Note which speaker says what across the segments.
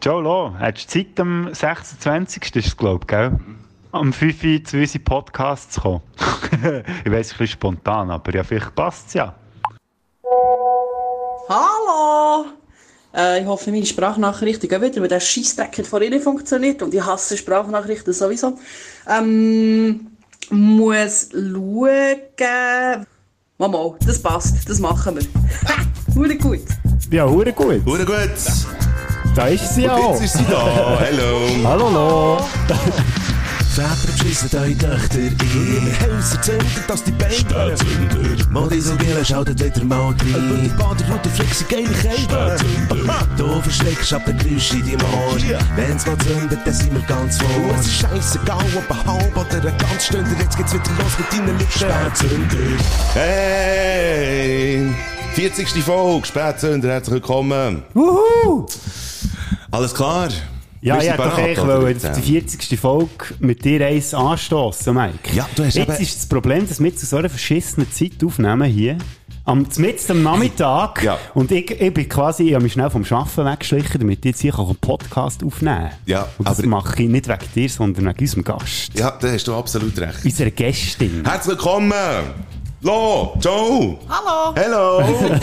Speaker 1: Joe Law, hättest du Zeit am 26. ist es, glaube ich, gell? Am 5. Uhr zu unseren Podcasts zu kommen. ich weiß, ein bisschen spontan, aber ja, vielleicht passt es ja.
Speaker 2: Hallo! Äh, ich hoffe, meine Sprachnachrichten gehen wieder, weil der Scheissdreck hat vorhin nicht funktioniert und ich hasse Sprachnachrichten sowieso. Ähm, muss schauen. Mama, das passt, das machen wir. Ha! Hure gut!
Speaker 3: Ja, hure gut.
Speaker 4: Gut, gut.
Speaker 3: Da ist sie auch.
Speaker 4: Jetzt ist sie da. Oh, Hallo.
Speaker 3: Hallo, Lo.
Speaker 5: Väter beschissen eure Töchter in Ihre Häuser zünden, dass die Beine
Speaker 4: Spätzünder.
Speaker 5: Modisogele schaltet wieder mal
Speaker 4: Über die
Speaker 5: rein
Speaker 4: Baderroute flexen geile Kälte.
Speaker 5: Du verschreckst ab den Geräusch in deinem Ohr Wenn's mal zündet, dann sind wir ganz
Speaker 4: Oh,
Speaker 5: vor
Speaker 4: es ist scheißegal, ob ein halb oder ein ganz Stünder. Jetzt geht's wieder los mit deinen Lippen.
Speaker 5: Spätzünder.
Speaker 4: Hey! 40. Folge, Spätzünder, herzlich willkommen.
Speaker 3: Wuhu.
Speaker 4: Alles klar?
Speaker 3: Ja,
Speaker 4: Bist
Speaker 3: ich
Speaker 4: du
Speaker 3: hätte doch
Speaker 4: bereit,
Speaker 3: eigentlich
Speaker 4: oder?
Speaker 3: wollen, auf die 40. Folge mit dir eins anstossen, Mike.
Speaker 4: Ja, du hast
Speaker 3: Jetzt
Speaker 4: eben-
Speaker 3: ist das Problem, dass wir zu so einer verschissenen Zeit aufnehmen hier. Am, mitten am Nachmittag.
Speaker 4: Ja.
Speaker 3: Und ich, ich bin quasi, ich habe mich schnell vom Arbeiten weggeschlichen, damit ich jetzt hier einen Podcast aufnehmen kann.
Speaker 4: Ja,
Speaker 3: Und das
Speaker 4: aber-
Speaker 3: mache ich nicht wegen dir, sondern wegen unserem Gast.
Speaker 4: Ja, da hast du absolut recht.
Speaker 3: Unserer Gästin.
Speaker 4: Herzlich willkommen! Lo, Joe!
Speaker 6: Hallo!
Speaker 4: Hallo!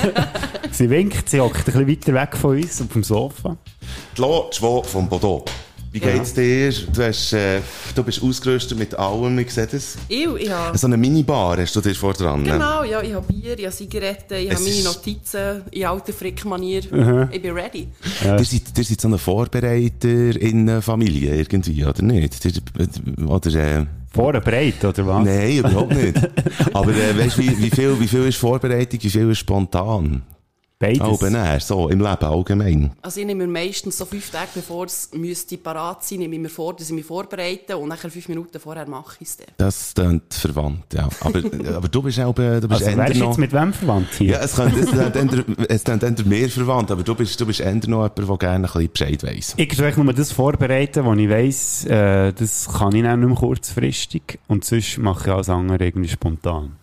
Speaker 3: Sie winkt, sie hockt ein bisschen weiter weg von uns, auf dem Sofa.
Speaker 4: Lo, Joe vom Bodo. Wie geht's dir? Du, hast, äh, du bist ausgerüstet mit allem, ich sehe das.
Speaker 6: Ich, ich habe...
Speaker 4: So eine Minibar hast du dir vor dran.
Speaker 6: Genau, ja, ich habe Bier, ich habe Zigaretten, ich
Speaker 4: Es
Speaker 6: habe meine
Speaker 4: ist-
Speaker 6: Notizen in alter Frick-Manier. Ich bin ready.
Speaker 4: Ihr seid, ihr seid so eine Vorbereiter in einer Familie irgendwie, oder nicht? Ihr- Oder, äh,
Speaker 3: Vorne breit, oder was?
Speaker 4: nein, überhaupt nicht. Aber äh, weißt du, wie, wie, viel, wie viel ist Vorbereitung, wie viel ist spontan?
Speaker 3: Beides. Also,
Speaker 4: Oh, näher, so, im Leben allgemein.
Speaker 6: Also ich nehme mir meistens so fünf Tage, bevor es müsste parat sein, nehme ich mir vor, dass ich mich vorbereite und nachher fünf Minuten vorher mache ich es dann.
Speaker 4: Das klingt verwandt, ja. Aber, aber du bist auch, äh, du bist
Speaker 3: also, wer
Speaker 4: eher
Speaker 3: ist
Speaker 4: noch...
Speaker 3: jetzt mit wem verwandt hier?
Speaker 4: Ja, es könnte, es klingt eher- es klingt eher mehr verwandt, aber du bist, du bist eher noch jemand, der gerne ein bisschen Bescheid weiss.
Speaker 3: Ich kann nur das vorbereiten, was ich weiss, äh, das kann ich dann nicht mehr kurzfristig. Und sonst mache ich alles andere irgendwie spontan.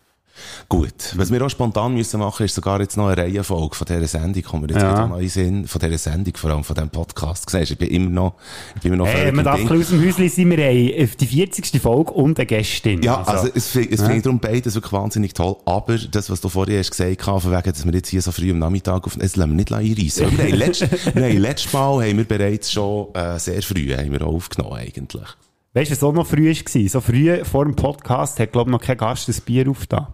Speaker 4: Gut. Was wir auch spontan müssen machen, ist sogar jetzt noch eine Reihenfolge von dieser Sendung. Kommen wir jetzt
Speaker 3: Ja.
Speaker 4: wieder mal in den Sinn. Von dieser Sendung, vor allem von diesem Podcast. Siehst, du, ich bin immer noch, ich bin immer noch
Speaker 3: Hey,
Speaker 4: völlig
Speaker 3: man
Speaker 4: im
Speaker 3: darf ein
Speaker 4: Ding.
Speaker 3: bisschen aus dem Häuschen sein, wir haben auf die 40. Folge und eine Gästin.
Speaker 4: Ja, also, es, fi- es finde ich darum beides wirklich wahnsinnig toll. Aber das, was du vorhin hast gesagt hast, von wegen, dass wir jetzt hier so früh am Nachmittag auf, es lassen wir nicht einreissen. Weil Wir haben letzt, nein, letztes Mal haben wir bereits schon, äh, sehr früh haben wir auch aufgenommen, eigentlich.
Speaker 3: Weißt du, was auch noch früh war? So früh vor dem Podcast hat, glaube ich, noch kein Gast ein Bier aufgetan.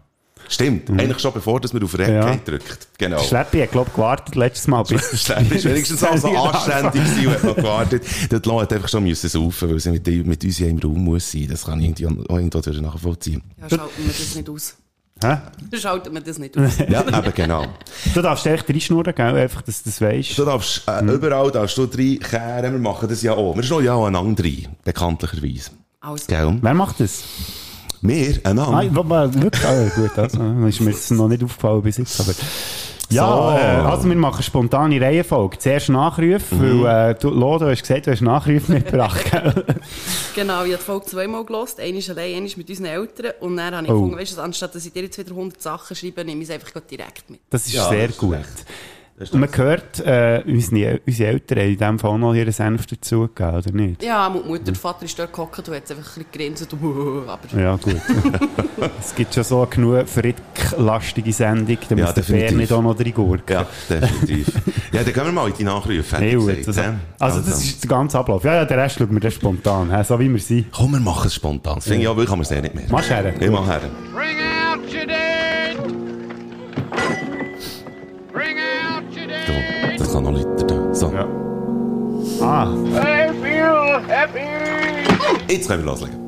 Speaker 4: Stimmt. Eigentlich schon bevor, dass wir auf Rec
Speaker 3: Mhm. Ja.
Speaker 4: ja. drückt. Genau.
Speaker 3: Oh. Schleppi hat, glaube ich, gewartet letztes Mal. Bis
Speaker 4: Schlepp ist wenigstens auch so anständig gewesen und hat noch gewartet. Dort Leute hat einfach schon müssen saufen, weil sie mit, mit uns hier im Raum muss sein. Das kann ich irgendwie auch irgendwo durch nachvollziehen.
Speaker 6: Ja, schalten wir das nicht aus.
Speaker 3: Hä?
Speaker 6: Dann schalten wir das nicht aus.
Speaker 4: Ja, eben genau.
Speaker 3: Du darfst echt reinschnurren, gell? Einfach, dass du das weisst.
Speaker 4: Du darfst, äh, überall darfst du reinkehren. Wir machen das ja auch. Wir schnallen ja auch einander rein. Bekanntlicherweise.
Speaker 6: Also,
Speaker 4: Gell?
Speaker 3: Wer macht das?
Speaker 4: Wir,
Speaker 3: Ah,
Speaker 4: einander.
Speaker 3: wa- wa- wirklich? Ah, gut, also, ist mir jetzt noch nicht aufgefallen bis jetzt, aber... Ja,
Speaker 4: So.
Speaker 3: äh, also wir machen spontane Reihenfolge. Zuerst Nachruf,
Speaker 4: Mhm.
Speaker 3: weil äh, du, Lo, du hast gesagt, du hast Nachruf mitgebracht. gell?
Speaker 6: genau, ich habe die Folge zweimal gelost, einmal allein, einmal mit unseren Eltern und dann habe ich
Speaker 3: Oh.
Speaker 6: gefunden, weißt du, anstatt dass ich dir jetzt wieder 100 Sachen schreibe, nehme ich es einfach gleich direkt mit.
Speaker 3: Das ist
Speaker 4: Ja,
Speaker 3: sehr
Speaker 4: das ist
Speaker 3: gut.
Speaker 4: recht.
Speaker 3: Und man hört, äh, unsere, unsere Eltern haben in diesem Fall noch ihren Senf dazugegeben, oder nicht?
Speaker 6: Ja, die Mutter, der Vater ist dort gehockt und hat einfach ein bisschen gegrinst, aber...
Speaker 3: Ja, gut. es gibt schon so genug fricklastige Sendung, da
Speaker 4: Ja,
Speaker 3: muss der Bär
Speaker 4: definitiv.
Speaker 3: nicht auch noch reingurken.
Speaker 4: Ja, definitiv. ja, dann gehen wir mal in die Nachrufe. hätte
Speaker 3: Hey,
Speaker 4: ich
Speaker 3: gut,
Speaker 4: gesagt,
Speaker 3: also,
Speaker 4: hä?
Speaker 3: also das ist der ganze Ablauf. Ja, ja, den Rest schauen wir dann spontan, hä, so wie wir sind.
Speaker 4: Komm, wir machen es spontan. Das finde ich auch, weil ich kann man es eh nicht mehr.
Speaker 3: Mach's her.
Speaker 4: Ich mach her.
Speaker 7: Bring out your dead! Bring out your
Speaker 4: So,
Speaker 7: dead!
Speaker 4: Das kann noch Leute da. So.
Speaker 3: Ja. Ah,
Speaker 7: I feel happy!
Speaker 4: Jetzt können wir loslegen.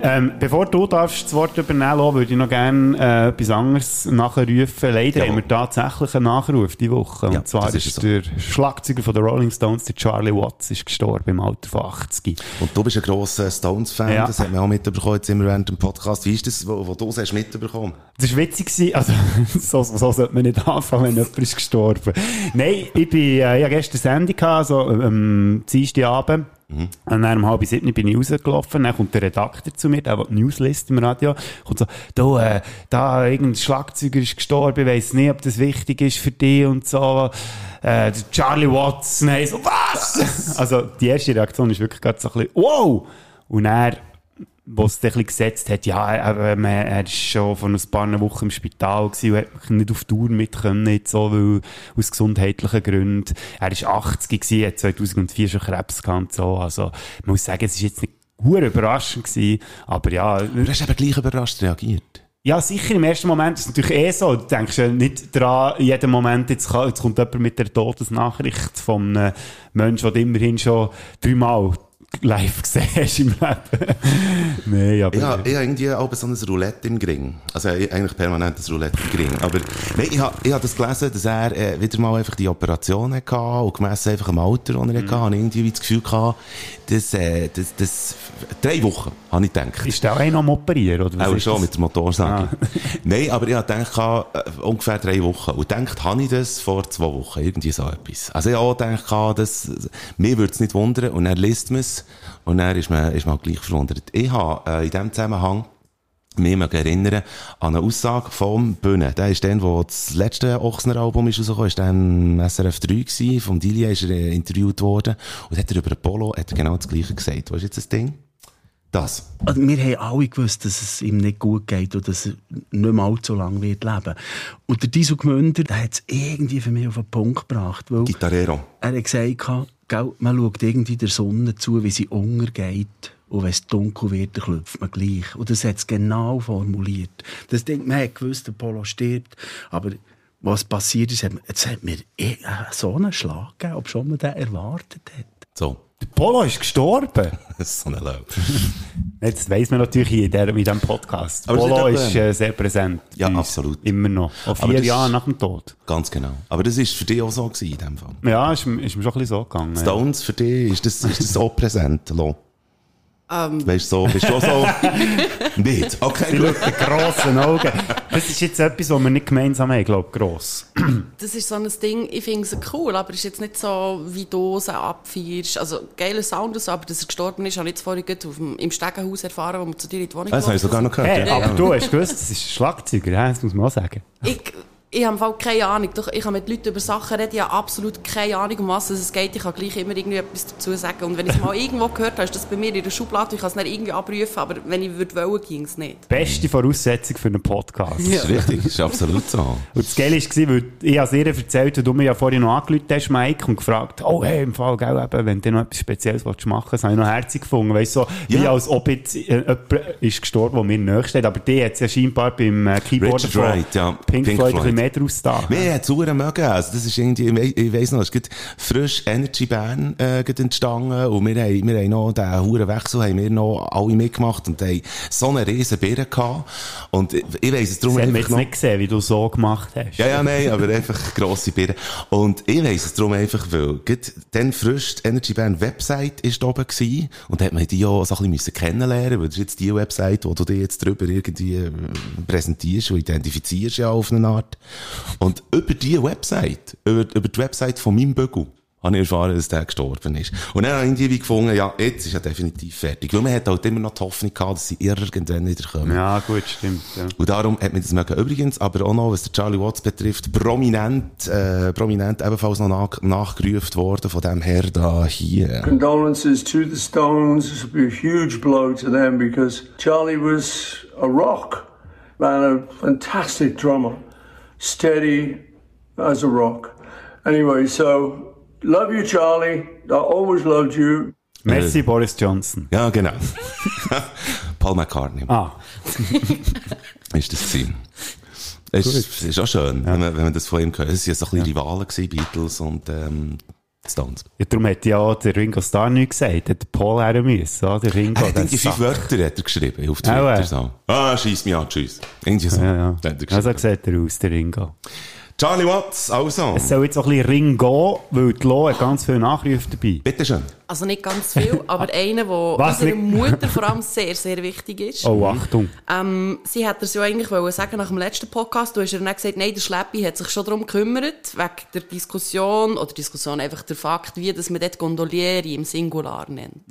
Speaker 3: Ähm, bevor du darfst das Wort übernehmen lassen, würde ich noch gerne äh, etwas anderes nachrufen. Leider
Speaker 4: Jawohl.
Speaker 3: haben wir tatsächlich einen Nachruf diese Woche.
Speaker 4: Ja,
Speaker 3: und zwar
Speaker 4: das ist
Speaker 3: ist
Speaker 4: so.
Speaker 3: der Schlagzeuger von der Rolling Stones, der Charlie Watts, ist gestorben im Alter von 80.
Speaker 4: Und du bist ein grosser Stones-Fan,
Speaker 3: Ja.
Speaker 4: das hat man auch mitbekommen, jetzt immer während dem Podcast. Wie ist das, wo, wo du es hast mitbekommen?
Speaker 3: Das war witzig, gewesen. also so, so sollte man nicht anfangen, wenn jemand ist gestorben. Nein, ich bin äh, ja gestern Sendung, gehabt, also ähm, Dienstagabend. Und dann um halb sieben bin ich rausgelaufen, dann kommt der Redakteur zu mir, der der die Newslist im Radio, kommt so, da, äh, da, irgendein Schlagzeuger ist gestorben, ich weiss nicht, ob das wichtig ist für dich und so, äh, der Charlie Watts, nein, so, was?
Speaker 6: Was?
Speaker 3: Also die erste Reaktion ist wirklich gerade so ein bisschen, wow! Und er, was es dann ein bisschen gesetzt hat, ja, er, er, er ist schon vor ein paar Wochen im Spital gewesen und hat wirklich nicht auf Tour mit können, jetzt so, weil, aus gesundheitlichen Gründen. Er ist 80 gewesen, hat 2004 schon Krebs gehabt und so. Also, ich muss sagen, es ist jetzt nicht hure überraschend gewesen, aber ja,
Speaker 4: Du hast aber gleich überrascht reagiert.
Speaker 3: ja, sicher, im ersten Moment ist es natürlich eh so. Du denkst ja nicht dran, in jedem Moment, jetzt, kann, jetzt kommt jemand mit der Todesnachricht von einem Menschen, den du immerhin schon dreimal live gesehen hast im Leben. Nein, aber...
Speaker 4: Ja, ich habe irgendwie auch so ein Roulette im Gring. Also ich- eigentlich permanent ein Roulette im Gring. Aber nein, ich habe ich hab das gelesen, dass er äh, wieder mal einfach die Operation hatte und gemessen einfach am Alter, das er hatte, habe ich irgendwie das Gefühl gehabt, dass, äh, dass, dass drei Wochen, habe ich gedacht.
Speaker 3: Ist der auch einer am Operieren, oder was
Speaker 4: Auch
Speaker 3: ist
Speaker 4: schon
Speaker 3: das?
Speaker 4: mit der Motorsage. Nein, aber ich habe gedacht, äh, ungefähr drei Wochen. Und gedacht, habe ich das vor zwei dus Wochen, irgendwie so etwas. Also ich habe auch gedacht, dass, mir würde es nicht wundern. Und dann liest man es. Und dann ist man, ist man auch gleich verwundert. Ich habe äh, in diesem Zusammenhang mich mal erinnern an eine Aussage vom Bühne. Der ist dann, wo das letzte Ochsner-Album ist rausgekommen, ist dann SRF 3 gewesen. Vom Dilia ist er äh, interviewt worden. Und hat er über Polo, hat er genau das Gleiche gesagt. Was ist jetzt das Ding? Das.
Speaker 8: Also, wir haben alle gewusst, dass es ihm nicht gut geht und dass er nicht mehr allzu lange wird leben. Und der Diesel Gmünder, der hat es irgendwie für mich auf den Punkt gebracht, weil
Speaker 4: Gitarrero.
Speaker 8: er hat gesagt, gell, man schaut irgendwie der Sonne zu, wie sie untergeht. Und wenn es dunkel wird, dann klopft man gleich. Und das hat es genau formuliert. Das Ding, man hat gewusst, der Polo stirbt. Aber was passiert ist, hat, man- es hat mir eh, äh, so einen Schlag gegeben, ob schon man den erwartet hat.
Speaker 4: So.
Speaker 3: Der Polo ist gestorben.
Speaker 4: so eine Lauf.
Speaker 3: Jetzt weiss man natürlich in, der, in diesem Podcast.
Speaker 4: Aber das
Speaker 3: Polo
Speaker 4: ist nicht
Speaker 3: ist äh, sehr präsent.
Speaker 4: Ja,
Speaker 3: bei uns.
Speaker 4: absolut.
Speaker 3: Immer noch. Auch
Speaker 4: Aber
Speaker 3: vier
Speaker 4: das-
Speaker 3: Jahre nach dem Tod.
Speaker 4: Ganz genau. Aber das ist für dich auch so gewesen in dem Fall.
Speaker 3: Ja, ist, mir- ist mir schon ein bisschen so gegangen. ja.
Speaker 4: Stones für dich, ist das, ist das auch präsent, Lo?
Speaker 6: Ähm.
Speaker 4: Weißt du, so, bist du auch so? Nicht. Okay,
Speaker 3: Die
Speaker 4: gut.
Speaker 3: schaut mit grossen Augen. Das ist jetzt etwas, was wir nicht gemeinsam haben, glaube ich, gross.
Speaker 6: Das ist so ein Ding, ich finde es cool, aber es ist jetzt nicht so, wie Dosen abfeierst. Also, geiler Sound und so, aber dass er gestorben ist, habe ich jetzt vorhin gerade auf dem, im Stegenhaus erfahren, wo wir zu dir in die Wohnung
Speaker 4: Das habe ich sogar noch gehört.
Speaker 3: Hey,
Speaker 4: ja.
Speaker 3: Äh, aber du hast gewusst, das ist ein Schlagzeuger, hä? das muss man auch sagen.
Speaker 6: Ich, ich habe im Fall keine Ahnung. Doch ich kann mit Leuten über Sachen reden, ich habe absolut keine Ahnung, um was es geht. Ich kann gleich immer irgendwie etwas dazu sagen. Und wenn ich es mal irgendwo gehört habe, ist das bei mir in der Schublade. Ich kann es dann irgendwie abrufen, aber wenn ich würde wollen, ging es nicht.
Speaker 3: Beste Voraussetzung für einen Podcast.
Speaker 4: Das ist richtig, das ist absolut so.
Speaker 3: Und das Geile war, weil ich als ihr erzählt habe, du mir ja vorhin noch angerufen hast, Mike, und gefragt, oh hey, im Fall, gell, eben, wenn du noch etwas Spezielles willst machen willst, das habe ich noch herzig gefunden. Weißt du, so, wie
Speaker 4: Ja.
Speaker 3: als ob jetzt äh, jemand ist gestorben, der mir näher steht. Aber die hat es ja scheinbar beim äh, Keyboard
Speaker 4: Richard Wright, ja.
Speaker 3: Pink,
Speaker 4: Pink
Speaker 3: Floyd, ein
Speaker 4: Floyd.
Speaker 3: bisschen mehr draus da.
Speaker 4: Mir hat es sehr mögen. Also, das ist irgendwie, ich we- ich weiss noch, es ist gerade frisch Energy Bern, äh, gerade entstanden. Und wir haben, wir haben noch den Huren Wechsel, haben wir noch alle mitgemacht und haben so eine riesen Birne gehabt. Und ich, ich weiss es darum
Speaker 3: Das haben wir
Speaker 4: einfach
Speaker 3: jetzt nicht gesehen, wie du so gemacht hast.
Speaker 4: Ja, ja, nein, aber einfach grosse Birne. Und ich weiss es darum einfach, weil gerade dann frisch die Energy Band Website ist da oben gewesen und da hat man die ja so ein bisschen müssen kennenlernen, weil das ist jetzt die Website, wo du dich jetzt drüber irgendwie äh, präsentierst und identifizierst ja auf eine Art. Und über die Website, über, über die Website von meinem Bügel, habe ich erfahren, dass der gestorben ist. Und dann habe ich irgendwie gefunden, ja, jetzt ist er definitiv fertig. Weil man hat halt immer noch die Hoffnung gehabt, dass sie irgendwann wieder kommen.
Speaker 3: ja gut, stimmt. Ja.
Speaker 4: Und darum hat mir das mögen. Übrigens, aber auch noch, was der Charlie Watts betrifft, prominent, äh, prominent ebenfalls noch nach, nachgerufen worden von dem Herr da hier.
Speaker 9: Condolences to the Stones. This will be a huge blow to them because Charlie was a rock man, a fantastic drummer, steady as a rock. Anyway, so love you, Charlie. I always loved you.
Speaker 4: Äh.
Speaker 3: Merci, Boris Johnson.
Speaker 4: Ja, genau. Paul McCartney
Speaker 3: Ah,
Speaker 4: ist das gewesen. Es ist, ist auch schön, wenn, man, wenn man das von ihm hört. Es waren so ein bisschen Rivalen, gewesen, Beatles und ähm, Stones.
Speaker 3: ja, darum hat ja auch der Ringo Starr nichts gesagt. Hat der Paul her müssen, oder? Der Ringo,
Speaker 4: Er hat
Speaker 3: der
Speaker 4: irgendwie fünf
Speaker 3: Sack.
Speaker 4: Wörter hat er geschrieben auf
Speaker 3: Ah,
Speaker 4: Twitter.
Speaker 3: ja.
Speaker 4: So. Ah, schieß mich an, tschüss. Irgendwie so.
Speaker 3: Ja, ja.
Speaker 4: Hat er geschrieben.
Speaker 3: Also sieht er aus, der Ringo.
Speaker 4: Charlie Watts, also.
Speaker 3: Es soll jetzt auch ein bisschen Ringo, weil die Lo hat ganz viele Nachrufe dabei.
Speaker 4: Bitteschön.
Speaker 6: Also nicht ganz viel, aber einer, der
Speaker 3: Was
Speaker 6: unserer
Speaker 3: nicht?
Speaker 6: Mutter vor allem sehr, sehr wichtig ist.
Speaker 3: Oh, Achtung.
Speaker 6: Ähm, sie hat es ja eigentlich wollen sagen nach dem letzten Podcast. Du hast ihr dann gesagt, nein, der Schleppi hat sich schon darum gekümmert, wegen der Diskussion, oder Diskussion einfach der Fakt, wie dass man dort Gondolieri im
Speaker 4: Mhm.
Speaker 6: Singular nennt.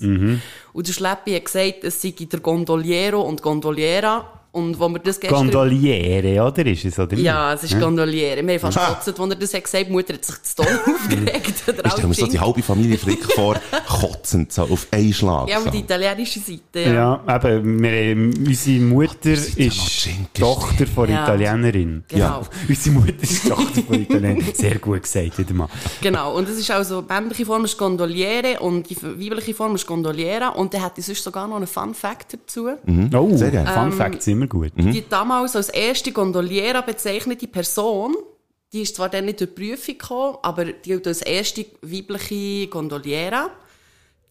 Speaker 6: Und der Schleppi hat gesagt, es sei der Gondoliero und Gondoliera. Und wo wir das gestern...
Speaker 3: Gondoliere, oder? Ist es, oder? wie?
Speaker 6: ja, es ist Gondoliere. Wir haben
Speaker 4: Ah.
Speaker 6: fast gekotzt, als er das hat gesagt hat. Die Mutter hat sich zu Ton aufgeregt. Der
Speaker 4: Ich stelle mir so
Speaker 6: Altschick.
Speaker 4: die halbe Familie Frick vor, kotzend, so auf einen Schlag.
Speaker 6: Ja, aber
Speaker 4: so.
Speaker 6: die italienische Seite. Ja.
Speaker 3: Ja, eben, wir, haben- unsere Mutter
Speaker 4: sind ja noch
Speaker 3: ist
Speaker 4: Schinken,
Speaker 3: Tochter von
Speaker 6: Ja.
Speaker 3: Italienerin.
Speaker 6: Genau.
Speaker 3: Unsere Mutter ist Tochter von Italienerin. Sehr gut gesagt, wieder mal.
Speaker 6: Genau, und es ist also, die männliche Form ist Gondoliere und die weibliche Form ist Gondoliera. Und dann hätte ich sonst sogar noch einen Fun Fact dazu.
Speaker 4: Mhm.
Speaker 3: Oh, mhm.
Speaker 4: Sehr gerne.
Speaker 6: Ähm,
Speaker 3: Fun Facts sind immer gut.
Speaker 6: Die damals als erste Gondoliera bezeichnete Person, die ist zwar dann nicht durch die Prüfung gekommen, aber die gilt als erste weibliche Gondoliera.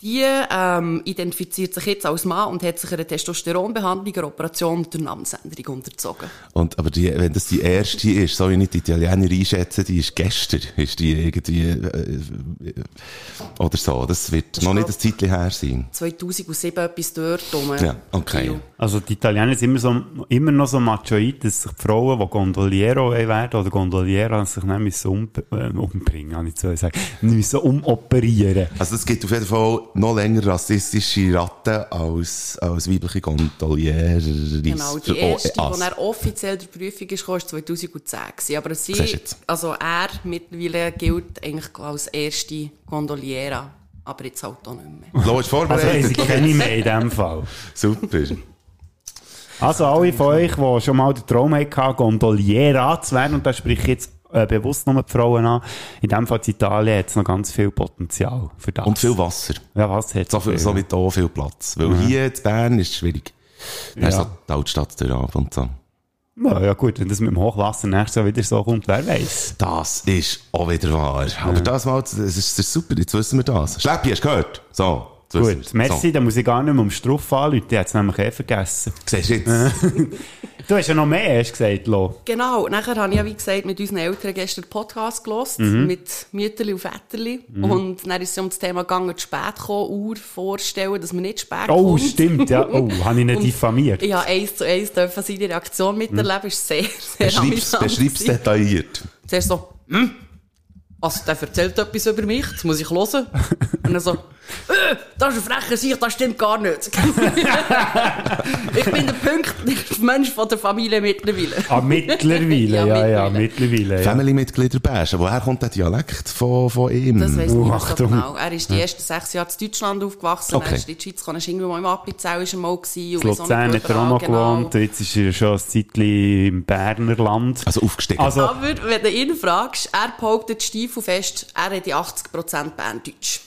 Speaker 6: Die ähm, identifiziert sich jetzt als Mann und hat sich einer Testosteronbehandlung, einer Operation und der Namensänderung unterzogen.
Speaker 4: Und, aber die, wenn das die erste ist, so wie ich die Italiener einschätze, die ist gestern, ist die irgendwie, äh, äh, oder so. Das wird noch nicht ein Zeitchen her sein.
Speaker 6: 2007 etwas dort rum.
Speaker 4: Ja, okay.
Speaker 3: Also die Italiener sind immer, so, immer noch so machoid, dass sich die Frauen, die Gondoliero werden oder Gondoliera, sich nicht müssen um, äh, umbringen, kann ich so sagen, müssen umoperieren.
Speaker 4: Also es gibt auf jeden Fall noch länger rassistische Ratten als, als weibliche Gondoliere.
Speaker 6: Genau, die erste,
Speaker 4: E
Speaker 6: die er offiziell der Prüfung ist, gekommen, ist 2010 gewesen. Aber
Speaker 4: Siehst
Speaker 6: sie,
Speaker 4: jetzt.
Speaker 6: also er mittlerweile gilt eigentlich als erste Gondoliera. Aber jetzt halt auch nicht mehr.
Speaker 4: Lo ist
Speaker 3: Also haben sie
Speaker 4: vorbereitet.
Speaker 3: keine mehr in dem Fall.
Speaker 4: Super.
Speaker 3: Also alle von euch, die schon mal den Traum hatten, Gondoliera zu werden, und da spreche ich jetzt äh, bewusst nur die Frauen an, in dem Fall in Italien hat es noch ganz viel Potenzial für das.
Speaker 4: Und viel Wasser.
Speaker 3: Ja, was hat
Speaker 4: So viel, somit auch viel Platz. Weil hier in Bern ist es schwierig. Da ist
Speaker 3: Ja.
Speaker 4: so die Altstadt durch ab und so.
Speaker 3: Ja, ja gut, wenn das mit dem Hochwasser nächstes Jahr wieder so kommt, wer weiß.
Speaker 4: Das ist auch wieder wahr. Aber das mal, das ist, das ist super, jetzt wissen wir das. Schleppi, hast du gehört? So. jetzt wissen
Speaker 3: Gut,
Speaker 4: wir es.
Speaker 3: merci, da muss ich gar nicht mehr um Struff anrufen, die hat es nämlich eh vergessen.
Speaker 4: So. Siehst du jetzt?
Speaker 3: Du hast ja noch mehr, hast du gesagt, Lo.
Speaker 6: Genau, nachher habe ich ja, wie gesagt, mit unseren Eltern gestern einen Podcast gelost
Speaker 4: Mhm.
Speaker 6: mit Mütterli und Väterli. Und dann ist es um das Thema gegangen, zu spät kommen, Uhr vorstellen, dass man nicht zu spät
Speaker 3: Oh,
Speaker 6: kommt.
Speaker 3: stimmt, ja. Oh, habe ich nicht diffamiert.
Speaker 6: Ja, eins zu eins dürfen seine Reaktion miterleben, ist sehr, sehr
Speaker 4: Beschreib's,
Speaker 6: amüsant
Speaker 4: beschreib's
Speaker 6: gewesen.
Speaker 4: detailliert.
Speaker 6: Zuerst so, hm? Also, der erzählt etwas über mich, das muss ich hören. Und dann so, äh, das ist ein frecher Sicht, das stimmt gar nicht. ich bin der pünktlichste Mensch von der Familie mittlerweile.
Speaker 3: Ah, mittlerweile,
Speaker 6: Ja,
Speaker 3: ja, ja, mittlerweile. Ja.
Speaker 4: Family-Mitglieder bärst. Aber woher kommt der Dialekt von, von ihm?
Speaker 6: Das weiss
Speaker 3: Oh,
Speaker 6: niemand so
Speaker 3: Achtung.
Speaker 6: genau. Er ist die ersten sechs Jahre in Deutschland aufgewachsen,
Speaker 4: Okay.
Speaker 6: dann ist er in die Schweiz gekommen, ist irgendwann mal im Appenzell ist er mal gewesen. und
Speaker 3: In
Speaker 6: weiss auch nicht,
Speaker 3: Luzern hat er auch
Speaker 6: überall,
Speaker 3: noch
Speaker 6: genau.
Speaker 3: gewohnt, jetzt ist er schon ein Zeitchen im Berner Land.
Speaker 4: also aufgestiegen.
Speaker 3: Also,
Speaker 6: Aber wenn du ihn fragst, er behauptet Stiefel fest, er hat die 80% Berndeutsch.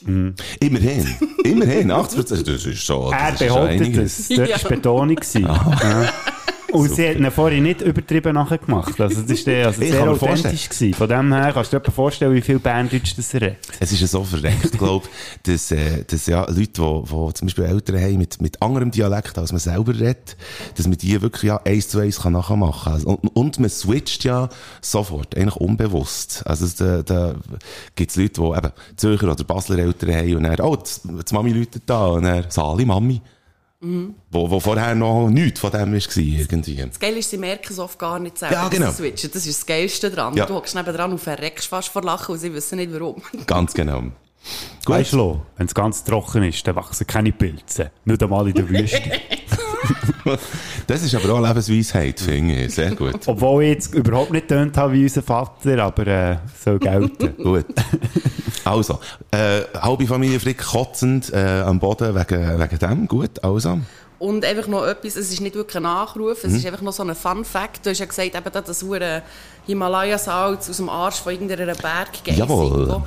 Speaker 4: immerhin. Immerhin. 80%. Das ist so.
Speaker 3: er
Speaker 4: das ist
Speaker 3: behauptet
Speaker 4: einiges.
Speaker 3: es.
Speaker 4: Ah,
Speaker 3: Dort
Speaker 6: Ja.
Speaker 3: war Betonung. gewesen. Ja. Und sie hat ihn vorher nicht übertrieben nachgemacht. Also, das war also
Speaker 4: Ich
Speaker 3: sehr
Speaker 4: kann mir
Speaker 3: authentisch. Gewesen. Von dem her kannst du dir etwa vorstellen, wie viel Berndeutsch das er hat.
Speaker 4: Es ist ja so verreckt, glaube ich, dass, äh, dass ja, Leute, die wo zum Beispiel Eltern haben mit, mit anderem Dialekt, als man selber redet, dass man die wirklich ja, eins zu eins kann nachmachen kann. Also, und, und man switcht ja sofort, eigentlich unbewusst. Also es- da, da gibt es Leute, die eben Zürcher oder Basler Eltern haben und dann, oh, die die Mami läutet da und dann, Sali, Mami. Wo, wo vorher noch nichts von dem war, irgendwie.
Speaker 6: Das Geile ist, sie merken es oft gar nicht selber,
Speaker 4: Ja,
Speaker 6: dass
Speaker 4: genau.
Speaker 6: sie switchen. Das ist das Geilste dran.
Speaker 4: Ja.
Speaker 6: Du hockst nebenan und verreckst fast vor Lachen und sie wissen nicht, warum.
Speaker 4: Ganz genau. Gut.
Speaker 3: Weißt du, Lo, wenn es ganz trocken ist, dann wachsen keine Pilze. Nicht einmal in der Wüste.
Speaker 4: Das ist aber auch Lebensweisheit, finde ich. Sehr gut.
Speaker 3: Obwohl ich jetzt überhaupt nicht tönt habe wie unser Vater, aber äh, soll gelten.
Speaker 4: Gut. Also, äh, halbe Familie Frick kotzend äh, am Boden wegen, wegen dem. Gut, also.
Speaker 6: Und einfach noch etwas, es ist nicht wirklich ein Nachruf,
Speaker 4: Mhm.
Speaker 6: es ist einfach noch so ein Fun Fact. Du hast ja gesagt, eben da das hure Himalaya-Salz aus dem Arsch von irgendeiner Berggeisel.
Speaker 4: Jawohl.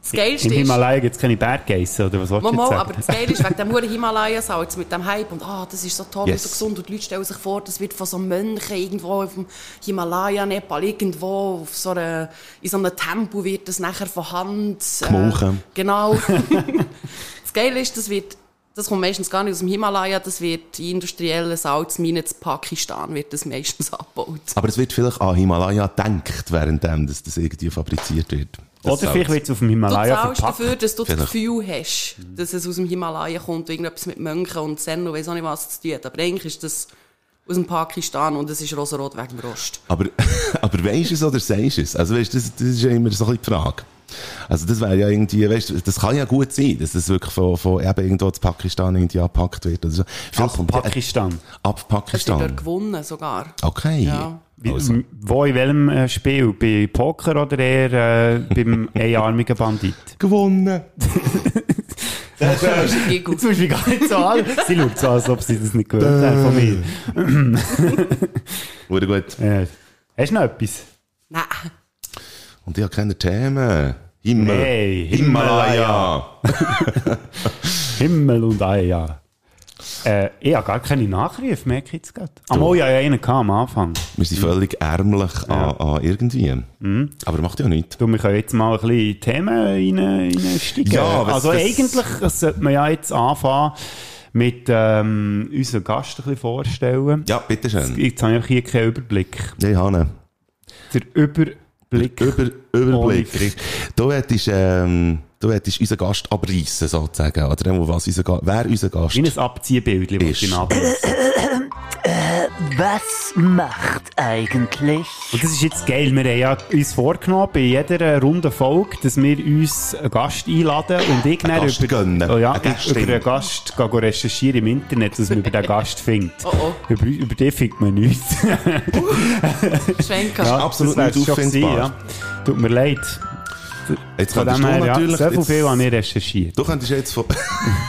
Speaker 6: Das Geilste
Speaker 3: Im
Speaker 6: ist...
Speaker 3: Himalaya gibt es keine Berggeissen, oder was wolltest du jetzt
Speaker 6: Mama,
Speaker 3: sagen?
Speaker 6: aber das Geile ist, wegen dem hohen Himalaya-Salz, mit dem Hype und ah, das ist so toll,
Speaker 4: Yes.
Speaker 6: so gesund und die Leute stellen sich vor, das wird von so Mönchen irgendwo auf dem Himalaya, Nepal, irgendwo auf so einer, in so einem Tempo wird das nachher von Hand... äh,
Speaker 4: Gemolken.
Speaker 6: Genau. das Geile ist, das wird... Das kommt meistens gar nicht aus dem Himalaya, das wird in industriellen Salzminen zu Pakistan wird das meistens abgebaut.
Speaker 4: Aber es wird vielleicht an Himalaya gedacht, währenddem dass das irgendwie fabriziert wird. Das
Speaker 3: oder vielleicht
Speaker 4: Salz.
Speaker 3: wird es auf dem
Speaker 6: Du
Speaker 3: Himalaya
Speaker 6: zahlst
Speaker 3: verpackt.
Speaker 6: dafür, dass du das
Speaker 4: Vielleicht.
Speaker 6: Gefühl hast, dass es aus dem Himalaya kommt, irgendetwas mit Mönchen und Zen und weiss auch nicht was zu tun hat. Aber eigentlich ist das aus dem Pakistan und es ist rosarot wegen dem Rost.
Speaker 4: Aber, aber weisst du es oder sagst du es? Also, weißt, du, das, das ist ja immer so ein bisschen die Frage. Also das wäre ja irgendwie, weißt du, das kann ja gut sein, dass das wirklich von, von eben irgendwo aus Pakistan irgendwie abgepackt wird. Also, viel-
Speaker 3: Ab Pakistan.
Speaker 4: Ab
Speaker 6: Hast du dort
Speaker 4: Pakistan.
Speaker 6: gewonnen sogar?
Speaker 4: Okay.
Speaker 6: Ja.
Speaker 3: Wie-
Speaker 4: Also.
Speaker 3: m- Wo in welchem äh, Spiel? Bei Poker oder eher äh, beim einarmigen Bandit?
Speaker 4: Gewonnen.
Speaker 6: Giggle.
Speaker 3: Jetzt musst du mich gar nicht so an. Sie schaut so, als ob sie das nicht gehört hat von mir.
Speaker 4: Wurde gut.
Speaker 3: Äh, hast du noch etwas?
Speaker 6: Nein.
Speaker 4: Und ich habe keine Themen. Himmel.
Speaker 3: Nee,
Speaker 4: Himalaya.
Speaker 3: Himmel und Eier. Äh, ich habe gar keine Nachrufe mehr, Kids. Am oh, ja, ja, einen gehabt am Anfang.
Speaker 4: Wir sind völlig ärmlich an, an irgendwie.
Speaker 3: Mhm.
Speaker 4: Aber macht ja nichts.
Speaker 3: Du, wir können jetzt mal ein bisschen Themen rein- reinsteigen.
Speaker 4: Ja, was
Speaker 3: also
Speaker 4: das-
Speaker 3: eigentlich sollte man ja jetzt anfangen mit ähm, unseren Gast ein bisschen vorstellen.
Speaker 4: Ja, bitteschön.
Speaker 3: Jetzt habe ich hier keinen Überblick.
Speaker 4: Ja, Hanne.
Speaker 3: Der Überblick.
Speaker 4: Über,
Speaker 3: Ohne
Speaker 4: Überblick.
Speaker 3: Frist.
Speaker 4: Du hättest, ähm, du hättest unseren Gast abreißen, sozusagen. Oder dem, was unser Gast, wer unser Gast
Speaker 3: Wie ein Abziehbild, das
Speaker 4: Ist.
Speaker 3: ich ablasse.
Speaker 10: Was macht eigentlich?
Speaker 3: Und das ist jetzt geil. Wir haben ja uns vorgenommen, bei jeder äh, runden Folge, dass wir uns einen Gast einladen und ich dann
Speaker 4: Gast gönnen.
Speaker 3: oh ja,
Speaker 4: Einen Gast
Speaker 3: ich über
Speaker 4: finden.
Speaker 3: einen Gast gehe recherchieren im Internet, dass man über den Gast findet.
Speaker 6: Oh,
Speaker 3: Über, über den findet man nichts.
Speaker 6: Schwenker.
Speaker 3: Ja,
Speaker 4: absolut
Speaker 3: das wär's
Speaker 4: nicht
Speaker 3: schon
Speaker 4: auffindbar.
Speaker 3: gewesen, ja. Tut mir leid.
Speaker 4: Jetzt
Speaker 3: Von dem
Speaker 4: könntest du
Speaker 3: her, ja,
Speaker 4: natürlich...
Speaker 3: so viel,
Speaker 4: jetzt-
Speaker 3: viel habe ich recherchiert.
Speaker 4: Du könntest jetzt von...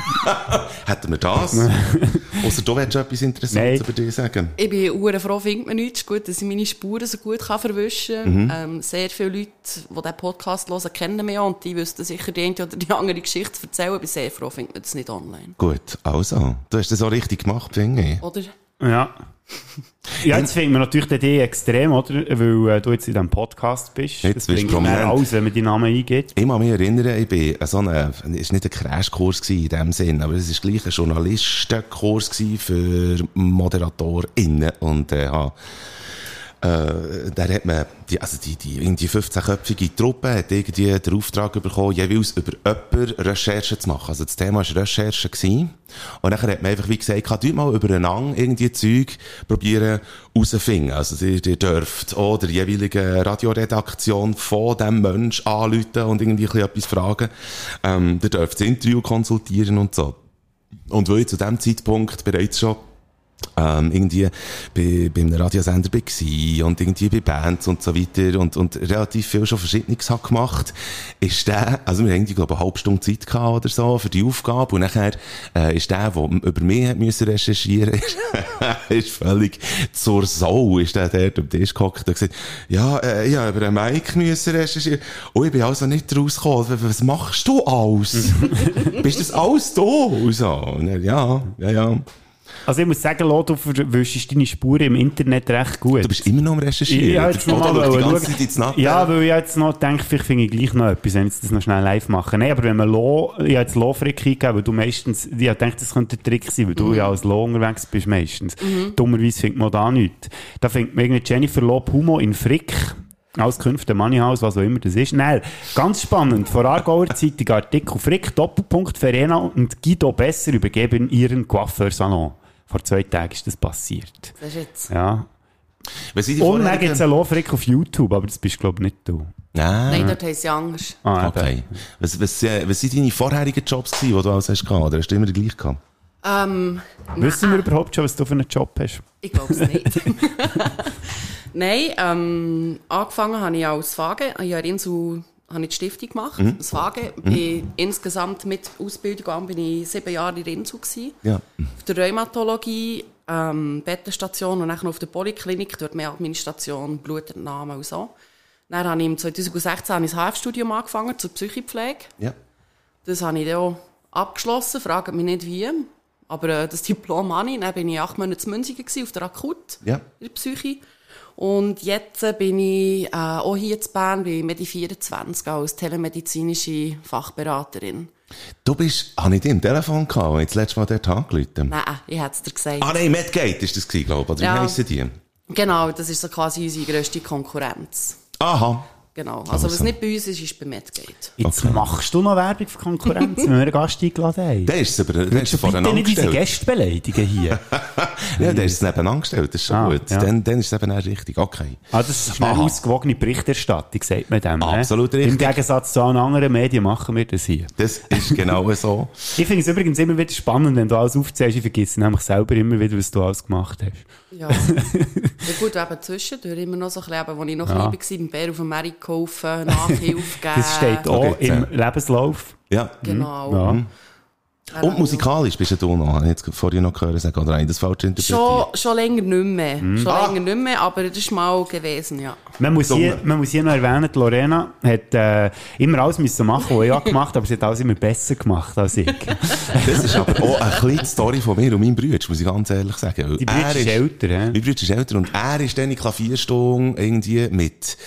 Speaker 4: Hätten wir das? Ausser du hättest etwas Interessantes
Speaker 3: Nein.
Speaker 4: über dich sagen.
Speaker 6: Ich bin hure froh, findet man nichts. Gut, dass ich meine Spuren so gut kann verwischen Ähm, sehr viele Leute, die diesen Podcast hören, kennen mich ja und die wüssten sicher die eine oder die andere Geschichte zu erzählen. Ich bin sehr froh, findet man das nicht online.
Speaker 4: Gut, also. Du hast das auch richtig gemacht, finde ich.
Speaker 6: Oder?
Speaker 3: Ja. Ja, jetzt findet man natürlich den D extrem, oder? Weil äh, du jetzt in diesem Podcast bist.
Speaker 4: Jetzt
Speaker 3: Das
Speaker 4: bist
Speaker 3: bringt
Speaker 4: du
Speaker 3: mir
Speaker 4: prominent.
Speaker 3: alles, wenn man deinen Namen eingibt.
Speaker 4: Ich kann mich erinnern, ich bin an so einem, es war nicht ein Crashkurs gewesen in dem Sinn, aber es war gleich ein Journalistenkurs gewesen für ModeratorInnen und äh, habe äh, da hat man, die, also die, die, irgendwie 15-köpfige Truppe hat irgendwie den Auftrag bekommen, jeweils über jemanden Recherchen zu machen. Also das Thema war Recherche. Gewesen. Und dann hat man einfach wie gesagt, kann mal übereinander irgendwie Zeug probieren herauszufinden. Also ihr, ihr dürft auch der jeweiligen Radioredaktion von dem Mensch anrufen und irgendwie ein bisschen etwas fragen. Ähm, ihr dürft das Interview konsultieren und so. Und weil ich zu dem Zeitpunkt bereits schon ähm, irgendwie bei, bei einem Radiosender war und irgendwie bei Bands und so weiter und, und relativ viel schon Verschiedenes hat gemacht, ist der, also wir haben irgendwie, glaube ich, eine halbe Stunde Zeit gehabt oder so für die Aufgabe und nachher äh, ist der, der m- über mich hat müssen recherchieren ist völlig zur Sau, ist der dort am Tisch gehockt und gesagt, ja, äh, ich habe über den Mike müssen recherchieren und ich bin also nicht rausgekommen, W- was machst du alles? Bist das alles du? Und so, und er, ja, ja, ja.
Speaker 3: Also ich muss sagen, Lo, du verwischst deine Spuren im Internet recht gut.
Speaker 4: Du bist immer noch am Recherchieren.
Speaker 3: ja,
Speaker 4: Der
Speaker 3: jetzt noch mal
Speaker 4: Foto schaut die
Speaker 3: wollen
Speaker 4: ganze
Speaker 3: schauen.
Speaker 4: Zeit ins Nacken.
Speaker 3: Ja, weil ich jetzt noch denke, vielleicht finde ich gleich noch etwas, wenn ich das noch schnell live mache. Nein, aber wenn man Lo, ich habe jetzt Lo-Frick eingegeben, weil du meistens, ich habe gedacht, das könnte ein Trick sein, weil du
Speaker 4: Mhm.
Speaker 3: ja als Lo unterwegs bist meistens. Dummerweise findet man da nichts. Da findet man irgendwie Jennifer Lo Humo in Frick. Als Künfte Moneyhouse, was auch immer das ist. Nein, ganz spannend. Vor Aargauer Zeitung Artikel Frick, Doppelpunkt, Verena und Guido Besser übergeben ihren Coiffeursalon. Vor zwei Tagen ist das passiert.
Speaker 6: Das ist jetzt.
Speaker 3: Ja,
Speaker 4: Was sind die
Speaker 3: und dann gibt es
Speaker 4: vorherigen?
Speaker 3: einen Lofrick auf YouTube, aber das bist glaube ich nicht du.
Speaker 6: Nein,
Speaker 4: Nein.
Speaker 6: dort heisst es ja anders.
Speaker 3: Ah, eben.
Speaker 4: Okay. Was, was, äh, was sind deine vorherigen Jobs gewesen, die du alles hast gehabt? Oder hast du immer den gleichen gehabt?
Speaker 6: Ähm,
Speaker 3: Wissen wir überhaupt schon, was du für einen Job hast?
Speaker 6: Ich glaube es nicht. Nein, ähm, angefangen habe ich als Fage. Ich habe Insel habe ich die Stiftung gemacht, das Fage. Bin Insgesamt mit Ausbildung an bin ich sieben Jahre in der Insel. Gewesen.
Speaker 4: Ja.
Speaker 6: Auf der Rheumatologie, ähm, Bettenstation und dann auf der Poliklinik, dort mehr Administration, Blutentnahme und so. Dann habe ich im 2016 habe ich das HF-Studium angefangen zur Psychopflege.
Speaker 4: Ja.
Speaker 6: Das habe ich dann auch abgeschlossen, fragt mich nicht wie. Aber äh, das Diplom habe ich. Dann bin ich acht Monate in Münzigen gewesen, auf der Akut,
Speaker 4: Ja.
Speaker 6: in der Psyche. Und jetzt äh, bin ich äh, auch hier in Bern bei Medi24 als telemedizinische Fachberaterin.
Speaker 4: Du bist, habe ich dich im Telefon gehabt, als ich das letzte Mal dort angerufen habe?
Speaker 6: Nein, ich hätte es dir gesagt.
Speaker 4: Ah nein, Medgate ist das gewesen, glaube ich. Oder wie
Speaker 6: Ja.
Speaker 4: heissen die?
Speaker 6: Genau, das ist so quasi unsere grösste Konkurrenz.
Speaker 4: Aha.
Speaker 6: Genau. Also, was nicht bei uns ist, ist bei Medgate.
Speaker 3: Jetzt
Speaker 4: Okay.
Speaker 3: machst du noch Werbung für Konkurrenz, wenn wir einen Gast eingeladen haben.
Speaker 4: Der ist es aber, der ist es
Speaker 3: Bitte
Speaker 4: voreinander
Speaker 3: nicht unsere
Speaker 4: gestellt.
Speaker 3: Gäste beleidigen hier.
Speaker 4: Ja, der ist es nebeneinander gestellt, das ist schon
Speaker 3: Ah,
Speaker 4: gut.
Speaker 3: ja.
Speaker 4: Dann, dann ist es eben auch richtig, okay.
Speaker 3: Ah, das ist eine
Speaker 4: Aha.
Speaker 3: ausgewogene Berichterstattung, sagt man dem. ne?
Speaker 4: Absolut richtig.
Speaker 3: Im Gegensatz zu allen anderen Medien machen wir das hier.
Speaker 4: Das ist genau so.
Speaker 3: Ich finde es übrigens immer wieder spannend, wenn du alles aufzählst. Ich vergesse nämlich selber immer wieder, was du alles gemacht hast.
Speaker 6: Ja. ja gut, eben zwischendurch immer noch so ein bisschen, eben, als ich noch
Speaker 3: Ja.
Speaker 6: klein war, einen Bär auf dem Markt kaufen, Nachhilfe geben.
Speaker 3: Das steht
Speaker 4: da
Speaker 3: auch
Speaker 4: geht's,
Speaker 3: im Lebenslauf.
Speaker 4: Ja.
Speaker 6: Genau.
Speaker 3: Ja.
Speaker 4: Und musikalisch bist du noch, habe ich jetzt vorhin noch gehört, sagen, oder habe ich das falsch interpretiert?
Speaker 6: Schon, schon länger nicht mehr. Schon länger nicht mehr, aber das ist mal gewesen, ja.
Speaker 3: Man muss,
Speaker 4: Dumme.
Speaker 3: hier, man muss hier noch erwähnen, die Lorena hat äh, immer alles müssen machen, was ich auch gemacht habe, aber sie hat alles immer besser gemacht als ich.
Speaker 4: Das ist aber auch eine kleine oh, Story von mir und meinem Bruder, muss ich ganz ehrlich sagen. Weil
Speaker 3: Die Brüder
Speaker 4: er
Speaker 3: ist älter, hä?
Speaker 4: Mein Bruder ist älter und er ist dann in Klavierstunde irgendwie mit,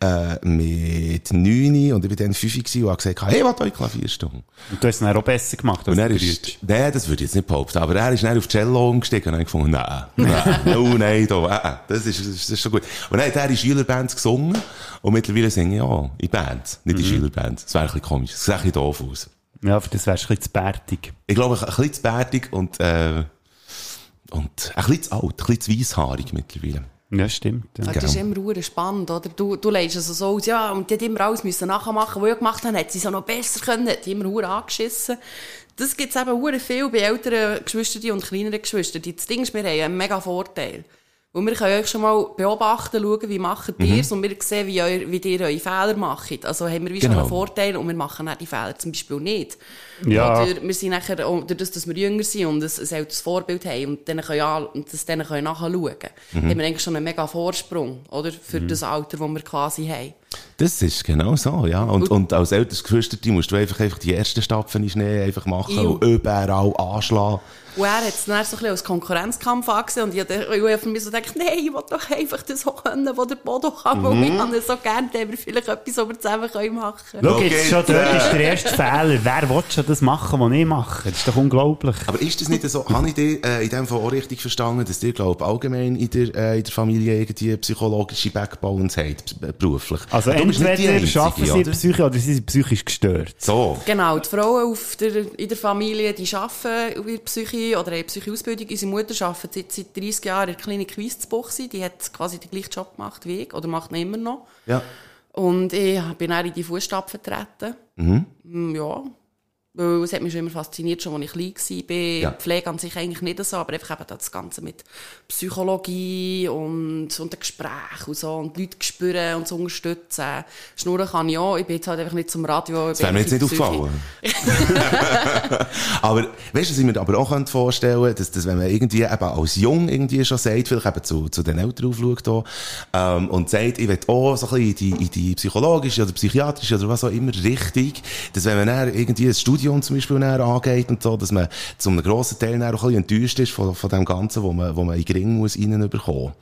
Speaker 4: äh, mit 9 und ich bin dann 5 gewesen und habe gesagt, hey, was euch Klavierstunde?
Speaker 3: Und du hast es dann auch besser gemacht als
Speaker 4: Und er
Speaker 3: die
Speaker 4: ist, nee, das würde ich jetzt nicht behaupten, aber er ist dann auf Cello umgestiegen und dann gefunden, nein, nein, no, nein, da, äh, das ist, das ist, das ist schon gut. Und dann hat er in Schülerbands gesungen und mittlerweile singe ich auch in Bands, nicht in Schülerbands. Das wäre ein bisschen komisch, das sieht ein bisschen doof aus.
Speaker 3: Brüder. Ja, für das wärst du ein bisschen zu bärtig.
Speaker 4: Ich glaube, ein bisschen zu bärtig und, äh, und ein bisschen zu alt, ein bisschen zu weisshaarig mittlerweile.
Speaker 3: Ja, stimmt. Ja.
Speaker 6: Ja, Das ist immer hure spannend, oder? Du, du leist es also so aus, ja, und die hat immer alles müssen nachmachen, was ich gemacht habe, hat sie so noch besser können, hat die immer hure angeschissen. Das gibt's eben hure viel bei älteren Geschwistern und kleineren Geschwistern. Das Ding ist, wir haben einen mega Vorteil. Und wir können euch schon mal beobachten, schauen, wie macht ihr es, und wir sehen, wie, euer, wie ihr eure Fehler macht. Also haben wir wie schon
Speaker 4: Genau.
Speaker 6: einen Vorteil, und wir machen auch die Fehler zum Beispiel nicht.
Speaker 3: Ja.
Speaker 6: Oder wir sind nachher, auch durch das, dass wir jünger sind und ein, ein älteres Vorbild haben und, dann können, an- und das dann können nachschauen
Speaker 3: Mhm.
Speaker 6: können, haben wir eigentlich schon einen mega Vorsprung, oder? Für das Alter, das wir quasi haben.
Speaker 4: Das ist genau so, ja. Und, und als älteres Geschwister musst du einfach, einfach die ersten Stapfen in Schnee einfach machen
Speaker 6: Iu.
Speaker 4: und überall anschlagen.
Speaker 6: Und er hat es dann so ein bisschen als Konkurrenzkampf angesehen und ich habe dann- ich habe für mich so gedacht, nein, ich will doch einfach das auch können, was der Bodo kann,
Speaker 3: Mhm.
Speaker 6: weil ich habe ihn so gerne, dann haben wir vielleicht etwas, was wir zusammen können machen können.
Speaker 3: Schau,
Speaker 4: geht's
Speaker 3: jetzt schon
Speaker 4: äh,
Speaker 3: dort ist der erste Fehler. Wer will schon das machen, was ich mache? Das ist doch unglaublich.
Speaker 4: Aber ist das nicht so, habe ich dich äh, in dem Fall auch richtig verstanden, dass dir, glaube ich, allgemein in der, äh, in der Familie irgendwie psychologische Backbones hat, p- äh, beruflich?
Speaker 3: Also
Speaker 4: Du bist nicht die
Speaker 3: entweder
Speaker 4: Einzige,
Speaker 3: schaffen sie
Speaker 4: oder?
Speaker 3: Psyche oder sie sind psychisch gestört.
Speaker 4: So.
Speaker 6: Genau, die Frauen auf der, in der Familie, die arbeiten in der Psyche oder haben Psycheausbildung. Unsere Mutter arbeitet seit, seit 30 Jahren in der Klinik Weissbuchse. Die hat quasi den gleichen Job gemacht wie ich, oder macht ihn immer noch.
Speaker 4: Ja.
Speaker 6: Und ich bin dann in die Fußstapfen getreten.
Speaker 4: Mhm.
Speaker 6: Mm, Ja. Weil es hat mich schon immer fasziniert, schon als ich klein war.
Speaker 4: Ja.
Speaker 6: Pflege an sich eigentlich nicht so, aber einfach eben das Ganze mit Psychologie und, und den Gesprächen und so und die Leute spüren und zu unterstützen. Schnurren kann ich auch. Ich bin jetzt halt einfach nicht zum Radio.
Speaker 4: Das wäre mir jetzt nicht aufgefallen. aber weißt du, was ich mir aber auch könnte vorstellen könnte, dass, dass wenn man irgendwie eben als jung irgendwie schon sagt, vielleicht eben zu, zu den Eltern aufschaut hier, ähm, und sagt, ich will auch so ein bisschen in die, in die psychologische oder psychiatrische oder was auch immer Richtung, dass wenn man dann irgendwie ein Studium zum Beispiel dann angeht und so, dass man zu einem grossen Teil dann auch ein bisschen enttäuscht ist von, von dem Ganzen, wo man, wo man in den Ring muss reinbekommen.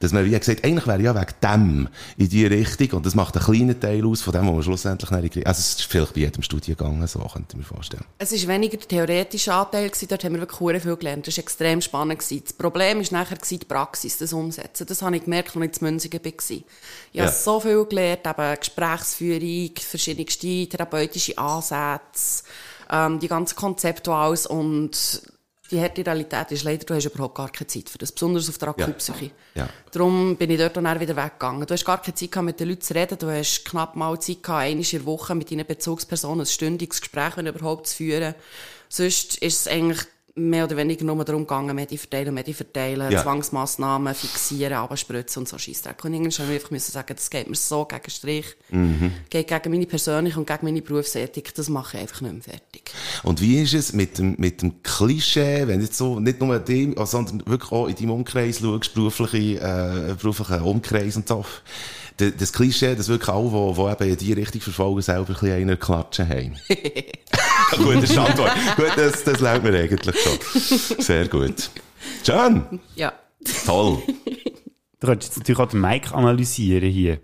Speaker 4: Dass man, wie gesagt, eigentlich wäre ich ja wegen dem in die Richtung und das macht einen kleinen Teil aus von dem, wo man schlussendlich dann in den Ring... Also es ist vielleicht bei jedem Studiengang so, könnte ich mir vorstellen.
Speaker 6: Es war weniger der theoretische Anteil, gewesen. dort haben wir wirklich hure viel gelernt. Das war extrem spannend. Gewesen. Das Problem war nachher gewesen, die Praxis, das Umsetzen. Das habe ich gemerkt, als ich in Münzigen war. Ich
Speaker 4: Ja.
Speaker 6: habe so viel gelernt, eben Gesprächsführung, verschiedenste therapeutische Ansätze, ähm, die ganzen Konzepte und alles. Und die harte Realität ist leider, du hast überhaupt gar keine Zeit für das, besonders auf der Akutpsyche.
Speaker 4: Ja.
Speaker 6: Darum bin ich dort dann wieder weggegangen. Du hast gar keine Zeit gehabt, mit den Leuten zu reden. Du hast knapp mal Zeit gehabt, einmal in der Woche mit deinen Bezugspersonen ein stündiges Gespräch, wenn überhaupt, zu führen. Sonst ist es eigentlich mehr oder weniger nur darum gegangen, Medi verteilen, Medi verteilen,
Speaker 4: Ja.
Speaker 6: Äh, Zwangsmassnahmen fixieren, abspritzen und so Scheissdreck. Und irgendwann musste ich einfach müssen sagen, das geht mir so gegen den Strich, geht gegen meine persönliche und gegen meine Berufsethik, das mache ich einfach nicht mehr fertig.
Speaker 4: Und wie ist es mit dem, mit dem Klischee, wenn du jetzt so nicht nur dem, also, sondern wirklich auch in deinem Umkreis schaust, berufliche, äh, beruflichen Umkreis und so, D- das Klischee, das wirklich alle, die, die eben in die Richtung verfolgen, selber ein bisschen einer klatschen haben. Gute Antwort. Gut, das, das lernt mir eigentlich schon. Sehr gut. Schön.
Speaker 6: Ja.
Speaker 4: Toll.
Speaker 3: Du könntest jetzt natürlich auch den Mike analysieren hier.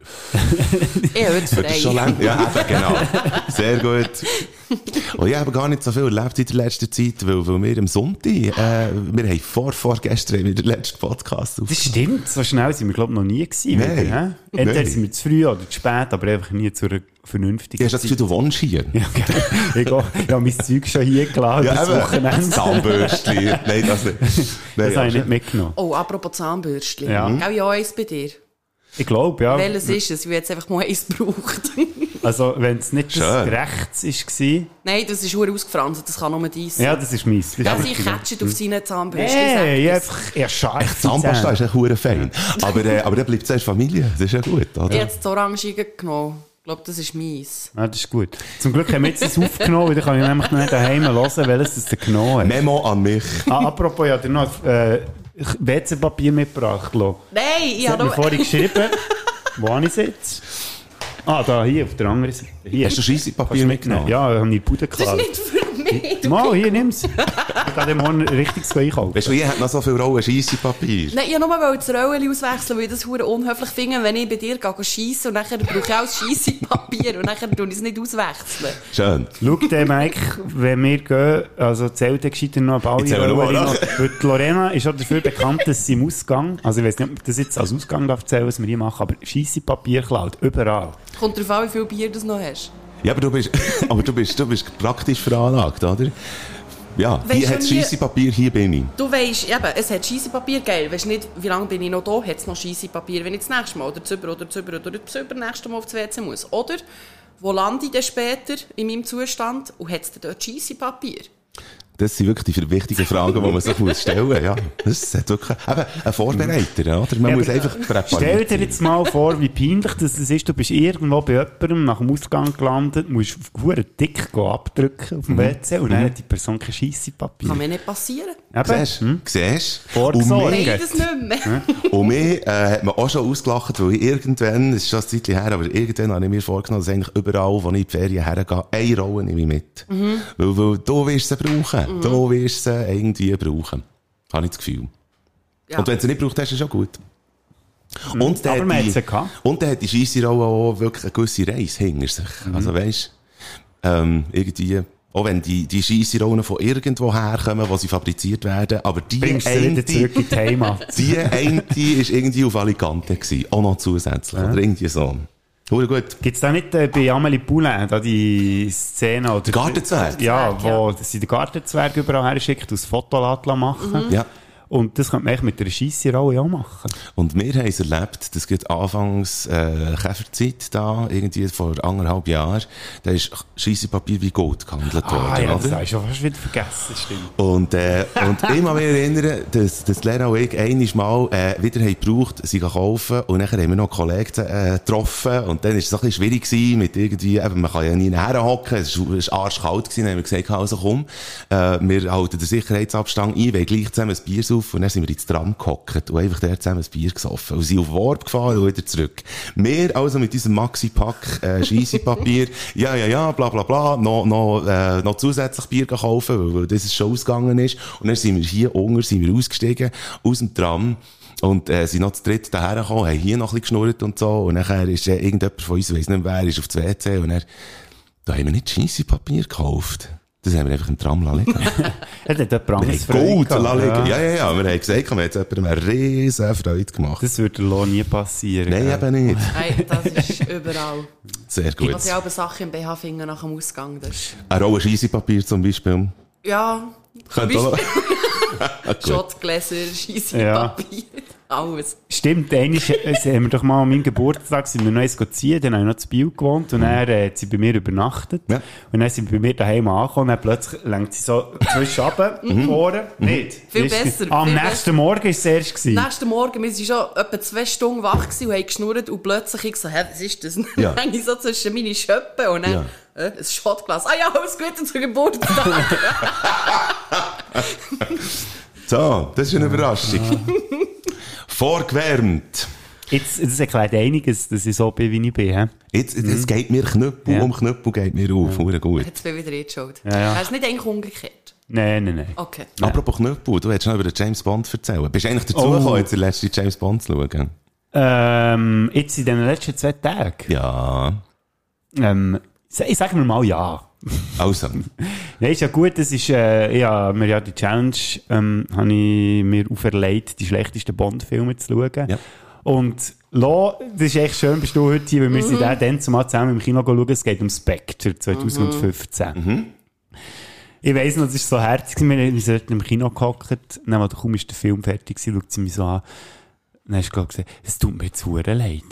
Speaker 6: Ich höre es
Speaker 4: Wird das schon
Speaker 6: eh frei.
Speaker 4: lang? Ja, eben, genau. Sehr gut. Und ich habe gar nicht so viel erlebt in der letzten Zeit, weil, weil wir am Sonntag, äh, wir haben vor, vorgestern haben wir den letzten Podcast
Speaker 3: Das stimmt, so schnell sind wir, glaube ich, noch nie gewesen.
Speaker 4: Nein.
Speaker 3: wieder, hä? Entweder
Speaker 4: Nein.
Speaker 3: sind wir zu früh oder zu spät, aber einfach nie zu einer
Speaker 4: Du
Speaker 3: vernünftigen
Speaker 4: hast das Gefühl, du wohnst hier.
Speaker 3: Ja, gell. ich, gehe- ich habe mein Zeug schon hier geladen, das
Speaker 4: eben.
Speaker 3: Wochenende.
Speaker 4: Zahnbürstchen. Nein, das nicht. Nein,
Speaker 3: Das habe ich
Speaker 4: aber-
Speaker 3: nicht mitgenommen.
Speaker 6: Oh, apropos Zahnbürstchen.
Speaker 3: Ja.
Speaker 6: Gell, ja, eins bei dir.
Speaker 3: Ich glaube, ja.
Speaker 6: Welches ist es? Ich habe jetzt einfach mal eins gebraucht.
Speaker 3: Also, wenn es nicht das
Speaker 4: Schön.
Speaker 3: rechts war,
Speaker 6: Nein, das ist hure ausgefranst, das kann nur dies.
Speaker 3: ja, das ist meins.
Speaker 6: Der sich catcht auf seinen Zahnbürsten.
Speaker 3: Hey, ich habe
Speaker 6: sag das.
Speaker 3: einfach eher scharf.
Speaker 4: Zahnpasta ist echt hure fein. Aber, äh, aber dann bleibt es erst Familie. Das ist ja gut,
Speaker 6: Ich
Speaker 4: oder?
Speaker 6: habe das Orangige genommen. Ich glaube, das ist meins.
Speaker 3: Ja, das ist gut. Zum Glück haben wir jetzt das aufgenommen, weil dann kann ich nämlich nicht daheim hören, welches das denn genommen hat.
Speaker 4: Memo an mich.
Speaker 3: Ah, apropos, ich habe dir noch äh, WC-Papier mitgebracht. Lo.
Speaker 6: Nein, ich
Speaker 3: Das hat
Speaker 6: habe
Speaker 3: mir
Speaker 6: noch...
Speaker 3: vorhin geschrieben. Wo habe ich es jetzt? Ah, da, hier, auf der anderen Seite. Hier.
Speaker 4: Hast du Scheissepapier mitgenommen?
Speaker 3: Ja, ich habe ich in die Bude
Speaker 6: Das ist
Speaker 3: geklaut.
Speaker 6: nicht für mich. Du-
Speaker 3: Mal, hier, nimm's. Ich kann dem morgen richtig zu einkaufen.
Speaker 4: Weißt du, ich hätte noch so viel Rollen Scheissepapier.
Speaker 6: Nein, ich wollte nur mal das Rollen auswechseln, weil ich das hure unhöflich finde, wenn ich bei dir gehe schiessen und dann brauche ich auch das Scheissepapier und dann tue ich es nicht auswechseln.
Speaker 4: Schön.
Speaker 3: Schau dir, Mike, wenn wir gehen, also zählt der gescheiter noch ein
Speaker 4: Ich zähle nur
Speaker 3: Rollen.
Speaker 4: noch.
Speaker 3: Weil die Lorena ist auch dafür bekannt, dass sie im Ausgang, also ich weiß nicht, ob ich das jetzt als Ausgang darf zählen, was wir hier machen, aber scheisse Papier klaut, überall.
Speaker 6: Kommt darauf an, wie viel Bier du noch hast.
Speaker 4: Ja, aber du bist, aber du bist, du bist praktisch veranlagt, oder? Ja,
Speaker 6: Weißt
Speaker 4: hier
Speaker 6: du,
Speaker 4: hat
Speaker 6: nie-
Speaker 4: Scheissepapier, hier bin ich.
Speaker 6: Du weisst, eben, es hat Scheissepapier, geil. Weisst nicht, wie lange bin ich noch da, hat es noch Scheissepapier, wenn ich das nächste Mal oder das über oder das über oder das übernächste Mal aufs WC muss. Oder, wo lande ich dann später in meinem Zustand und hat es dann dort Scheissepapier?
Speaker 4: Das sind wirklich die wichtigen Fragen, die man sich muss stellen muss. Ja, das hat wirklich eben ein Vorbereiter, oder? Man
Speaker 3: Ja,
Speaker 4: muss
Speaker 3: aber-
Speaker 4: einfach präpariert
Speaker 3: Stell dir
Speaker 4: sein.
Speaker 3: jetzt mal vor, wie peinlich das ist. Du bist irgendwo bei jemandem nach dem Ausgang gelandet, musst hure dick go abdrücken auf dem WC und dann hat die Person kein scheisse Papier.
Speaker 6: Kann mir nicht passieren.
Speaker 4: Siehst du?
Speaker 3: Eben. Hm?
Speaker 4: Siehst du?
Speaker 3: Vorgesorgt.
Speaker 4: Und mich-
Speaker 6: Nein,
Speaker 3: Geht.
Speaker 6: das nicht mehr.
Speaker 4: Und mich äh, hat man auch schon ausgelacht, weil ich irgendwann, das ist schon ein Zeitchen her, aber irgendwann habe ich mir vorgenommen, dass eigentlich überall, wo ich in die Ferien hergehe, eine Rolle nehme ich mit.
Speaker 3: Mhm.
Speaker 4: Weil, weil du wirst sie brauchen. Du wirst sie irgendwie brauchen. Habe ich das Gefühl.
Speaker 6: Ja.
Speaker 4: Und wenn du sie nicht brauchst, ist es schon gut. Und
Speaker 3: Aber
Speaker 4: dann
Speaker 3: man hat
Speaker 4: hat
Speaker 3: sie
Speaker 4: die,
Speaker 3: gehabt.
Speaker 4: und dann hat die scheisse Rolle auch wirklich eine gewisse Reise hinter sich.
Speaker 3: Mhm.
Speaker 4: Also weisst, ähm, irgendwie, auch wenn die, die scheisse Rollen von irgendwo herkommen, wo sie fabriziert werden, aber die
Speaker 3: Bringst du wieder
Speaker 4: eine-
Speaker 3: zurück in die Heimat.
Speaker 4: die eine war irgendwie auf Alicante, gewesen, auch noch zusätzlich. Oder irgendwie so. Hure gut.
Speaker 3: Gibt es da nicht äh, bei Amelie Poulain da die Szene? Oder
Speaker 4: Gartenzwerg.
Speaker 3: Ja, wo
Speaker 6: Gartenzwerg,
Speaker 3: sie den Gartenzwerg überall her schickt, aus Fotolatla machen.
Speaker 4: Ja.
Speaker 3: Und das könnte man eigentlich mit einer scheisse Rolle auch machen.
Speaker 4: Und wir haben es erlebt, das geht anfangs äh, Käferzeit da, irgendwie vor anderthalb Jahren, da ist scheisse Papier wie Gold gehandelt
Speaker 3: Ah,
Speaker 4: worden.
Speaker 3: ja, das
Speaker 4: oder?
Speaker 3: habe ich schon fast wieder vergessen, stimmt.
Speaker 4: Und, äh, und ich kann mich erinnern, dass, dass Lena und ich einiges Mal äh, wieder haben gebraucht, sie gehen kaufen und dann haben wir noch Kollegen äh, getroffen und dann war es ein bisschen schwierig gewesen mit irgendwie, eben, man kann ja nie herhocken, es war- es war arschkalt gewesen, dann haben wir gesagt, also komm, äh, wir halten den Sicherheitsabstand ein, wollen gleich zusammen ein Bier saufen und dann sind wir ins Tram gehockt und einfach dort zusammen ein Bier gesoffen und sind auf Warp gefahren und wieder zurück. Wir also mit diesem Maxi-Pack äh, Scheissepapier, ja, ja, ja, bla, bla, bla, noch, noch, äh, noch zusätzlich Bier kaufen, weil, weil das schon ausgegangen ist. Und dann sind wir hier unten, sind wir ausgestiegen aus dem Tram und äh, sind noch zu dritt daher gekommen, haben hier noch ein bisschen geschnurrt und so. Und nachher ist äh, irgendjemand von uns, weiss nicht mehr wer, ist auf das WC und er, da haben wir nicht Scheissepapier gekauft. Das haben wir einfach im Tram lassen. liegen.
Speaker 3: Er hat jemand
Speaker 4: Wir
Speaker 3: anderes
Speaker 4: haben Gold lassen.
Speaker 3: gehabt.
Speaker 4: liegen. Ja, ja, ja. Wir haben gesagt, wir haben jetzt jemandem eine riesen Freude gemacht.
Speaker 3: Das würde Lo nie passieren.
Speaker 4: Nein,
Speaker 3: gell?
Speaker 4: eben nicht.
Speaker 6: Nein, das ist überall.
Speaker 4: Sehr gut.
Speaker 6: Was ich auch bei Sachen im BH finde nach dem Ausgang. Das ist,
Speaker 4: Eine Rolle Scheissepapier zum Beispiel.
Speaker 6: ja,
Speaker 4: Könnte auch.
Speaker 6: Schottgläser, Scheissepapier, alles.
Speaker 3: Stimmt, eigentlich äh, sie haben wir doch mal an meinem Geburtstag sind wir noch eins gezogen, dann habe ich noch zu Biel gewohnt und dann äh, hat sie bei mir übernachtet.
Speaker 4: Ja.
Speaker 3: Und dann sind sie bei mir daheim angekommen und dann plötzlich lenkt sie so zwischen runter,
Speaker 4: Mhm.
Speaker 3: die Ohren. Nicht.
Speaker 6: Viel
Speaker 3: Ist-
Speaker 6: besser,
Speaker 3: Am
Speaker 6: viel
Speaker 3: nächsten Morgen war es erst. Gewesen.
Speaker 6: Nächsten Morgen, wir waren schon etwa zwei Stunden wach gewesen und haben geschnurrt und plötzlich ich so, hä, was ist das?
Speaker 4: Ja.
Speaker 6: Dann hänge ich so zwischen meine Schöppen und dann
Speaker 4: Ja.
Speaker 6: äh, ein Schottglas. Ah ja, alles Gute zum Geburtstag.
Speaker 4: So, das ist eine Überraschung. Vorgewärmt.
Speaker 3: Jetzt, das erklärt einiges, dass ich so bin, wie ich bin. He?
Speaker 4: Jetzt, jetzt geht mir Knüppel
Speaker 3: Mhm. Ja.
Speaker 4: um Knüppel geht mir auf. Hure gut.
Speaker 6: Jetzt bin ich wieder eingeschaut.
Speaker 3: Ja, ja.
Speaker 6: Er ist nicht eigentlich umgekehrt.
Speaker 3: Nein, nein, nein.
Speaker 6: Okay.
Speaker 4: Apropos Knüppel, du hättest noch über den nou James Bond erzählen. Bist du eigentlich dazugekommen,
Speaker 3: Oh.
Speaker 4: jetzt den letzten James Bond zu schauen?
Speaker 3: Ähm, jetzt in den letzten zwei Tagen
Speaker 4: Ja.
Speaker 3: ähm, Ich sage mir mal ja.
Speaker 4: Also,
Speaker 3: Nein, ist ja gut, das ist, äh, ja, mir ja die Challenge, ähm, habe ich mir auferlegt, die schlechtesten Bond-Filme zu schauen.
Speaker 4: Ja.
Speaker 3: Und Lo, das ist echt schön, bist du heute hier, weil wir
Speaker 6: Mhm.
Speaker 3: sind auch dann zumal zusammen im Kino schauen, es geht um Spectre 2015. Ich weiss noch, das ist so herzig, wir wir sind dort im Kino gehockt, dann, als kaum ist der Film fertig gewesen, schaut sie mich so an, dann hast du gerade gesagt, es tut mir jetzt verdammt leid.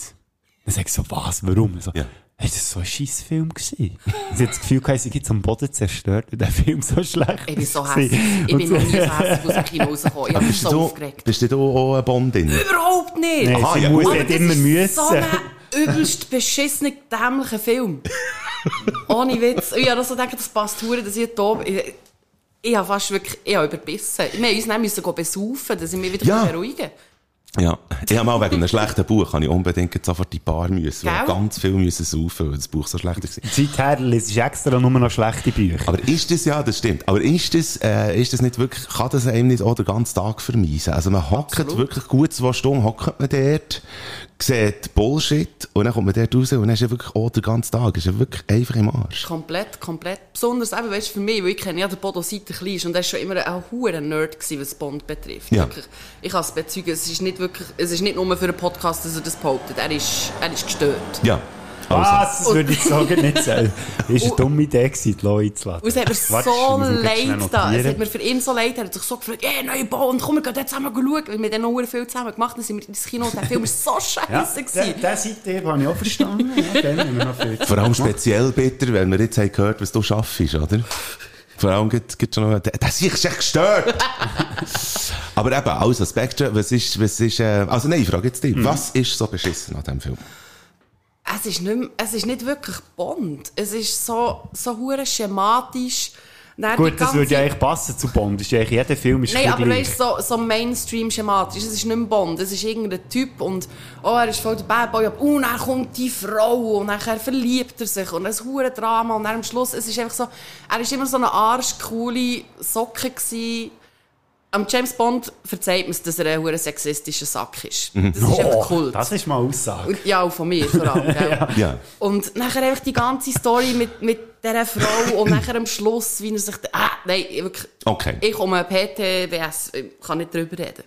Speaker 3: Dann sag ich so, was, warum? Ich So,
Speaker 4: Ja.
Speaker 3: Hey, das war so ein scheiß Film. gewesen. Sie hat das Gefühl gehabt, sie gibt am Boden zerstört, weil der Film so schlecht
Speaker 6: Ich bin so
Speaker 3: war.
Speaker 6: hässlich. Ich
Speaker 3: Und
Speaker 6: bin
Speaker 3: so-
Speaker 6: noch nie so hässlich aus dem Kino rausgekommen. Ich habe mich
Speaker 4: bist
Speaker 6: so
Speaker 4: du,
Speaker 6: aufgeregt.
Speaker 4: bist du auch eine Bondin?
Speaker 6: Überhaupt nicht!
Speaker 3: Nein,
Speaker 4: Aha,
Speaker 3: sie
Speaker 4: ja,
Speaker 3: muss
Speaker 4: gut.
Speaker 6: Aber
Speaker 3: nicht
Speaker 6: das
Speaker 3: immer
Speaker 6: ist
Speaker 3: müssen.
Speaker 6: so ein übelst beschissener, dämlicher Film. Ohne Witz. Und Ich habe so gedacht, das passt hure, dass ich da bin. Ich- Ich habe fast wirklich, ich habe überbissen. Wir mussten uns dann müssen gehen besaufen, dass ich mich wieder
Speaker 4: Ja.
Speaker 6: beruhigen
Speaker 4: Ja. Ich habe mal wegen einem schlechten Buch, habe ich unbedingt jetzt sofort die Bar müssen, wo
Speaker 6: Gell?
Speaker 4: ganz viel müssen saufen, weil das Buch so schlecht war.
Speaker 3: Seither liest du extra nur noch schlechte Bücher.
Speaker 4: Aber ist das, ja, das stimmt. Aber ist das, äh, ist das nicht wirklich, kann das einem nicht auch den ganzen Tag vermiesen? Also man hockt wirklich gut zwei Stunden, hockt man dort, sieht Bullshit und dann kommt man dort raus und dann ist ja wirklich auch den ganzen Tag, ist ja wirklich einfach im Arsch.
Speaker 6: Komplett, komplett. Besonders eben, weißt du, für mich, weil ich kenne ja den Bodo seit er klein ist und er war schon immer ein hoher Nerd, gewesen, was Bond betrifft.
Speaker 4: Ja.
Speaker 6: Wirklich. Ich kann es bezeugen, es ist nicht wirklich, es ist nicht nur für einen Podcast, dass er das behauptet. Er ist, er ist gestört.
Speaker 4: Ja.
Speaker 3: Was? Das würde ich sagen, nicht sagen. Das war eine dumme Idee, gewesen, die Leute zu laden.
Speaker 6: Und es hat mir so leid da. Es hat mir
Speaker 3: da.
Speaker 6: für ihn so leid. Er hat sich so gefragt, eh, neue Bond, komm, wir gehen dort zusammen schauen. Weil wir dann noch sehr viel zusammen gemacht haben, Dann sind wir ins Kino und der Film war so
Speaker 3: Ja,
Speaker 6: scheiße.
Speaker 3: den- den Seitenhieb habe ich auch verstanden. Ja, den haben wir noch viel zu
Speaker 4: Vor allem
Speaker 3: machen.
Speaker 4: speziell bitter, wenn wir jetzt haben gehört, was du schaffst, oder? Vor allem gibt es schon noch, der- das ist echt gestört! Aber eben, also Spectre, was ist, was ist, äh, also nein, ich frage jetzt dich, was ist so beschissen an diesem Film?
Speaker 6: es ist nicht, mehr- es ist nicht wirklich Bond. Es ist so, so hure schematisch. Dann die
Speaker 3: Gut, das
Speaker 6: ganze-
Speaker 3: würde ja eigentlich passen zu Bond. Das Ist ja eigentlich jeder Film ist
Speaker 6: Nein,
Speaker 3: ein
Speaker 6: aber
Speaker 3: bisschen
Speaker 6: weißt du, so, so Mainstream-schematisch. Es ist nicht mehr Bond, es ist irgendein Typ und oh, er ist voll der Bad Boy, aber oh, dann kommt die Frau und nachher verliebt er sich und ein hure Drama und dann am Schluss, es ist einfach so, er ist immer so eine arschcoole Socke gewesen. Am James Bond verzeiht man dass er ein hure sexistischer Sack ist. Das ist einfach
Speaker 3: Oh,
Speaker 6: Kult.
Speaker 3: das ist mal Aussage.
Speaker 6: Und, ja, auch von mir vor allem. Gell?
Speaker 4: Ja.
Speaker 6: Und nachher einfach die ganze Story mit, mit dieser Frau und nachher am Schluss, wie er sich... Ah, nein, wirklich...
Speaker 4: Okay.
Speaker 6: Ich komme PTBS, ich kann nicht drüber reden.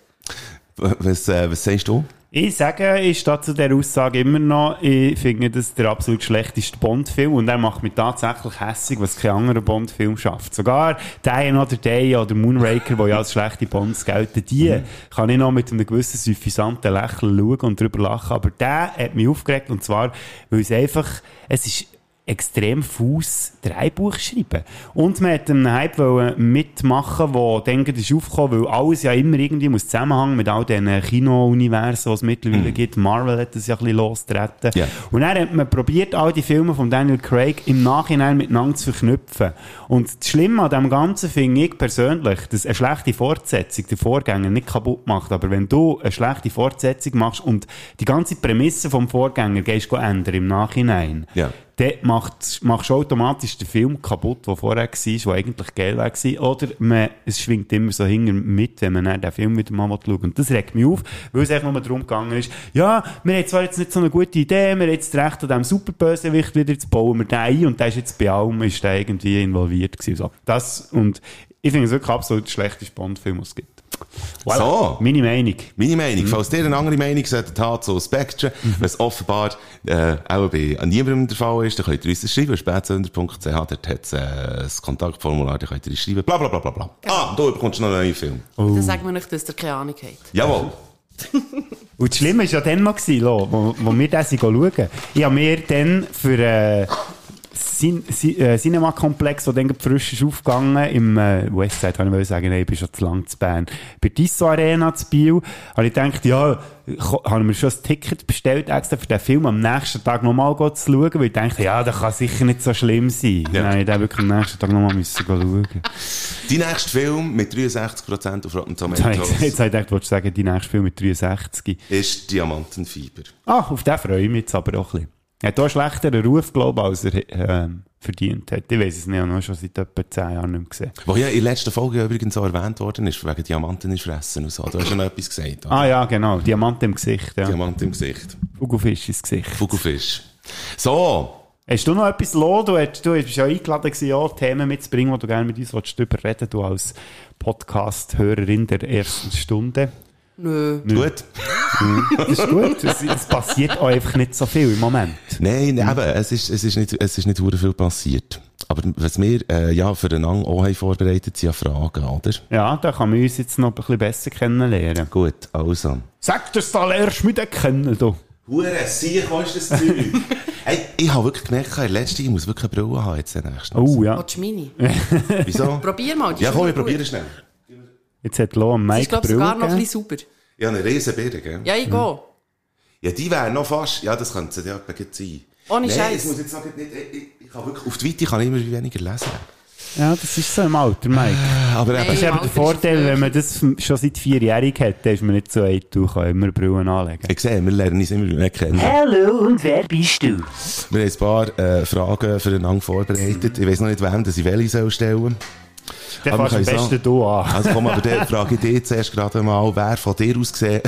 Speaker 4: Was, äh, was sagst du?
Speaker 3: Ich sage, ich stehe zu dieser Aussage immer noch, ich finde das der absolut schlechteste Bond-Film und er macht mich tatsächlich hässig, was kein anderer Bond-Film schafft. Sogar Day Another Day oder Moonraker, die ja als schlechte Bonds gelten, die kann ich noch mit einem gewissen suffisanten Lächeln schauen und drüber lachen, aber der hat mich aufgeregt und zwar, weil es einfach, es ist extrem faus Drehbuch schreiben. Und man hat einen Hype wollen mitmachen, wo denken, das ist aufgekommen, weil alles ja immer irgendwie muss zusammenhängen mit all diesen Kino-Universen, die es mittlerweile gibt. Marvel hat das ja ein bisschen losgetreten.
Speaker 4: Ja.
Speaker 3: Und dann hat man probiert, all die Filme von Daniel Craig im Nachhinein miteinander zu verknüpfen. Und das Schlimme an dem Ganzen finde ich persönlich, dass eine schlechte Fortsetzung den Vorgänger nicht kaputt macht. Aber wenn du eine schlechte Fortsetzung machst und die ganze Prämisse vom Vorgänger gehst go ändern im Nachhinein,
Speaker 4: Ja.
Speaker 3: dann macht, machst du automatisch den Film kaputt, der vorher war, der eigentlich geil war. Oder man, es schwingt immer so hinter mit, wenn man dann den Film wieder mal schaut. Und das regt mich auf, weil es einfach nur darum gegangen ist, ja, wir haben zwar jetzt nicht so eine gute Idee, wir haben jetzt das Recht an diesem Superbösewicht wieder zu bauen, wir den ein und der ist jetzt bei allem ist der irgendwie involviert gewesen. So. Das, und ich finde es wirklich absolut der schlechteste Bond-Film, den es gibt.
Speaker 4: So.
Speaker 3: Meine Meinung.
Speaker 4: Meine Meinung,
Speaker 3: Mhm.
Speaker 4: falls ihr eine andere Meinung solltet habt zu Spectre, was offenbar äh, auch bei niemandem der Fall ist, dann könnt ihr uns das schreiben, spätsünder.ch, dort hat es äh, das Kontaktformular, da könnt ihr uns schreiben, bla bla bla bla bla. Ah, du bekommst noch einen neuen Film.
Speaker 6: Dann sagen wir nicht, dass ihr keine Ahnung habt.
Speaker 4: Jawohl.
Speaker 3: Und das Schlimme war ja dann noch, gewesen, Lo, wo, wo wir das schauen. Ich habe mir dann für äh, Cin Cin äh, Cinema-Komplex, der dann gerade frisch ist aufgegangen, im äh, Westside, habe ich wollte sagen, nein, ich bin schon zu lang zu Bern. Bei Tissot Arena zu Biel, habe ich gedacht, ja, ko- habe ich mir schon ein Ticket bestellt, extra für den Film am nächsten Tag nochmal go zu schauen, weil ich dachte, ja, das kann sicher nicht so schlimm sein.
Speaker 4: Ja.
Speaker 3: Nein, ich habe wirklich am nächsten Tag nochmal müssen go schauen.
Speaker 4: Dein nächster Film mit 63% auf Rotten
Speaker 3: Jetzt habe ich,
Speaker 4: Tomatoes
Speaker 3: jetzt habe ich gedacht, wolltest du sagen, die nächste Film mit 63.
Speaker 4: ist Diamantenfieber.
Speaker 3: Ah, auf den freue ich mich jetzt aber auch ein bisschen. Er hat auch einen schlechteren Ruf, glaube ich, als er ähm, verdient hat. Ich weiß es nicht, ich habe ihn auch schon seit etwa 10 Jahren nicht mehr gesehen.
Speaker 4: Wo ja in der letzten Folge übrigens auch erwähnt worden ist, wegen Diamanten in Fressen und so. Du hast ja noch etwas gesagt. oder?
Speaker 3: Ah ja, genau, Diamant im Gesicht, ja.
Speaker 4: Diamant im Gesicht.
Speaker 3: Fugelfisch ins Gesicht.
Speaker 4: Vogelfisch. So,
Speaker 3: Hast du noch etwas los? Du, hast, du bist ja eingeladen, gewesen, ja, Themen mitzubringen, die du gerne mit uns willst, darüber reden du als Podcast-Hörerin der ersten Stunde.
Speaker 6: Nö.
Speaker 3: Nö.
Speaker 4: Gut.
Speaker 3: Das ist gut. Es, es passiert auch einfach nicht so viel im Moment.
Speaker 4: Nein,
Speaker 6: Hm.
Speaker 4: nein, eben, es ist, es ist nicht, es ist nicht hure viel passiert. Aber was wir, äh, ja, füreinander auch haben vorbereitet, sind ja Fragen, oder?
Speaker 3: Ja, da kann man uns jetzt noch ein bisschen besser kennenlernen.
Speaker 4: Gut, also.
Speaker 3: Sag das da lernst du mich dann kennen, du.
Speaker 4: Hure, sieh, was ist das Zeug? Ey, ich habe wirklich gemerkt, der letzte, ich muss wirklich eine Brille haben jetzt, der nächste.
Speaker 3: Oh ja,
Speaker 6: Willst du meine?
Speaker 4: Wieso?
Speaker 6: Probier mal. die
Speaker 4: ja,
Speaker 6: ist
Speaker 4: komm,
Speaker 6: schon
Speaker 4: ich probiere
Speaker 6: gut.
Speaker 4: schnell.
Speaker 3: jetzt hat Lo am
Speaker 6: Sie
Speaker 3: Mike
Speaker 6: ist, glaube ich,
Speaker 3: Brille
Speaker 6: sogar noch ein
Speaker 3: gegeben.
Speaker 6: bisschen sauber.
Speaker 4: Ja, eine riesen Birne, gell?
Speaker 6: Ja, ich gehe.
Speaker 4: Ja, die wären noch fast. Ja, das könnte sie ja etwa gleich sein.
Speaker 6: Ohne
Speaker 4: Nein,
Speaker 6: Scheiß.
Speaker 4: Ich muss jetzt sagen, nicht, ich, ich, ich kann wirklich, auf die Weite kann ich immer weniger lesen.
Speaker 3: Ja, das ist so im Alter, Mike.
Speaker 4: Aber eben,
Speaker 3: Das ist eben
Speaker 6: Ah. Alter
Speaker 3: der
Speaker 6: ist
Speaker 3: Vorteil,
Speaker 6: es
Speaker 3: wenn man das schon seit vierjährig hat, dann ist man nicht so alt, du kannst immer Brillen anlegen.
Speaker 4: ich sehe, wir lernen uns immer mehr kennen.
Speaker 10: Hallo und wer bist du?
Speaker 4: Wir haben ein paar äh, Fragen füreinander vorbereitet. Ich weiß noch nicht, wem dass ich welche soll stellen
Speaker 3: Dann fängst du am
Speaker 4: Aber kann ich
Speaker 3: besten
Speaker 4: sagen-
Speaker 3: du an.
Speaker 4: Also komm, aber dann frage ich dich zuerst gerade mal, wer von dir aus gesehen...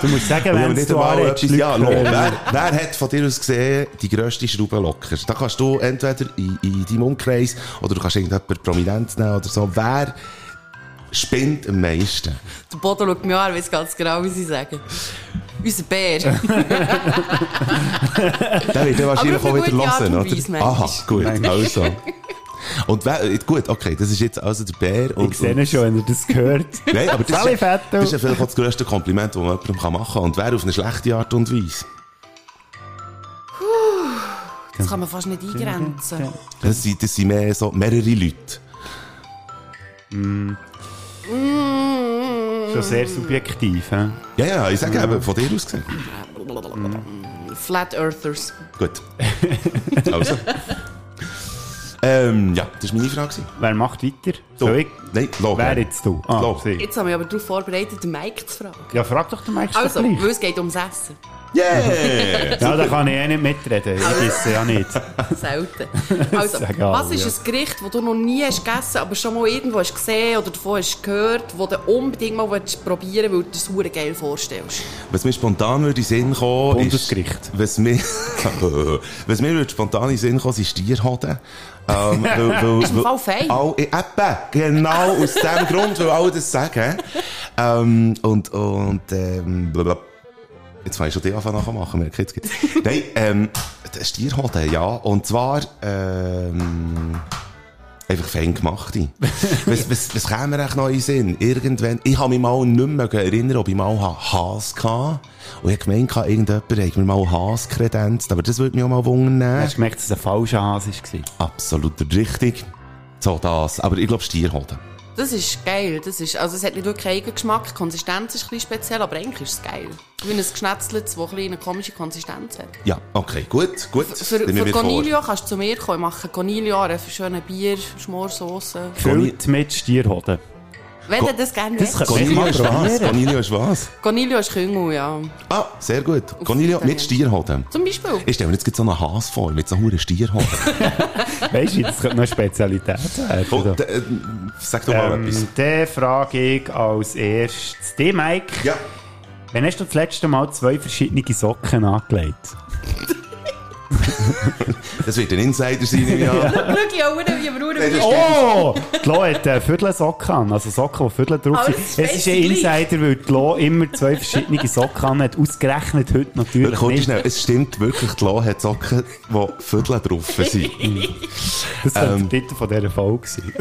Speaker 3: Du musst sagen,
Speaker 4: Weil
Speaker 3: wenn
Speaker 4: nicht
Speaker 3: du
Speaker 4: einmal
Speaker 3: anredest,
Speaker 4: etwas...
Speaker 3: Leute
Speaker 4: Ja, schau,
Speaker 3: hören.
Speaker 4: wer, wer hat von dir aus gesehen die grösste Schraube locker? Da kannst du entweder in, in deinem Umkreis oder du kannst irgendjemanden prominent nehmen oder so. Wer spinnt am meisten?
Speaker 6: Der Bodo schaut mich an, er weiß ganz genau, wie sie sagen. Unser Bär.
Speaker 4: Der wird ja wahrscheinlich
Speaker 6: Aber
Speaker 4: auch
Speaker 6: auf eine
Speaker 4: wieder
Speaker 6: gute Art
Speaker 4: hören,
Speaker 6: und
Speaker 4: oder?
Speaker 6: Weise, manchmal.
Speaker 4: Aha, gut, also. Und wer, gut, okay, das ist jetzt also der Bär und...
Speaker 3: Ich sehe ihn
Speaker 4: und-
Speaker 3: schon, wenn er das gehört.
Speaker 4: Nein, aber das,
Speaker 3: Sally
Speaker 4: ist, ja-
Speaker 3: Vettel.
Speaker 4: das ist ja vielleicht auch das grösste Kompliment, das man jemandem kann machen kann. Und wer auf eine schlechte Art und Weise.
Speaker 6: Das kann man fast nicht eingrenzen.
Speaker 4: Das sind, das sind mehr so mehrere Leute.
Speaker 3: Schon sehr subjektiv. He?
Speaker 4: Ja, ja, ich sage eben, von dir aus gesehen.
Speaker 6: Mm, Flat Earthers.
Speaker 4: Gut. Also. ähm, ja, das war meine Frage. gewesen.
Speaker 3: Wer macht weiter?
Speaker 4: Du.
Speaker 3: Soll ich?
Speaker 4: Nein, Logan.
Speaker 3: Wer jetzt du? Ah,
Speaker 4: Lo.
Speaker 3: sie.
Speaker 6: Jetzt haben wir aber darauf vorbereitet, den Mike zu fragen.
Speaker 3: Ja, frag doch den Mike schon
Speaker 6: Also,
Speaker 3: gleich.
Speaker 6: weil es geht ums Essen.
Speaker 4: Yeah!
Speaker 3: Ja, da kann ich eh nicht mitreden. Ich esse ja nicht.
Speaker 6: Selten. Also,
Speaker 3: Sag alle,
Speaker 6: was ist
Speaker 3: ja.
Speaker 6: ein Gericht, das du noch nie hast gegessen aber schon mal irgendwo hast gesehen oder davon hast gehört, das du unbedingt mal willst probieren willst, weil du es super geil vorstellst?
Speaker 4: Was mir spontan würde in den Sinn kommen
Speaker 3: Bundesgericht.
Speaker 4: ist... Was mir, was mir würde spontan in den Sinn kommen, sind Stierhoden. Ähm, weil, weil, ist
Speaker 6: im Fall fein.
Speaker 4: All, eben, genau aus dem Grund, weil alle das sagen. Ähm, und, und, ähm, blablabla. Jetzt fange ich schon die Anfang nachmachen, merke ich jetzt. Nein, ähm, der Stierhoden, äh, ja. Und zwar, ähm, einfach fein gemachte. was, was, was käme mir echt noch in den Sinn? Irgendwann, ich habe mich mal nicht mehr erinnern, ob ich mal ha- Haas hatte. Und ich habe gemeint, gehabt, irgendjemand hat mir mal Haas kredenzt. Aber das würde mich auch mal wundern.
Speaker 3: Hast du gemerkt, dass es ein falscher Hase war?
Speaker 4: Absolut richtig. So das. Aber ich glaube, Stierhoden.
Speaker 6: Das ist geil. Das ist, also es hat nicht wirklich einen eigenen Geschmack. Die Konsistenz ist ein bisschen speziell, aber eigentlich ist es geil. Wie ein Geschnetzeltes, das ein bisschen eine komische Konsistenz hat.
Speaker 4: Ja, okay, gut, gut.
Speaker 6: Für,
Speaker 4: Nehmen
Speaker 6: für
Speaker 4: wir vor.
Speaker 6: Cornelio kannst du zu mir kommen. Ich mache Cornelio an einer schönen Bier, Schmorsauce.
Speaker 3: Gefüllt mit Stierhoden.
Speaker 6: Wenn du das gerne
Speaker 3: Das
Speaker 6: willst.
Speaker 3: kann-
Speaker 4: Cornelio
Speaker 3: Wenn
Speaker 4: ist
Speaker 3: ich mal
Speaker 4: was?
Speaker 3: probieren.
Speaker 4: Cornelio ist was?
Speaker 6: Cornelio ist Küngel, ja.
Speaker 4: Ah, sehr gut. Cornelio mit Stierhoden.
Speaker 6: Zum Beispiel.
Speaker 4: Ich stelle mir jetzt gerade so einen Haas vor, mit so einem hohen Stierhoden.
Speaker 3: Weißt du, das könnte noch eine Spezialität werden.
Speaker 4: Oh,
Speaker 3: da.
Speaker 4: d- äh, sag doch mal etwas.
Speaker 3: Ähm, dann frage ich als erstes dich, Mike.
Speaker 4: Ja.
Speaker 3: Wann hast du das letzte Mal zwei verschiedene Socken angelegt?
Speaker 4: Das wird ein Insider sein, nehme ich an.
Speaker 6: Schau, ich auch, wie wir
Speaker 4: Nein, das
Speaker 6: Uhren
Speaker 3: Oh! Die Lo hat äh, Viertelsocken an, also Socken, die Viertel drauf
Speaker 6: Aber
Speaker 3: sind.
Speaker 6: das ist
Speaker 3: Es ist ein
Speaker 6: gleich.
Speaker 3: Insider, weil die Lo immer zwei verschiedene Socken an hat. Ausgerechnet heute
Speaker 4: Wirklich,
Speaker 3: natürlich
Speaker 4: kurz
Speaker 3: nicht.
Speaker 4: schnell. Es stimmt wirklich, die Loh hat Socken, die Viertel drauf sind.
Speaker 3: Das könnte
Speaker 4: Ähm.
Speaker 3: der Titel von dieser Folge sein.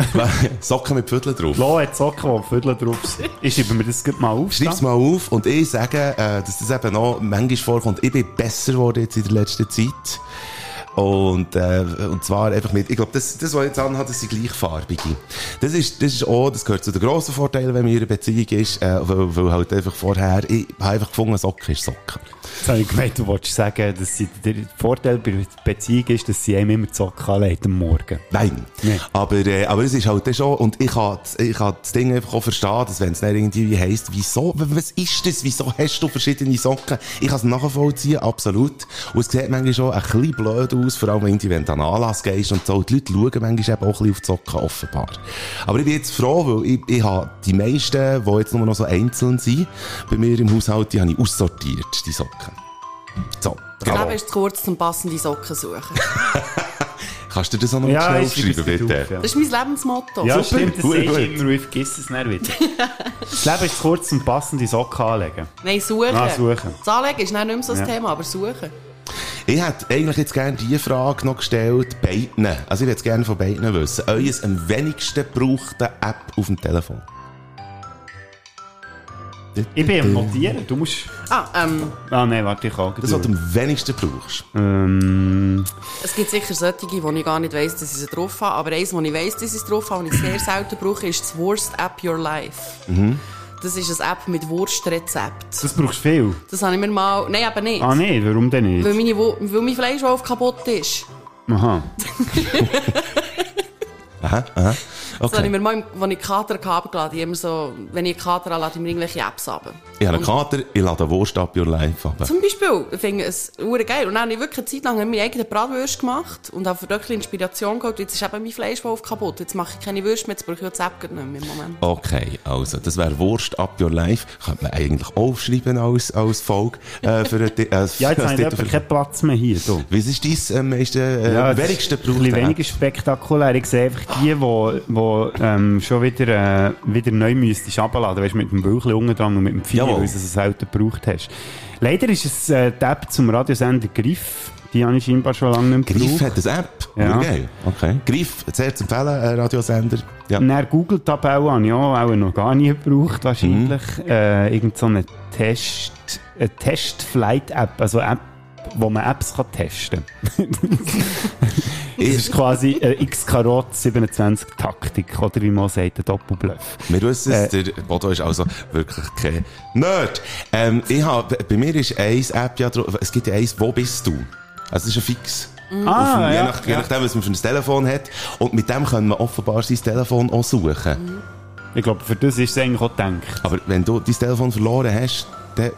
Speaker 4: Socken mit Viertel drauf.
Speaker 3: Lo hat Socken, die Viertel drauf sind. Ich schreibe mir das gerade mal auf.
Speaker 4: Schreib's mal auf und ich sage, äh, dass das eben noch manchmal vorkommt. Ich bin besser geworden jetzt in der letzten Zeit. Und, äh, und zwar einfach mit, ich glaube, das, das, was ich jetzt anhabe, das sind gleichfarbige. Das ist, das ist auch, das gehört zu den grossen Vorteilen, wenn man in einer Beziehung ist, äh, weil, weil halt einfach vorher, ich habe einfach gefunden, Socken ist Socken.
Speaker 3: Jetzt habe ich gemeint, du wolltest sagen, dass sie, der Vorteil bei der Beziehung ist, dass sie einem immer die Socken anlegt am Morgen.
Speaker 4: Nein.
Speaker 3: Nee.
Speaker 4: Aber, äh, aber es ist halt dann schon, und ich kann, ich kann das Ding einfach auch verstehen, dass wenn es dann irgendwie heisst, wieso, w- was ist das, wieso hast du verschiedene Socken? Ich kann es nachvollziehen, absolut. Und es sieht manchmal schon ein bisschen blöd aus, vor allem irgendwie, wenn du an einen Anlass gehst und so. Die Leute schauen manchmal eben auch ein bisschen auf die Socken, offenbar. Aber ich bin jetzt froh, weil ich, ich habe die meisten, die jetzt nur noch so einzeln sind, bei mir im Haushalt, die habe ich aussortiert, die Socken. So,
Speaker 6: Das
Speaker 4: genau.
Speaker 6: Leben ist zu kurz, zum passende Socken suchen.
Speaker 4: Kannst du dir das noch mal
Speaker 3: Ja,
Speaker 4: schnell
Speaker 3: ich schreibe
Speaker 4: aufschreiben,
Speaker 3: es nicht
Speaker 4: bitte?
Speaker 3: auf, ja.
Speaker 6: Das ist mein Lebensmotto.
Speaker 3: Ja,
Speaker 4: Super,
Speaker 3: stimmt, das
Speaker 4: gut,
Speaker 3: sehe ich
Speaker 4: gut.
Speaker 3: immer und ich vergesse es nicht wieder. das Leben ist zu kurz zum passende Socken anlegen.
Speaker 6: Nein, suchen.
Speaker 3: Ah, suchen.
Speaker 6: Das Anlegen ist dann nicht mehr so das
Speaker 3: Ja.
Speaker 6: Thema, aber suchen.
Speaker 4: Ich hätte eigentlich jetzt gerne die Frage noch gestellt, beiden. Also ich hätte es gerne von beiden wissen. Eues am wenigsten gebrauchte App auf dem Telefon.
Speaker 3: Ich
Speaker 4: Äh.
Speaker 3: bin am Notieren, du musst...
Speaker 6: Ah, ähm,
Speaker 3: Ah nein, warte, ich kann auch
Speaker 4: Das, was du am wenigsten brauchst.
Speaker 3: Ähm...
Speaker 6: es gibt sicher solche, die ich gar nicht weiss, dass ich sie drauf habe, aber eins, das ich weiss, dass ich es drauf habe und ich sehr selten brauche, ist das Worst App Your Life.
Speaker 3: Mhm.
Speaker 6: Das ist eine App mit Wurstrezept.
Speaker 3: Das brauchst du viel.
Speaker 6: Das habe ich mir mal... Nein, eben nicht.
Speaker 3: Ah nein, warum denn
Speaker 6: Weil,
Speaker 3: nicht?
Speaker 6: meine, Wo- weil mein Fleischwolf kaputt ist.
Speaker 3: Aha.
Speaker 4: Aha, aha.
Speaker 6: Das habe ich
Speaker 4: Okay.
Speaker 6: mir mal, im- als ich Kater habe, geladen. Ich immer so, wenn ich Kater habe, lade ich mir irgendwelche Apps ab.
Speaker 4: Ich habe einen Kater, ich lade eine Wurst ab your life ab.
Speaker 6: Zum Beispiel ich finde ich es hure geil. Und dann habe ich wirklich eine Zeit lang meine eigene Bratwürste gemacht und habe wirklich Inspiration geholt. Jetzt ist eben mein Fleischwolf kaputt. Jetzt mache ich keine Würste mehr, jetzt brauche ich das App gerade nicht mehr im Moment.
Speaker 4: Okay, also, das wäre Wurst ab your life. Könnte man eigentlich aufschreiben als, als Folge äh, für einen Ti- äh,
Speaker 3: Ja, jetzt
Speaker 4: als
Speaker 3: habe ich
Speaker 4: Titel
Speaker 3: aber
Speaker 4: für-
Speaker 3: keinen Platz mehr hier. Du.
Speaker 4: Was ist dein am meisten, äh,
Speaker 3: Ja, das ist
Speaker 4: wenigsten
Speaker 3: ein bisschen
Speaker 4: gebrauchte App?
Speaker 3: weniger spektakulär. Ich sehe einfach die, die, die ähm, schon wieder, äh, wieder neu müsstest runterladen. Weißt du, mit dem Büchlein unten dran und mit dem Video,
Speaker 4: Jawohl.
Speaker 3: weil du es selten gebraucht hast. Leider ist es äh, die App zum Radiosender Griff. Die habe ich scheinbar schon lange nicht mehr
Speaker 4: Griff
Speaker 3: gebraucht.
Speaker 4: hat eine App.
Speaker 3: Ja.
Speaker 4: Geil. Okay. Griff, sehr zu empfehlen, äh, Radiosender. Ja.
Speaker 3: Und dann Google-Tabelle habe ich auch, auch noch gar nie gebraucht, wahrscheinlich.
Speaker 4: Mhm.
Speaker 3: Äh, irgend so eine Test, eine Test-Flight-App, also App, wo man Apps kann testen Das ist quasi eine X-Karot 27-Taktik, oder wie man sagt, ein Doppelbluff.
Speaker 4: Wir wissen es,
Speaker 3: Äh.
Speaker 4: der Bodo ist also wirklich kein Nerd. Ähm, ich hab, bei mir ist eins App ja drauf, es gibt ja eins, wo bist du? Also, es ist ein Fix.
Speaker 3: Ah,
Speaker 4: Auf dem- je, nach, je nachdem, was man für ein Telefon hat. Und mit dem kann man offenbar sein Telefon auch suchen.
Speaker 3: Ich glaube, für das ist es eigentlich auch gedacht.
Speaker 4: Aber wenn du dein Telefon verloren hast, dann,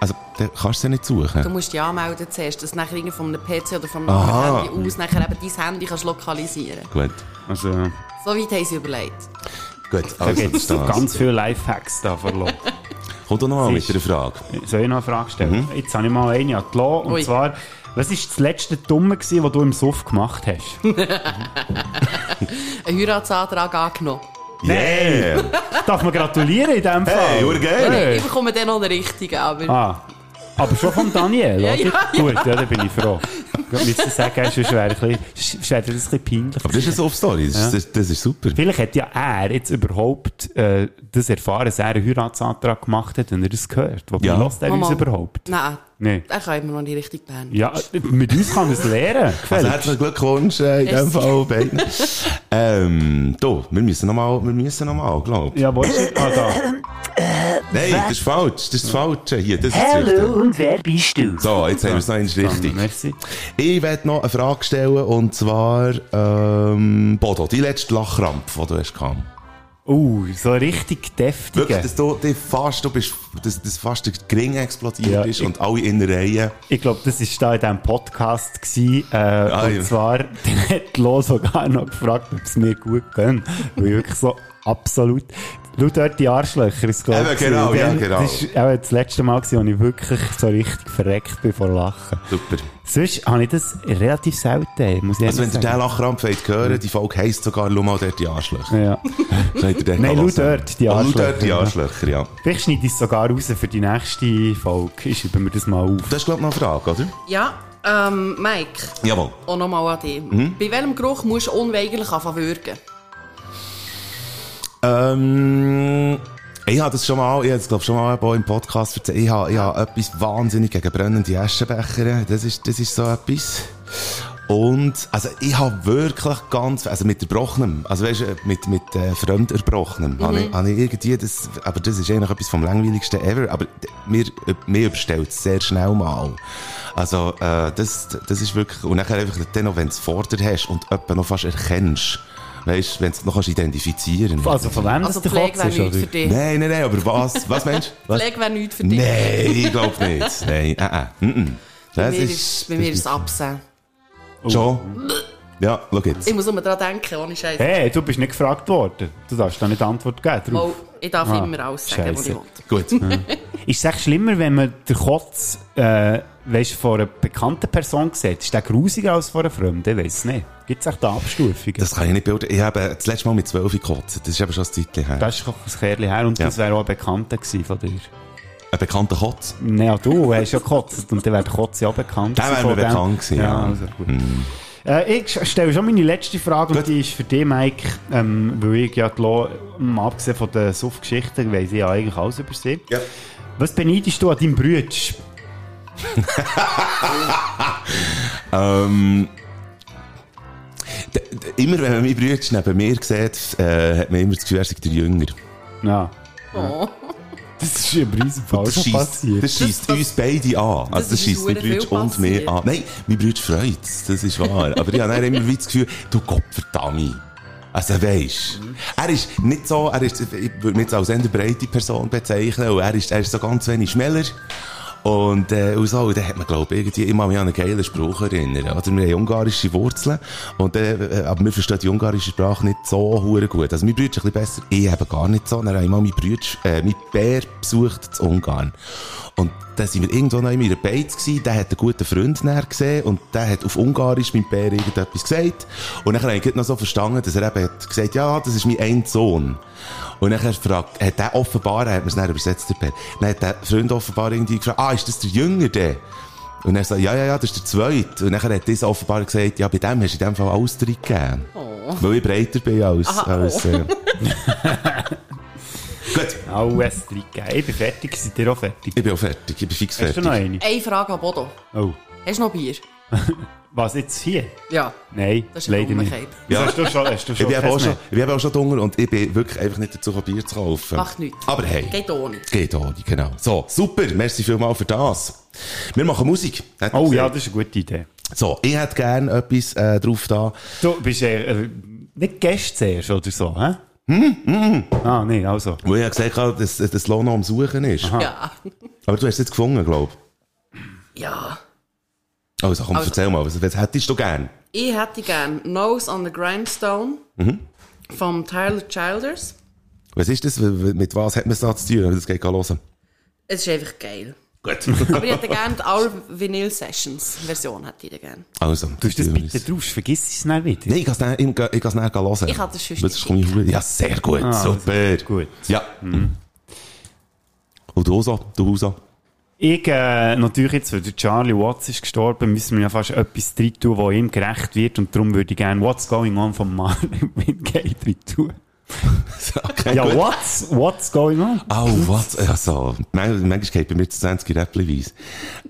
Speaker 4: also, dann kannst du es ja nicht
Speaker 6: Du
Speaker 4: suchen.
Speaker 6: musst dich anmelden zuerst, dass du nachher irgendwie von einem PC oder von
Speaker 4: Aha.
Speaker 6: einem Handy aus nachher eben dein Handy kannst lokalisieren
Speaker 4: Gut.
Speaker 3: Also, da
Speaker 6: So weit haben sie überlegt.
Speaker 4: Gut,
Speaker 3: also
Speaker 4: also,
Speaker 3: gibt
Speaker 4: das
Speaker 3: es ganz viele Lifehacks da verloren.
Speaker 4: Kommt doch nochmal mit
Speaker 3: Siehst-
Speaker 4: einer Frage.
Speaker 3: Soll ich noch eine Frage
Speaker 4: Mhm.
Speaker 3: stellen? Jetzt habe ich mal eine an die Lo, und
Speaker 6: Ui.
Speaker 3: zwar, was war das letzte Dumme, gewesen, was du im Suff gemacht hast?
Speaker 6: Ein Heiratsantrag angenommen.
Speaker 4: Yeah!
Speaker 3: Darf man gratulieren in dem Fall?
Speaker 4: Hey, urgeil!
Speaker 3: Hey.
Speaker 6: Ich bekomme dann noch den richtigen, aber...
Speaker 3: Ah, aber schon von Daniel,
Speaker 6: Ja,
Speaker 3: oder?
Speaker 6: ja, ja.
Speaker 3: Gut, ja, da bin ich froh. Ich müsste sagen, sonst wäre ein bisschen- sonst wäre das ein bisschen peinlich.
Speaker 4: Aber das ist eine Soft-Story, das, ist- das, das ist super.
Speaker 3: Vielleicht hat ja er jetzt überhaupt äh, das erfahren, dass er einen Heiratsantrag gemacht hat, wenn er das gehört. Wobei
Speaker 4: Ja.
Speaker 3: ja. lässt er uns
Speaker 6: Mama.
Speaker 3: überhaupt?
Speaker 6: Nein,
Speaker 3: Nein.
Speaker 6: er kann immer noch die richtige Band.
Speaker 3: Ja, mit uns kann er es lernen.
Speaker 4: Also
Speaker 3: Gefällt.
Speaker 4: herzlichen Glückwunsch äh, in dem
Speaker 6: Merci.
Speaker 4: Fall beiden. ähm, du, wir müssen nochmal, wir müssen nochmal, glaub.
Speaker 3: Ja, wo ist er? Ah, da.
Speaker 4: Nein, das ist falsch, das ist das Falsche Eh, hier, das ist das
Speaker 10: Hallo
Speaker 4: Richtige.
Speaker 10: und wer bist du?
Speaker 4: So, jetzt haben wir es noch eins richtig.
Speaker 3: Dann, Ah, merci.
Speaker 4: Ich werde noch eine Frage stellen, und zwar, ähm, Bodo, die letzte Lachkrampf, die du hast gehabt.
Speaker 3: Uh, so richtig deftig.
Speaker 4: Wirklich, dass du, die fast, du bist, dass, dass fast der Gring explodiert
Speaker 3: Ja,
Speaker 4: ist
Speaker 3: ich-
Speaker 4: und alle Innereien.
Speaker 3: Ich glaube, das war da in diesem Podcast. Gewesen, äh, und
Speaker 4: Ah, ja.
Speaker 3: zwar, dann hat Lo sogar noch gefragt, ob es mir gut geht. Weil ich wirklich so absolut. Laut dort die Arschlöcher ist glaub
Speaker 4: Eben,
Speaker 3: ich,
Speaker 4: genau,
Speaker 3: gewesen.
Speaker 4: ja,
Speaker 3: Dann-
Speaker 4: genau.
Speaker 3: Das war eben das letzte Mal, gewesen, als ich wirklich so richtig verreckt bin vor Lachen.
Speaker 4: Super.
Speaker 3: Sonst habe ich das relativ selten, muss ich
Speaker 4: Also, wenn
Speaker 3: ehrlich
Speaker 4: ihr den
Speaker 3: sagen.
Speaker 4: Lachkrampf wollt hören, die Folge heisst sogar, schau mal dort die Arschlöcher.
Speaker 3: ja.
Speaker 4: Könnt ihr den
Speaker 3: Nein,
Speaker 4: hören.
Speaker 3: schau dort die
Speaker 4: Oh, schau
Speaker 3: Arschlöcher,
Speaker 4: die
Speaker 3: ja.
Speaker 4: Arschlöcher, ja.
Speaker 3: Vielleicht schneide ich es sogar raus für die nächste Folge. Ich schreibe mir das mal auf.
Speaker 4: Das ist, glaube ich, noch eine Frage, oder?
Speaker 6: Ja, ähm, Mike,
Speaker 4: Jawohl.
Speaker 6: auch nochmal an dich.
Speaker 3: Hm?
Speaker 6: Bei welchem Geruch musst du unweigerlich anfangen würgen?
Speaker 4: Ähm, ich habe das schon mal, ich habe es, glaube ich, schon mal auch im Podcast erzählt. Ich habe, ich habe etwas wahnsinnig gegen brennende Aschenbecher. Das ist, das ist so etwas. Und, also, ich habe wirklich ganz, also mit Erbrochenem, also weißt du, mit, mit äh, Fremderbrochenem, habe ich, habe ich irgendwie das, aber das ist eigentlich etwas vom langweiligsten ever, aber d- mir, mir überstellt es sehr schnell mal. Also, äh, das, das ist wirklich, und nachher einfach dann noch, wenn du es vor dir hast und jemanden noch fast erkennst, weißt du, wenn du es noch kannst identifizieren kannst.
Speaker 3: Also, von wem
Speaker 6: Also
Speaker 3: das der
Speaker 6: Pflege
Speaker 3: Kopf
Speaker 6: wäre
Speaker 3: ist,
Speaker 6: nichts für
Speaker 3: oder?
Speaker 6: dich.
Speaker 4: Nein, nein, nein, aber was? Was meinst du? Was?
Speaker 6: Pflege wäre nichts für dich.
Speaker 4: Nein, ich glaube nicht. Nein, äh, äh, mm, mm.
Speaker 6: Bei
Speaker 4: Das
Speaker 6: mir ist, bei mir ist es Absen.
Speaker 4: Schon? Ja, schau jetzt.
Speaker 6: Ich muss immer daran denken, ohne Scheiß.
Speaker 3: Hey, du bist nicht gefragt worden. Du darfst da nicht Antwort geben.
Speaker 6: Mal,
Speaker 3: Drauf.
Speaker 6: Ich Oh, darf
Speaker 3: Ah,
Speaker 6: immer alles sagen, was ich
Speaker 3: scheisse.
Speaker 6: will.
Speaker 4: Gut.
Speaker 3: Ist es echt schlimmer, wenn man den Kotz äh, weißt, vor einer bekannten Person sieht? Ist der grusiger als vor einer Fremden? Ich weiß es nicht. Gibt es echt eine Abstufung?
Speaker 4: Das kann ich nicht beurteilen. Ich habe das letzte Mal mit 12 gekotzt. Das ist eben schon ein Zeitchen her.
Speaker 3: Das ist doch ein Kerl her und
Speaker 4: Ja.
Speaker 3: das wäre auch ein Bekannter gewesen von dir.
Speaker 4: Ein bekannter Kotz.
Speaker 3: Naja, du hast ja gekotzt und dann wäre der Kotz ja auch bekannt
Speaker 4: Der wäre
Speaker 3: gewesen
Speaker 4: mir
Speaker 3: von dem.
Speaker 4: bekannt gewesen.
Speaker 3: Ja,
Speaker 4: Ja.
Speaker 3: also gut. Äh, ich stelle schon meine letzte Frage und die ist für dich, Mike, ähm, weil ich ja die Lo- ähm, abgesehen von den Suff-Geschichten weiss ich ja eigentlich alles über sie.
Speaker 4: Ja.
Speaker 3: Was beneidest du an deinem Bruder?
Speaker 4: Ähm, d- d- immer wenn man meinen Bruder neben mir sieht, äh, hat man immer das Gefühl, er sei der Jünger.
Speaker 3: Ja,
Speaker 6: Oh,
Speaker 3: das ist im Riesenfall
Speaker 4: Das
Speaker 3: schon
Speaker 4: schießt,
Speaker 3: passiert.
Speaker 4: das schießt uns beide an. Also
Speaker 6: das
Speaker 4: das
Speaker 6: ist
Speaker 4: schießt mein Bruder
Speaker 6: verdammt viel
Speaker 4: und mir
Speaker 6: passiert.
Speaker 4: an. Nein, mein Bruder freut das ist wahr. Aber ich habe dann immer wieder das Gefühl, du Gottverdammt. Also weisst, er ist nicht so, er ist, ich würde mich jetzt als eher breite Person bezeichnen, und er ist, er ist so ganz wenig schneller. Und, äh, und so, und dann hat man, glaube ich, irgendwie immer mich an einen geilen Spruch erinnern. Oder wir haben ungarische Wurzeln, und, äh, äh, aber wir verstehen die ungarische Sprache nicht so hure gut. Also mein Bruder ist ein bisschen besser, ich eben gar nicht so. Dann habe ich mal meinen Bruder, äh, meinen Bär besucht zu Ungarn. Und dann sind wir irgendwo noch in meiner Beiz gewesen, der hat einen guten Freund näher gesehen und der hat auf Ungarisch meinem Bär irgendetwas gesagt. Und dann habe ich gerade noch so verstanden, dass er eben hat gesagt ja, das ist mein ein Sohn. Und dann fragt, hat der offenbar, er hat mir es dann übersetzt, der Bär, dann hat der Freund offenbar irgendwie gefragt, ah, ist das der Jünger der? Und er sagt, ja, ja, ja, das ist der Zweite. Und dann hat dieser offenbar gesagt, ja, bei dem hast du in dem Fall alles drin gegeben. Weil ich breiter bin als, als äh. Gut,
Speaker 3: Alles reingegeben. Ich bin fertig, seid ihr auch fertig?
Speaker 4: ich bin auch fertig, ich bin fix
Speaker 3: Hast du
Speaker 4: fertig.
Speaker 3: noch eine?
Speaker 6: eine Frage an Bodo.
Speaker 3: Oh.
Speaker 6: Hast du noch Bier?
Speaker 3: Was jetzt hier?
Speaker 6: Ja,
Speaker 3: Nein,
Speaker 6: das ist eine
Speaker 3: leider nicht.
Speaker 6: Dummheit.
Speaker 3: Ja. Hast du schon, hast du
Speaker 4: Ich
Speaker 3: schon
Speaker 4: bin, eben auch
Speaker 3: keins
Speaker 4: schon,
Speaker 3: mehr?
Speaker 4: ich bin eben auch schon Hunger und ich bin wirklich einfach nicht dazu gekommen, Bier zu kaufen.
Speaker 6: Macht nichts.
Speaker 4: Aber hey.
Speaker 6: Geht ohne.
Speaker 4: Geht auch nicht, genau. So, super. Merci vielmals für das. Wir machen Musik. hat
Speaker 3: Oh
Speaker 4: er
Speaker 3: ja,
Speaker 4: gesagt.
Speaker 3: das ist eine gute Idee.
Speaker 4: So, ich hätte gerne etwas äh, drauf da.
Speaker 3: Du bist eher, äh, nicht Gäste zuerst oder so, hä?
Speaker 4: Hm,
Speaker 3: Ah, nee, also.
Speaker 4: Wo ich ja gesagt habe, dass dass das Lohn noch am Suchen ist.
Speaker 6: Ja.
Speaker 4: Aber du hast es jetzt gefunden, glaube
Speaker 6: Ja.
Speaker 4: ich. Also komm,
Speaker 6: Also-
Speaker 4: erzähl mal, was, was hättest du gern?
Speaker 6: Ich hätte gerne Nose on the Grindstone
Speaker 3: Mhm.
Speaker 6: vom Tyler Childers.
Speaker 4: Was ist das? W- w- Mit was hat man es da zu tun? Das geht gar Also, hören.
Speaker 6: Es ist einfach geil.
Speaker 4: Gut.
Speaker 6: Aber ich hätte gerne die Our Vinyl Sessions Version. Hätte ich gerne.
Speaker 4: also,
Speaker 3: Du hast das
Speaker 4: tun wir
Speaker 3: bitte
Speaker 4: es.
Speaker 3: drauf, vergiss es nicht wieder.
Speaker 4: Nein, ich kann es dann- ich kann- ich kann es nachher hören.
Speaker 6: Ich hatte es schon
Speaker 4: Sonst komme ich- Ja, sehr gut. super.
Speaker 3: Ah, gut. Mhm.
Speaker 4: Ja. Und du so, du so.
Speaker 3: Ich, äh, natürlich jetzt, weil der Charlie Watts ist gestorben, müssen wir ja fast etwas drin tun, was ihm gerecht wird. Und darum würde ich gerne What's Going On von Marvin Wingate drin tun.
Speaker 4: Okay,
Speaker 3: Ja,
Speaker 4: gut.
Speaker 3: what's, what's Going On?
Speaker 4: Oh, was? Also, man- manchmal geht bei mir zu 20 Räppchenweise.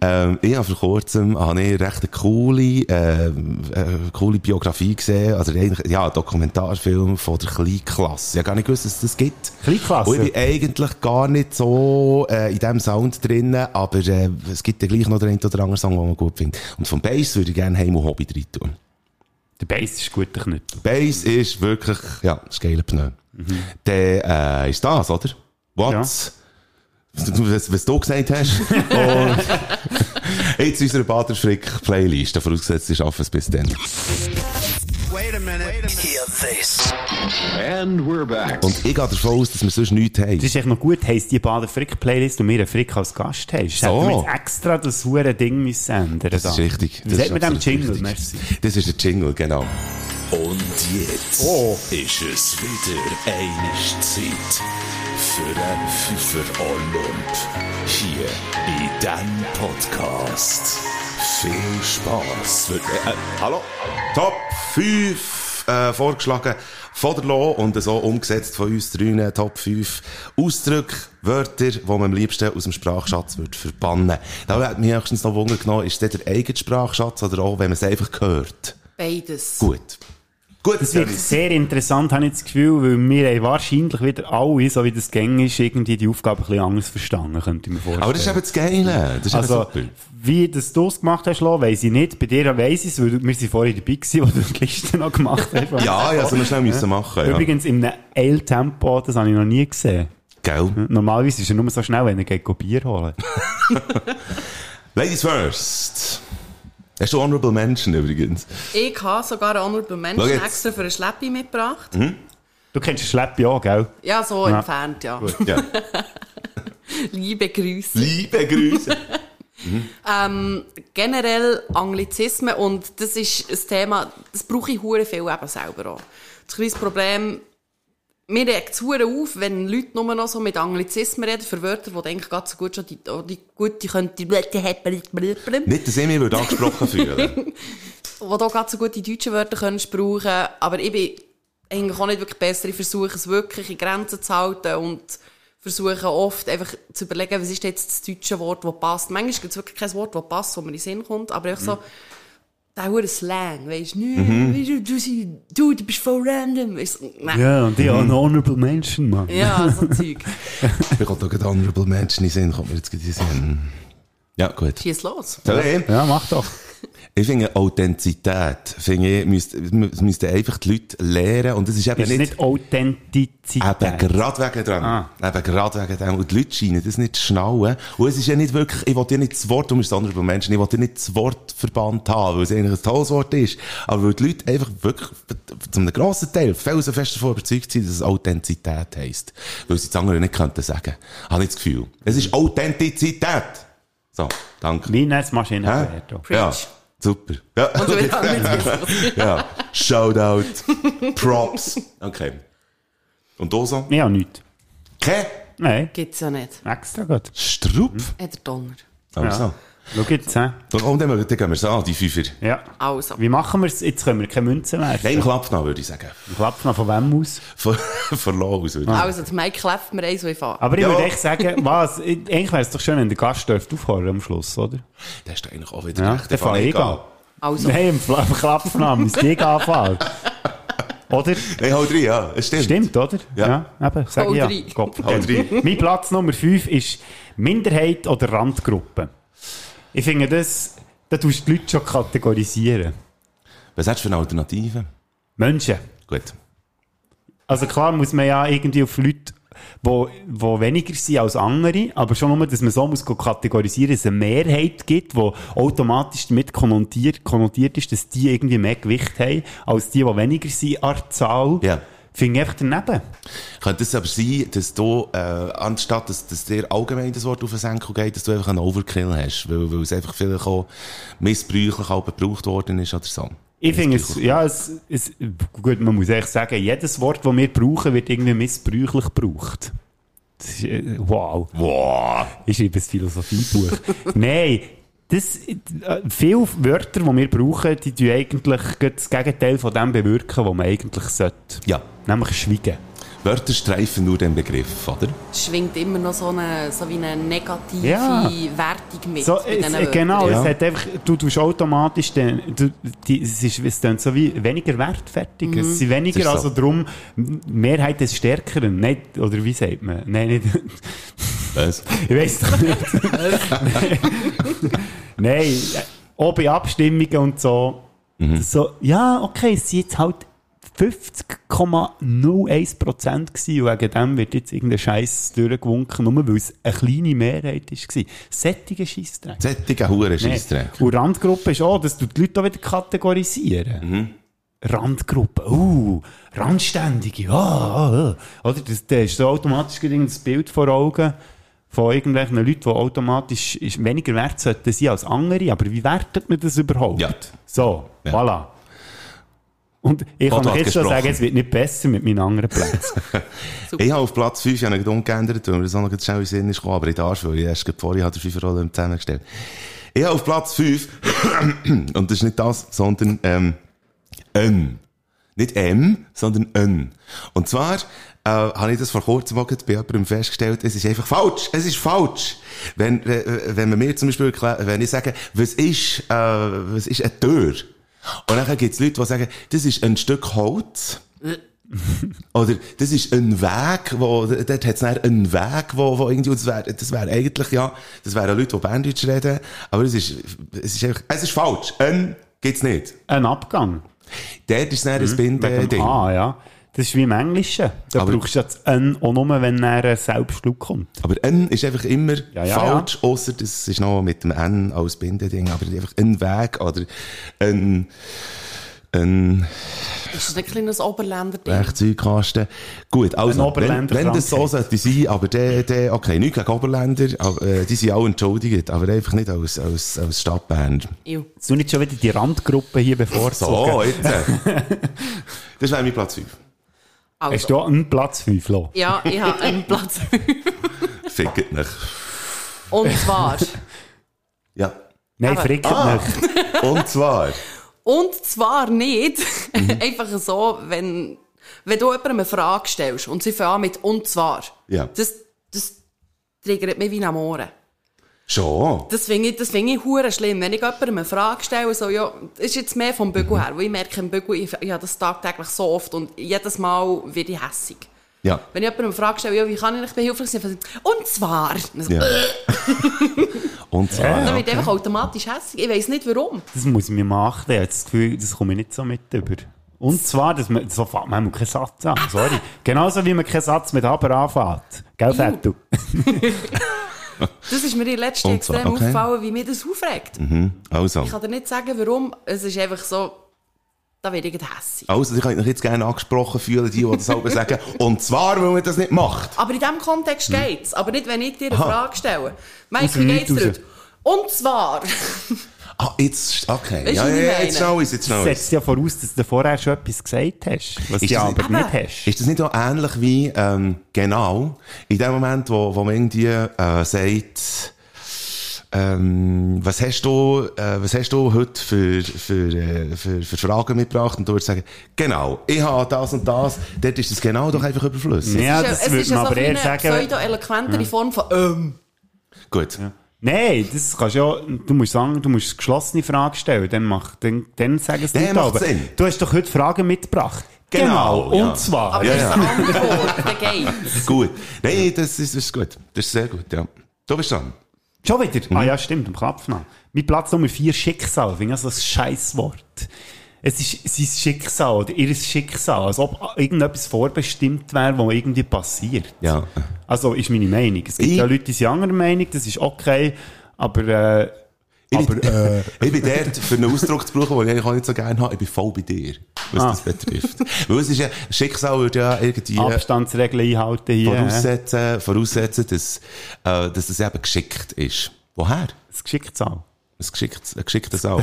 Speaker 4: Ähm, ich habe vor kurzem habe ich ah, recht eine coole, ähm, äh, coole Biografie gesehen. Also, eigentlich, ja, ein Dokumentarfilm von der Kleinklasse. Ich habe gar nicht gewusst, dass es das gibt.
Speaker 3: Kleinklasse?
Speaker 4: Und ich bin eigentlich gar nicht so äh, in diesem Sound drin, aber äh, es gibt ja gleich noch den einen oder anderen Song, den man gut findet. Und vom Bass würde ich gerne Heim und Hobby rein tun.
Speaker 3: Der Bass ist gut, der Knüppel.
Speaker 4: Bass ist wirklich, ja, das geile Pneu.
Speaker 3: Mhm.
Speaker 4: Dann äh, ist das, oder? Was? Was, was du gesagt hast. Und jetzt unsere Bader Frick Playlist. Vorausgesetzt, ich schaffe es bis dann.
Speaker 5: Hear this.
Speaker 4: Und ich gehe davon aus, dass wir sonst nichts
Speaker 3: Das
Speaker 4: haben.
Speaker 3: ist echt noch gut, heisst die Bader Frick Playlist und wir einen Frick als Gast hast.
Speaker 4: So.
Speaker 3: Hätten wir jetzt extra das hure Ding müssen ändern
Speaker 4: Das ist richtig.
Speaker 3: Wie sagt man dem
Speaker 4: absolut
Speaker 3: Jingle?
Speaker 4: richtig.
Speaker 3: Merci.
Speaker 4: Das ist der Jingle, genau.
Speaker 5: Und jetzt
Speaker 3: Oh.
Speaker 5: ist es wieder eine Zeit für einen Pfeifer Olymp. Hier in diesem Podcast. Viel Spaß.
Speaker 4: Äh, äh, hallo? Top 5 äh, vorgeschlagen von der Lo und so umgesetzt von uns drüne Top 5 Ausdrücke, Wörter, die man am liebsten aus dem Sprachschatz würde verbannen Da hat mich höchstens noch Wunder genommen, ist das der eigene Sprachschatz oder auch, wenn man es einfach hört?
Speaker 6: Beides.
Speaker 4: Gut. Gut,
Speaker 3: Das wird sehr interessant, habe ich das Gefühl, weil wir haben wahrscheinlich wieder alle, so wie das Gang ist, irgendwie die Aufgabe ein bisschen anders verstanden, könnte ich mir vorstellen.
Speaker 4: Aber das ist eben das Geile. Das ist
Speaker 3: also,
Speaker 4: eben super.
Speaker 3: wie das du es gemacht hast, Lo, weiss ich nicht. Bei dir weiss ich es, weil du- wir sind vorhin dabei gewesen, wo du die Liste noch gemacht hast.
Speaker 4: Ja, ja, so wir schnell müssen machen. Ja.
Speaker 3: Übrigens, in einem Eiltempo, das habe ich noch nie gesehen.
Speaker 4: Gell?
Speaker 3: Normalerweise ist er nur so schnell, wenn er geht Bier holen
Speaker 4: Ladies first. Hast du Honorable Mention übrigens?
Speaker 6: Ich habe sogar einen
Speaker 4: Schau
Speaker 6: Honorable Menschen
Speaker 4: jetzt.
Speaker 6: extra für eine Schleppi mitgebracht.
Speaker 3: Du kennst den Schleppi auch, gell?
Speaker 6: Ja, so
Speaker 3: Mhm. Ja.
Speaker 6: entfernt, ja.
Speaker 3: Gut.
Speaker 4: Ja.
Speaker 6: Liebe Grüße.
Speaker 4: Liebe Grüße.
Speaker 6: Ähm, generell Anglizismen und das ist ein Thema, das brauche ich hure viel eben selber auch. Das kleine Problem, mir regt es hure auf, wenn Leute nur noch so mit Anglizismen reden, für Wörter, die denken, gerade so gut schon, die, oh, die gute könnte, die
Speaker 4: Nicht, dass ich mich würde angesprochen fühle.
Speaker 6: wo du gerade so gute deutsche Wörter könntest brauchen aber ich bin eigentlich auch nicht wirklich besser. Ich versuche es wirklich in Grenzen zu halten und versuche oft einfach zu überlegen, was ist jetzt das deutsche Wort, das passt. Manchmal gibt es wirklich kein Wort, das passt, wo mir in den Sinn kommt, aber einfach so, der hure Slang, weißt du,
Speaker 3: Mhm.
Speaker 6: nee, du, du, du, du bist voll random. Weißt, du, nein.
Speaker 3: Ja, und die mhm. honorable Menschen, Mann.
Speaker 6: Ja, so Zeug.
Speaker 4: Mir kommt auch gerade Honorable Menschen in den Sinn. Kommt mir jetzt gerade in den Sinn. Ja, gut.
Speaker 6: Schieß los.
Speaker 4: Sorry.
Speaker 3: Ja, mach doch.
Speaker 4: Ich finde Authentizität, finde ich, müsste, müsste einfach die Leute lehren. Und das ist eben
Speaker 3: Ist es nicht
Speaker 4: Eben
Speaker 3: Authentizität?
Speaker 4: gerade wegen dem.
Speaker 3: Ah.
Speaker 4: Eben gerade wegen dem. Und die Leute scheinen das nicht zu schnallen. Und es ist ja nicht wirklich, ich will dir nicht das Wort, darum ist es andere bei Menschen, ich will dir nicht das Wort verbannt haben, weil es eigentlich ein tolles Wort ist. Aber weil die Leute einfach wirklich zu einem grossen Teil felsenfest davon überzeugt sind, dass es Authentizität heisst. Weil sie das andere nicht könnten sagen. Habe ich das Gefühl. Es ist Authentizität. So, danke.
Speaker 3: Wie nennt Maschine,
Speaker 4: Hä?
Speaker 3: Alberto?
Speaker 4: Ja,
Speaker 6: Preach.
Speaker 4: super. Ja.
Speaker 6: Und du willst auch nicht
Speaker 4: ja. Shoutout. Props. Okay. Und du so?
Speaker 3: Ja, nichts.
Speaker 4: Kein
Speaker 3: Nein,
Speaker 6: Gibt's ja nicht.
Speaker 3: extra gut. Hm.
Speaker 4: Strupf.
Speaker 6: Hat der Donner.
Speaker 4: Also.
Speaker 3: Schau jetzt, hä?
Speaker 4: Und, und dann, mögen- dann gehen wir es an, die Fünfer.
Speaker 3: Ja.
Speaker 6: Also.
Speaker 3: Wie machen wir es? Jetzt können wir keine Münzen werfen.
Speaker 4: Nein, im Klappnau würde ich sagen.
Speaker 3: Klappt noch von wem aus?
Speaker 4: Von, von Laus
Speaker 3: Ah.
Speaker 4: würde ich sagen.
Speaker 6: Also, der Mike kläfft mir eins, wo ich fahre.
Speaker 3: Aber ich
Speaker 4: Ja.
Speaker 3: würde echt sagen, was, ich- eigentlich wäre es doch schön, wenn der Gast dürfte aufhören am Schluss, oder?
Speaker 4: Der ist eigentlich auch wieder
Speaker 3: Ja,
Speaker 4: recht.
Speaker 3: der
Speaker 4: fand
Speaker 3: fand ich
Speaker 4: egal.
Speaker 3: egal.
Speaker 6: Also.
Speaker 3: Nein, im Fla- im Klapfnamen ist die Anfall. Oder?
Speaker 4: Nein, halt rein, ja. Es stimmt.
Speaker 3: Stimmt, oder?
Speaker 4: Ja.
Speaker 3: eben, sag ich
Speaker 6: Hau
Speaker 3: ja.
Speaker 6: rein.
Speaker 3: Kopf-
Speaker 4: Hau rein.
Speaker 3: mein Platz Nummer 5 ist Minderheit oder Randgruppe. Ich finde das, da tust du die Leute schon kategorisieren.
Speaker 4: Was hast du für eine Alternative?
Speaker 3: Menschen.
Speaker 4: Gut.
Speaker 3: Also klar muss man ja irgendwie auf Leute, wo, wo weniger sind als andere, aber schon nur, dass man so muss kategorisieren, dass es eine Mehrheit gibt, wo automatisch damit konnotiert, konnotiert ist, dass die irgendwie mehr Gewicht haben, als die, die weniger sind an der Zahl.
Speaker 4: Ja.
Speaker 3: Finde ich einfach daneben.
Speaker 4: Könnte es aber sein, dass du, äh, anstatt dass, dass dir allgemein das Wort auf den Senkel geht, dass du einfach einen Overkill hast, weil, weil es einfach vielleicht auch missbräuchlich auch gebraucht worden ist oder so?
Speaker 3: Ich finde es, ja, es, es, gut, man muss echt sagen, jedes Wort, das wir brauchen, wird irgendwie missbräuchlich gebraucht. Das ist, äh, wow.
Speaker 4: Wow!
Speaker 3: Ich schreibe ein Philosophiebuch. Nein, das, äh, viele Wörter, die wir brauchen, die tun eigentlich gerade das Gegenteil von dem bewirken, was man eigentlich sollte.
Speaker 4: Ja.
Speaker 3: Nämlich schweigen.
Speaker 4: Wörter streifen nur den Begriff, oder?
Speaker 6: Es schwingt immer noch so eine, so wie eine negative
Speaker 3: Ja.
Speaker 6: Wertung mit.
Speaker 3: So,
Speaker 6: bei
Speaker 3: es,
Speaker 6: diesen
Speaker 3: äh, genau,
Speaker 6: Wörtern.
Speaker 4: Ja.
Speaker 3: es hat einfach, du tust automatisch, den, du, die, es ist es tönt so wie weniger wertfertig. Es sind weniger,
Speaker 4: Das ist so.
Speaker 3: also drum Mehrheit des Stärkeren. Nicht, oder wie sagt man? Nein, nicht.
Speaker 4: Was?
Speaker 3: Ich weiß doch nicht. Nein, äh, auch bei Abstimmungen und so.
Speaker 4: Mhm.
Speaker 3: so ja, okay, es sind jetzt halt 50,01 Prozent gewesen und wegen dem wird jetzt irgendein Scheiß durchgewunken, nur weil es eine kleine Mehrheit war. Sättige Scheissdreck.
Speaker 4: Sättiger Huren
Speaker 3: Nee.
Speaker 4: Scheissdreck.
Speaker 3: Äh, Und Randgruppe ist auch, dass du die Leute auch wieder kategorisieren.
Speaker 4: Mhm.
Speaker 3: Randgruppe, uh, Randständige, ah, ah, ah. Oder, das, das ist so automatisch gerade irgendein Bild vor Augen von irgendwelchen Leuten, die automatisch ist weniger wert sollten sein als andere. Aber wie wertet man das überhaupt?
Speaker 4: Ja.
Speaker 3: So,
Speaker 4: Ja.
Speaker 3: voilà. Und ich kann
Speaker 4: Podcast
Speaker 3: euch jetzt schon
Speaker 4: gesprochen.
Speaker 3: sagen, es wird nicht besser mit meinen anderen Plätzen.
Speaker 4: Ich habe auf Platz 5 ja nicht umgeändert, weil mir das auch noch gerade schnell in den Sinn ist gekommen, aber ich darf, weil ich erst gerade vorher hatte fünf Rollen zusammengestellt. Ich habe auf Platz 5, und das ist nicht das, sondern, ähm, N. Nicht M, sondern N. Und zwar, äh, habe ich das vor kurzem auch gerade bei jemandem festgestellt, es ist einfach falsch. Es ist falsch. Wenn, äh, wenn man mir zum Beispiel, erklärt- wenn ich sage, was ist, äh, was ist eine Tür? Und dann gibt es Leute, die sagen, das ist ein Stück Holz. Oder das ist ein Weg, wo, dort hat es einen Weg, wo, wo irgendwie, und das wäre das wär eigentlich, ja, das wären Leute, die Berndeutsch reden, aber es ist, es ist einfach, es ist falsch. Ein gibt's nicht.
Speaker 3: Ein Abgang.
Speaker 4: Dort ist dann das
Speaker 3: Mhm. Wegen dem
Speaker 4: Binde-Ding.
Speaker 3: A, ja. Das ist wie im Englischen. Da
Speaker 4: Äh, Aber-
Speaker 3: brauchst du ja das N auch nur, wenn er äh, selbst Schluck kommt.
Speaker 4: Aber N ist einfach immer
Speaker 3: Ja, ja,
Speaker 4: falsch, außer das ist noch mit dem N als Bindeding, aber einfach ein Weg oder ein, ein
Speaker 6: Ist das nicht ein bisschen ein Oberländer-Ding?
Speaker 4: Werkzeugkasten. Gut, also,
Speaker 3: Ein
Speaker 4: wenn,
Speaker 3: Oberländer
Speaker 4: wenn das so
Speaker 3: Frankreich.
Speaker 4: sollte sein, aber der, der, okay, nicht gegen Oberländer, aber, äh, die sind auch entschuldigt, aber einfach nicht als, als, als Stadtband.
Speaker 6: Ew.
Speaker 3: Du nicht schon wieder die Randgruppe hier bevorzugen.
Speaker 4: So, jetzt. äh. das wäre mein Platz 5.
Speaker 3: Hast
Speaker 6: Also,
Speaker 3: du einen Platz 5 lassen?
Speaker 6: ja, ich habe einen Platz.
Speaker 4: Fickt nicht.
Speaker 6: Und zwar,
Speaker 4: Ja.
Speaker 3: Nein, frickt
Speaker 4: Ah.
Speaker 3: nicht.
Speaker 4: Und zwar,
Speaker 6: und zwar nicht,
Speaker 3: Mhm.
Speaker 6: einfach so, wenn, wenn du jemandem eine Frage stellst und sie fangen mit «und zwar»,
Speaker 4: Ja.
Speaker 6: das, das triggert mich wie am Ohren.
Speaker 4: schon.
Speaker 6: Das finde ich, das finde ich hure schlimm. Wenn ich jemandem eine Frage stelle, so, ja, das ist jetzt mehr vom
Speaker 3: Mhm.
Speaker 6: Bügel her, weil ich merke, im Bügel, ich, ich habe das tagtäglich so oft und jedes Mal werde ich hässig.
Speaker 4: Ja.
Speaker 6: Wenn ich jemandem eine Frage stelle, ja, wie kann ich euch behilflich sein? Dann sage ich, Und zwar, Und so,
Speaker 4: ja.
Speaker 6: äh,
Speaker 4: Und zwar,
Speaker 6: dann wird einfach automatisch hässig. Ich weiß nicht warum.
Speaker 3: Das muss ich mir mal achten. Ich habe das Gefühl, das komme ich nicht so mit über. Und zwar, dass man, so fängt man keinen Satz an. Sorry. Genauso wie man keinen Satz mit aber anfängt.
Speaker 6: Uh.
Speaker 3: Gell, Fettu?
Speaker 6: Das ist mir in letzter
Speaker 4: Und zwar,
Speaker 6: extrem
Speaker 4: okay.
Speaker 6: aufgefallen, wie dus mir das aufregt.
Speaker 4: Hm. also.
Speaker 6: Ich kann dir nicht sagen, warum. Es ist einfach so, da werde ich gerade hässig.
Speaker 4: Also, ich könnte mich jetzt gerne angesprochen fühlen, die, die das selber sagen. Und zwar, weil man das nicht macht.
Speaker 6: Aber in diesem Kontext geht's. Aber nicht, wenn ich dir eine
Speaker 4: Hm. Aha.
Speaker 6: Frage stelle.
Speaker 3: Aus
Speaker 6: Mike,
Speaker 3: dem
Speaker 6: wie geht's
Speaker 3: Nichts
Speaker 6: dir? Und zwar...
Speaker 4: Ah, jetzt, okay.
Speaker 6: Weisst
Speaker 4: ja,
Speaker 6: du,
Speaker 4: ja,
Speaker 6: was ich
Speaker 4: ja,
Speaker 6: meine?
Speaker 4: jetzt schnell ist, jetzt
Speaker 3: Das
Speaker 4: schnell ist.
Speaker 3: setzt ja voraus, dass du vorher schon etwas gesagt hast, was
Speaker 4: Ist
Speaker 3: du
Speaker 4: das
Speaker 3: aber
Speaker 4: nicht-
Speaker 3: nicht hast.
Speaker 4: Ist das nicht auch ähnlich wie, ähm, genau, in dem Moment, wo, wo man irgendwie, äh, sagt, ähm, was hast du, äh, was hast du heute für, für, äh, für, für Fragen mitgebracht? Und du würdest sagen, genau, ich habe das und das, dort ist das genau doch einfach überflüssig.
Speaker 3: Ja,
Speaker 6: Es ist-
Speaker 3: das
Speaker 6: es ist
Speaker 3: würde man
Speaker 6: so
Speaker 3: aber
Speaker 6: wie
Speaker 3: eher
Speaker 6: eine
Speaker 3: sagen.
Speaker 4: Hm.
Speaker 6: pseudo-eloquentere Form von «ähm».
Speaker 4: Gut.
Speaker 3: Nein, das kannst ja, du musst sagen, du musst geschlossene Fragen stellen, dann macht, dann, dann sagen es
Speaker 4: Dann
Speaker 3: nicht,
Speaker 4: macht's
Speaker 3: aber
Speaker 4: Sinn.
Speaker 3: du hast doch heute Fragen mitgebracht.
Speaker 4: Genau,
Speaker 3: und
Speaker 4: ja.
Speaker 3: zwar.
Speaker 6: Aber
Speaker 4: Ja,
Speaker 6: das ist
Speaker 4: ja.
Speaker 6: eine Antwort, dann geht's.
Speaker 4: Gut. Nein, das ist, das ist gut. Das ist sehr gut, ja. Du bist dran.
Speaker 3: Schon wieder? Ah ja, stimmt, am Knopf noch. Mit Platz Nummer 4, Schicksal, finde ich also ein Scheißwort. Es ist sein Schicksal oder ihr Schicksal, als ob irgendetwas vorbestimmt wäre, was irgendwie passiert.
Speaker 4: Ja.
Speaker 3: Also ist meine Meinung. Es gibt
Speaker 4: Ich-
Speaker 3: ja Leute, die sind anderer Meinung, das ist okay, aber... Äh, aber äh,
Speaker 4: Ich bin dort, für einen Ausdruck zu brauchen, den ich eigentlich auch nicht so gerne habe, ich bin voll bei dir, was das betrifft. Weil es ist ja, Schicksal würde ja irgendwie äh,
Speaker 3: Abstandsregeln einhalten hier. hä?
Speaker 4: voraussetzen, voraussetzen dass, äh, dass das eben geschickt ist. Woher?
Speaker 3: Das Geschicksal.
Speaker 4: Ein geschicktes, ein geschicktes Sau.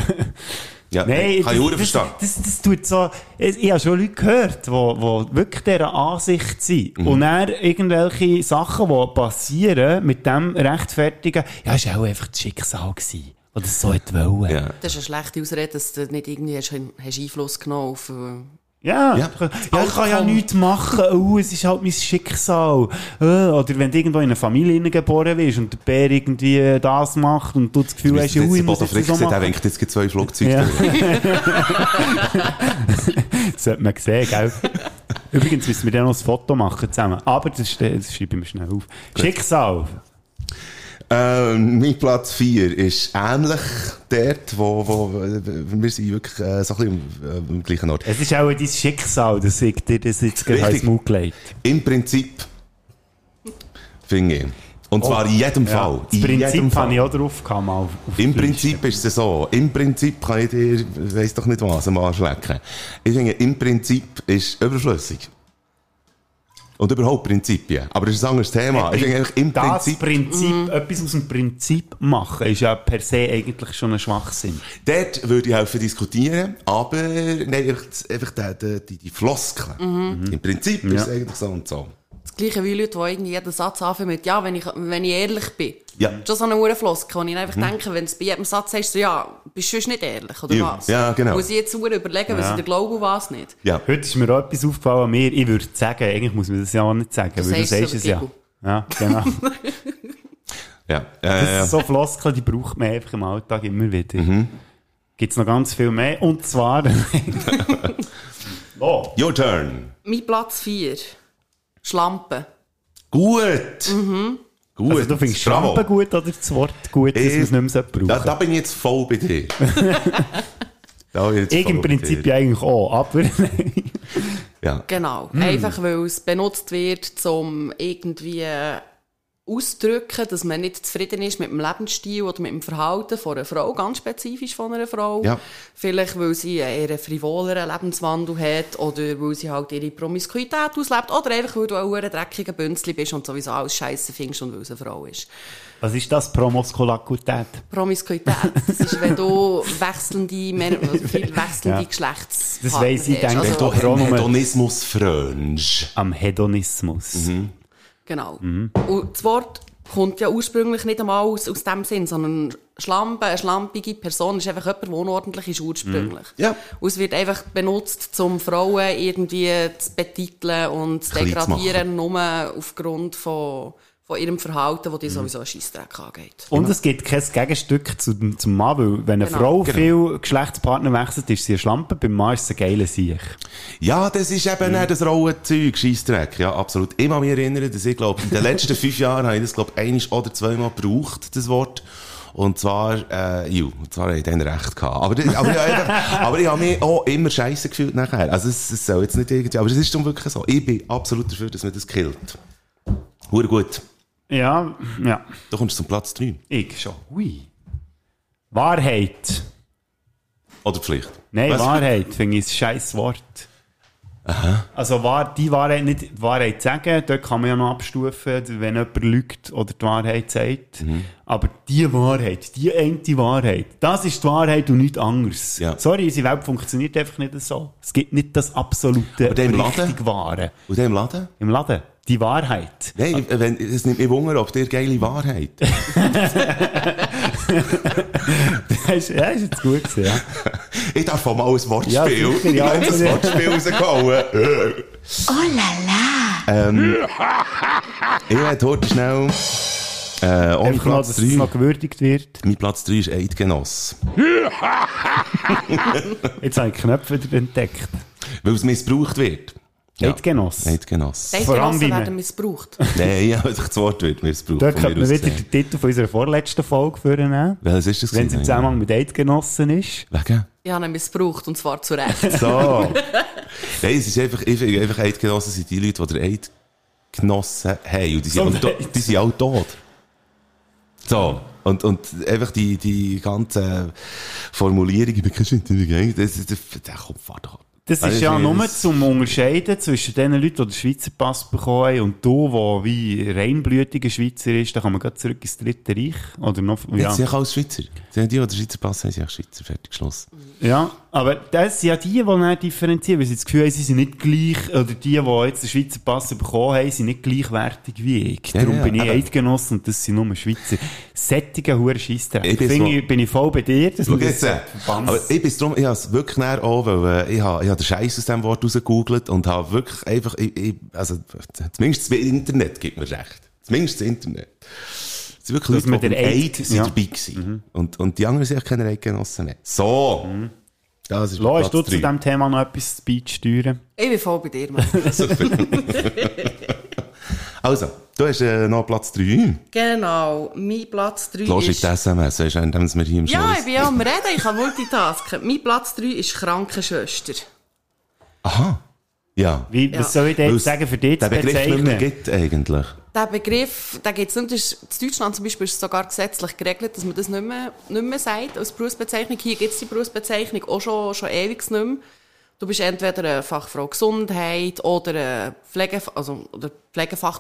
Speaker 4: Ja,
Speaker 3: Nein,
Speaker 4: kann ich auch
Speaker 3: das, das,
Speaker 4: verstehen.
Speaker 3: das, das tut so. Ich, ich habe schon Leute gehört, die wirklich dieser Ansicht sind.
Speaker 4: Mhm.
Speaker 3: Und dann irgendwelche Sachen, die passieren, mit dem rechtfertigen, ja, es war auch einfach das Schicksal. Gewesen, oder so hat wollen.
Speaker 4: Ja.
Speaker 6: Das ist eine schlechte Ausrede, dass du nicht irgendwie hast, hast Einfluss genommen auf... äh,
Speaker 3: Ja,
Speaker 4: Ja.
Speaker 3: ja. ich kann ja nichts machen. Oh, es ist halt mein Schicksal. Äh, Oder wenn du irgendwo in eine Familie hineingeboren wirst und der Bär irgendwie das macht und du das
Speaker 4: Du
Speaker 3: Gefühl hast,
Speaker 4: weißt,
Speaker 3: ja,
Speaker 4: jetzt
Speaker 3: oh, ich
Speaker 4: den
Speaker 3: muss
Speaker 4: Bodo
Speaker 3: jetzt
Speaker 4: Frick
Speaker 3: so
Speaker 4: gesehen, der
Speaker 3: machen.
Speaker 4: winkt jetzt gleich zwei Flugzeuge
Speaker 3: Ja.
Speaker 4: durch.
Speaker 3: Das sollte man sehen, gell? Übrigens müssen wir dann noch ein Foto machen zusammen. Aber das, ist- das schreibe ich mir schnell auf. Schicksal.
Speaker 4: Ähm, mein Platz 4 ist ähnlich dort, wo, wo wir sind wirklich äh, so ein bisschen am, äh, am gleichen Ort.
Speaker 3: Es ist auch dein Schicksal, dass ich dir das jetzt gerade
Speaker 4: Richtig.
Speaker 3: ins Mund gelegt
Speaker 4: Im Prinzip finde ich. Und zwar in jedem Fall.
Speaker 3: Das
Speaker 4: in jedem
Speaker 3: Oh. Prinzip
Speaker 4: Fall.
Speaker 3: habe ich auch drauf gehabt, mal auf, auf
Speaker 4: Im
Speaker 3: die Liste.
Speaker 4: Prinzip ist es so. Im Prinzip kann ich dir, weiss doch nicht was, am Arsch lecken. Ich finde, im Prinzip ist überflüssig. Und überhaupt Prinzipien. Aber das ist ein anderes Thema. Ich finde, eigentlich im
Speaker 3: das
Speaker 4: Prinzip,
Speaker 3: Prinzip,
Speaker 6: Mhm.
Speaker 3: etwas aus dem Prinzip machen, ist ja per se eigentlich schon ein Schwachsinn.
Speaker 4: dort würde ich helfen diskutieren. Aber, nein, einfach, einfach die, die, die Floskeln.
Speaker 3: Mhm.
Speaker 4: Im Prinzip ist es eigentlich so und so.
Speaker 6: Das gleiche wie Leute, die irgendwie jeden Satz anfangen mit «ja, wenn ich, wenn ich ehrlich bin».
Speaker 4: Ja. Mhm.
Speaker 6: Das ist so eine hohe Floskel, wo ich einfach denke, wenn du bei jedem Satz sagst, so, «ja, bist du sonst nicht ehrlich, oder
Speaker 4: Ja.
Speaker 6: was?»
Speaker 4: Ja, genau.
Speaker 6: Muss ich jetzt hure überlegen, was ich dir glaube und was nicht.
Speaker 4: Ja.
Speaker 3: Heute ist mir auch etwas aufgefallen an mir. Ich würde sagen, eigentlich muss man das ja auch nicht sagen, weil du
Speaker 6: sagst es
Speaker 3: sagst es ja.
Speaker 6: aber,
Speaker 3: Ja, genau.
Speaker 4: Ja. Mhm.
Speaker 3: Das
Speaker 4: Äh,
Speaker 3: ist so Floskeln, die braucht man einfach im Alltag immer wieder. Gibt es noch ganz viel mehr. Und zwar... also oh,
Speaker 4: your turn.
Speaker 6: Mein Platz 4. Schlampen.
Speaker 4: Gut. Gut.
Speaker 3: also du findest Schrampen gut oder das Wort gut, dass man es nicht mehr so brauchen
Speaker 4: Da, da bin ich jetzt voll bei dir. da bin ich jetzt
Speaker 3: Ich im
Speaker 4: voll bei
Speaker 3: Prinzip
Speaker 4: dir.
Speaker 3: ja eigentlich auch, aber...
Speaker 4: ja.
Speaker 3: Hm.
Speaker 6: Genau. Einfach, weil es benutzt wird, um irgendwie ausdrücken, dass man nicht zufrieden ist mit dem Lebensstil oder mit dem Verhalten von einer Frau, ganz spezifisch von einer Frau.
Speaker 4: Ja.
Speaker 6: Vielleicht, weil sie einen eher frivoleren Lebenswandel hat oder weil sie halt ihre Promiskuität auslebt oder einfach, weil du ein verdammt dreckiger Bünzli bist und sowieso alles scheisse findest und weil es eine Frau ist.
Speaker 3: Was ist das? Promoskulakultät?
Speaker 6: Promiskuität, das ist, wenn du wechselnde, Männer, also viele wechselnde Also, Geschlechts
Speaker 3: Das weiss ich, denke ich,
Speaker 4: Hedo
Speaker 3: doch. Warum?
Speaker 4: Hedonismus Frönsch.
Speaker 3: Am Hedonismus.
Speaker 4: Mhm.
Speaker 6: Genau.
Speaker 3: Mhm.
Speaker 6: Und das Wort kommt ja ursprünglich nicht einmal aus, aus dem Sinn, sondern Schlampe, eine schlampige Person ist einfach jemand, der unordentlich ist ursprünglich.
Speaker 3: Mhm.
Speaker 4: Ja.
Speaker 6: Und es wird einfach benutzt, um Frauen irgendwie zu betiteln und zu
Speaker 4: Klein zu
Speaker 6: degradieren, nur aufgrund von, von ihrem Verhalten,
Speaker 3: Mhm.
Speaker 6: das dir sowieso einen Scheissdreck angeht.
Speaker 3: Und es gibt kein Gegenstück zu, zum Mann, weil wenn eine Frau
Speaker 6: Genau.
Speaker 3: viel Geschlechtspartner wechselt, ist sie eine Schlampe, beim Mann ist sie ein geiler Sieg.
Speaker 4: Ja, das ist eben mhm. das raue Zeug, Scheissdreck. Ja, absolut. Ich kann mich erinnern, dass ich glaube, in den letzten fünf Jahren habe ich das, glaube ich, einisch oder zweimal gebraucht, das Wort. Und zwar, äh, ju, und zwar habe ich dann recht gehabt. Aber, das- aber, ich, habe einfach, aber ich habe mich auch immer scheiße gefühlt nachher. Also, es, es soll jetzt nicht irgendwie, aber es ist dann wirklich so. Ich bin absolut dafür, dass man das killt. Hure gut.
Speaker 3: Ja, ja.
Speaker 4: Du kommst zum Platz 3.
Speaker 3: Ich schon. Ui. Wahrheit.
Speaker 4: Oder Pflicht.
Speaker 3: Nein,
Speaker 4: Was?
Speaker 3: Wahrheit finde ich ein scheiß Wort. Also wahr, die Wahrheit, nicht die Wahrheit sagen, dort kann man ja noch abstufen, wenn jemand lügt oder die Wahrheit sagt.
Speaker 4: Mhm.
Speaker 3: Aber die Wahrheit, die eine Wahrheit, das ist die Wahrheit und nichts anderes.
Speaker 4: Ja.
Speaker 3: Sorry, unsere Welt funktioniert einfach nicht so. Es gibt nicht das absolute,
Speaker 4: Aber der im Laden?
Speaker 3: richtig Wahre.
Speaker 4: Und der im Laden?
Speaker 3: Im Laden, die Wahrheit.
Speaker 4: Nein, ich- wenn, es nimmt mich Wunder, ob der geile Wahrheit.
Speaker 3: Das ist, ja, ist jetzt gut gewesen, ja.
Speaker 4: Ich darf auch mal ein Wortspiel.
Speaker 3: Ja, sicher, ja,
Speaker 4: ich habe ein
Speaker 3: sicher.
Speaker 4: Wortspiel rausgehauen.
Speaker 10: Oh la la.
Speaker 4: Ehm, ich werde heute schnell, äh, auf
Speaker 3: Einfach noch,
Speaker 4: Platz
Speaker 3: dass es
Speaker 4: 3.
Speaker 3: noch gewürdigt wird.
Speaker 4: Mein Platz 3 ist Eidgenoss.
Speaker 3: Jetzt habe ich die Knöpfe wieder entdeckt.
Speaker 4: Weil es missbraucht wird.
Speaker 3: Ja. Eidgenoss.
Speaker 4: Eidgenoss.
Speaker 6: Die
Speaker 3: Vor allem
Speaker 6: Genossen
Speaker 3: wie man-
Speaker 6: also werden missbraucht.
Speaker 4: Nein, ja, das Wort wird missbraucht.
Speaker 3: Dort
Speaker 4: von
Speaker 3: könnte
Speaker 4: mir
Speaker 3: man
Speaker 4: aus
Speaker 3: wieder
Speaker 4: gesehen.
Speaker 3: den Titel von unserer vorletzten Folge vornehmen.
Speaker 4: Welches ist das?
Speaker 3: Wenn es im
Speaker 4: gewesen?
Speaker 3: Zusammenhang mit Eidgenossen ist.
Speaker 4: Wegen?
Speaker 6: Ich habe ihn missbraucht, und zwar zu Recht.
Speaker 4: So. Nein, es ist einfach, ich finde einfach Eidgenossen sind die Leute, die den Eid genossen haben. Und die sind,
Speaker 3: So
Speaker 4: alle to-
Speaker 3: weit.
Speaker 4: die sind alle tot. So. Und, und einfach die, die eh, ganzen Formulierungen, ich bin kein Intelligent, das ist, das- der Kopf war doch ab.
Speaker 3: Das
Speaker 4: Also
Speaker 3: ist ja
Speaker 4: ich-
Speaker 3: nur
Speaker 4: das-
Speaker 3: zum Unterscheiden zwischen den Leuten, die den Schweizer Pass bekommen haben und du, der wie reinblütiger Schweizer ist, da kann man gerade zurück ins Dritte Reich. Oder noch,
Speaker 4: Ja.
Speaker 3: ja.
Speaker 4: Sie sind alles Schweizer. Sie haben die, die den Schweizer Pass haben, sind auch Schweizer. Fertig, Schluss.
Speaker 3: ja, aber das sind ja die, die nicht differenzieren, weil sie das Gefühl haben, sie sind nicht gleich, oder die, die jetzt den Schweizer Pass bekommen haben, sind nicht gleichwertig wie ich.
Speaker 4: Ja,
Speaker 3: Darum
Speaker 4: ja,
Speaker 3: bin ich
Speaker 4: eben.
Speaker 3: Eidgenossen und das sind nur Schweizer. Sättige Huren Scheissdreck.
Speaker 4: Ich bin
Speaker 3: Finde
Speaker 4: so-
Speaker 3: ich- Bin ich voll bei dir. dass
Speaker 4: Schau
Speaker 3: man
Speaker 4: jetzt.
Speaker 3: das-
Speaker 4: äh, Aber ich bin's drum, ich hab's wirklich näher an, weil, äh, ich hab, ich hab den Scheiß aus dem Wort rausgegoogelt und hab wirklich einfach, ich, ich, also, zumindest das Internet gibt mir recht. Zumindest das Internet. Es sind wirklich
Speaker 3: Dass
Speaker 4: Leute,
Speaker 3: man
Speaker 4: die
Speaker 3: den
Speaker 4: beim Eid
Speaker 3: Eid-
Speaker 4: sind
Speaker 3: ja. Mhm.
Speaker 4: dabei gewesen. Und, und die anderen sind auch keine Eidgenossen mehr. So! Das ist
Speaker 3: Lass Mhm. du zu
Speaker 4: drei.
Speaker 3: diesem Thema noch etwas beisteuern?
Speaker 6: Ich bin voll bei dir, Mann.
Speaker 4: Also, du hast äh, noch Platz 3.
Speaker 6: Genau, mein Platz 3
Speaker 4: Lass ich
Speaker 6: ist...
Speaker 4: die SMS, weißt du, indem es mir hier im
Speaker 6: Ja, ich
Speaker 4: Schluss-
Speaker 6: bin ja am Reden, ich kann multitasken. Mein Platz 3 ist Krankenschwester.
Speaker 4: Aha. Ja.
Speaker 3: Wie,
Speaker 6: Ja.
Speaker 3: Was soll ich dir
Speaker 4: Weil's
Speaker 3: jetzt sagen, für dich zu
Speaker 4: den Begriff nicht mehr
Speaker 3: bezeichnen?
Speaker 4: gibt, eigentlich.
Speaker 6: Der Begriff, den gibt's nicht. Das ist- In Deutschland zum Beispiel ist es sogar gesetzlich geregelt, dass man das nicht mehr, nicht mehr sagt als Berufsbezeichnung. Hier gibt's die Berufsbezeichnung auch schon, schon ewig nicht mehr. Du bist entweder eine Fachfrau Gesundheit oder eine Pflege, also, oder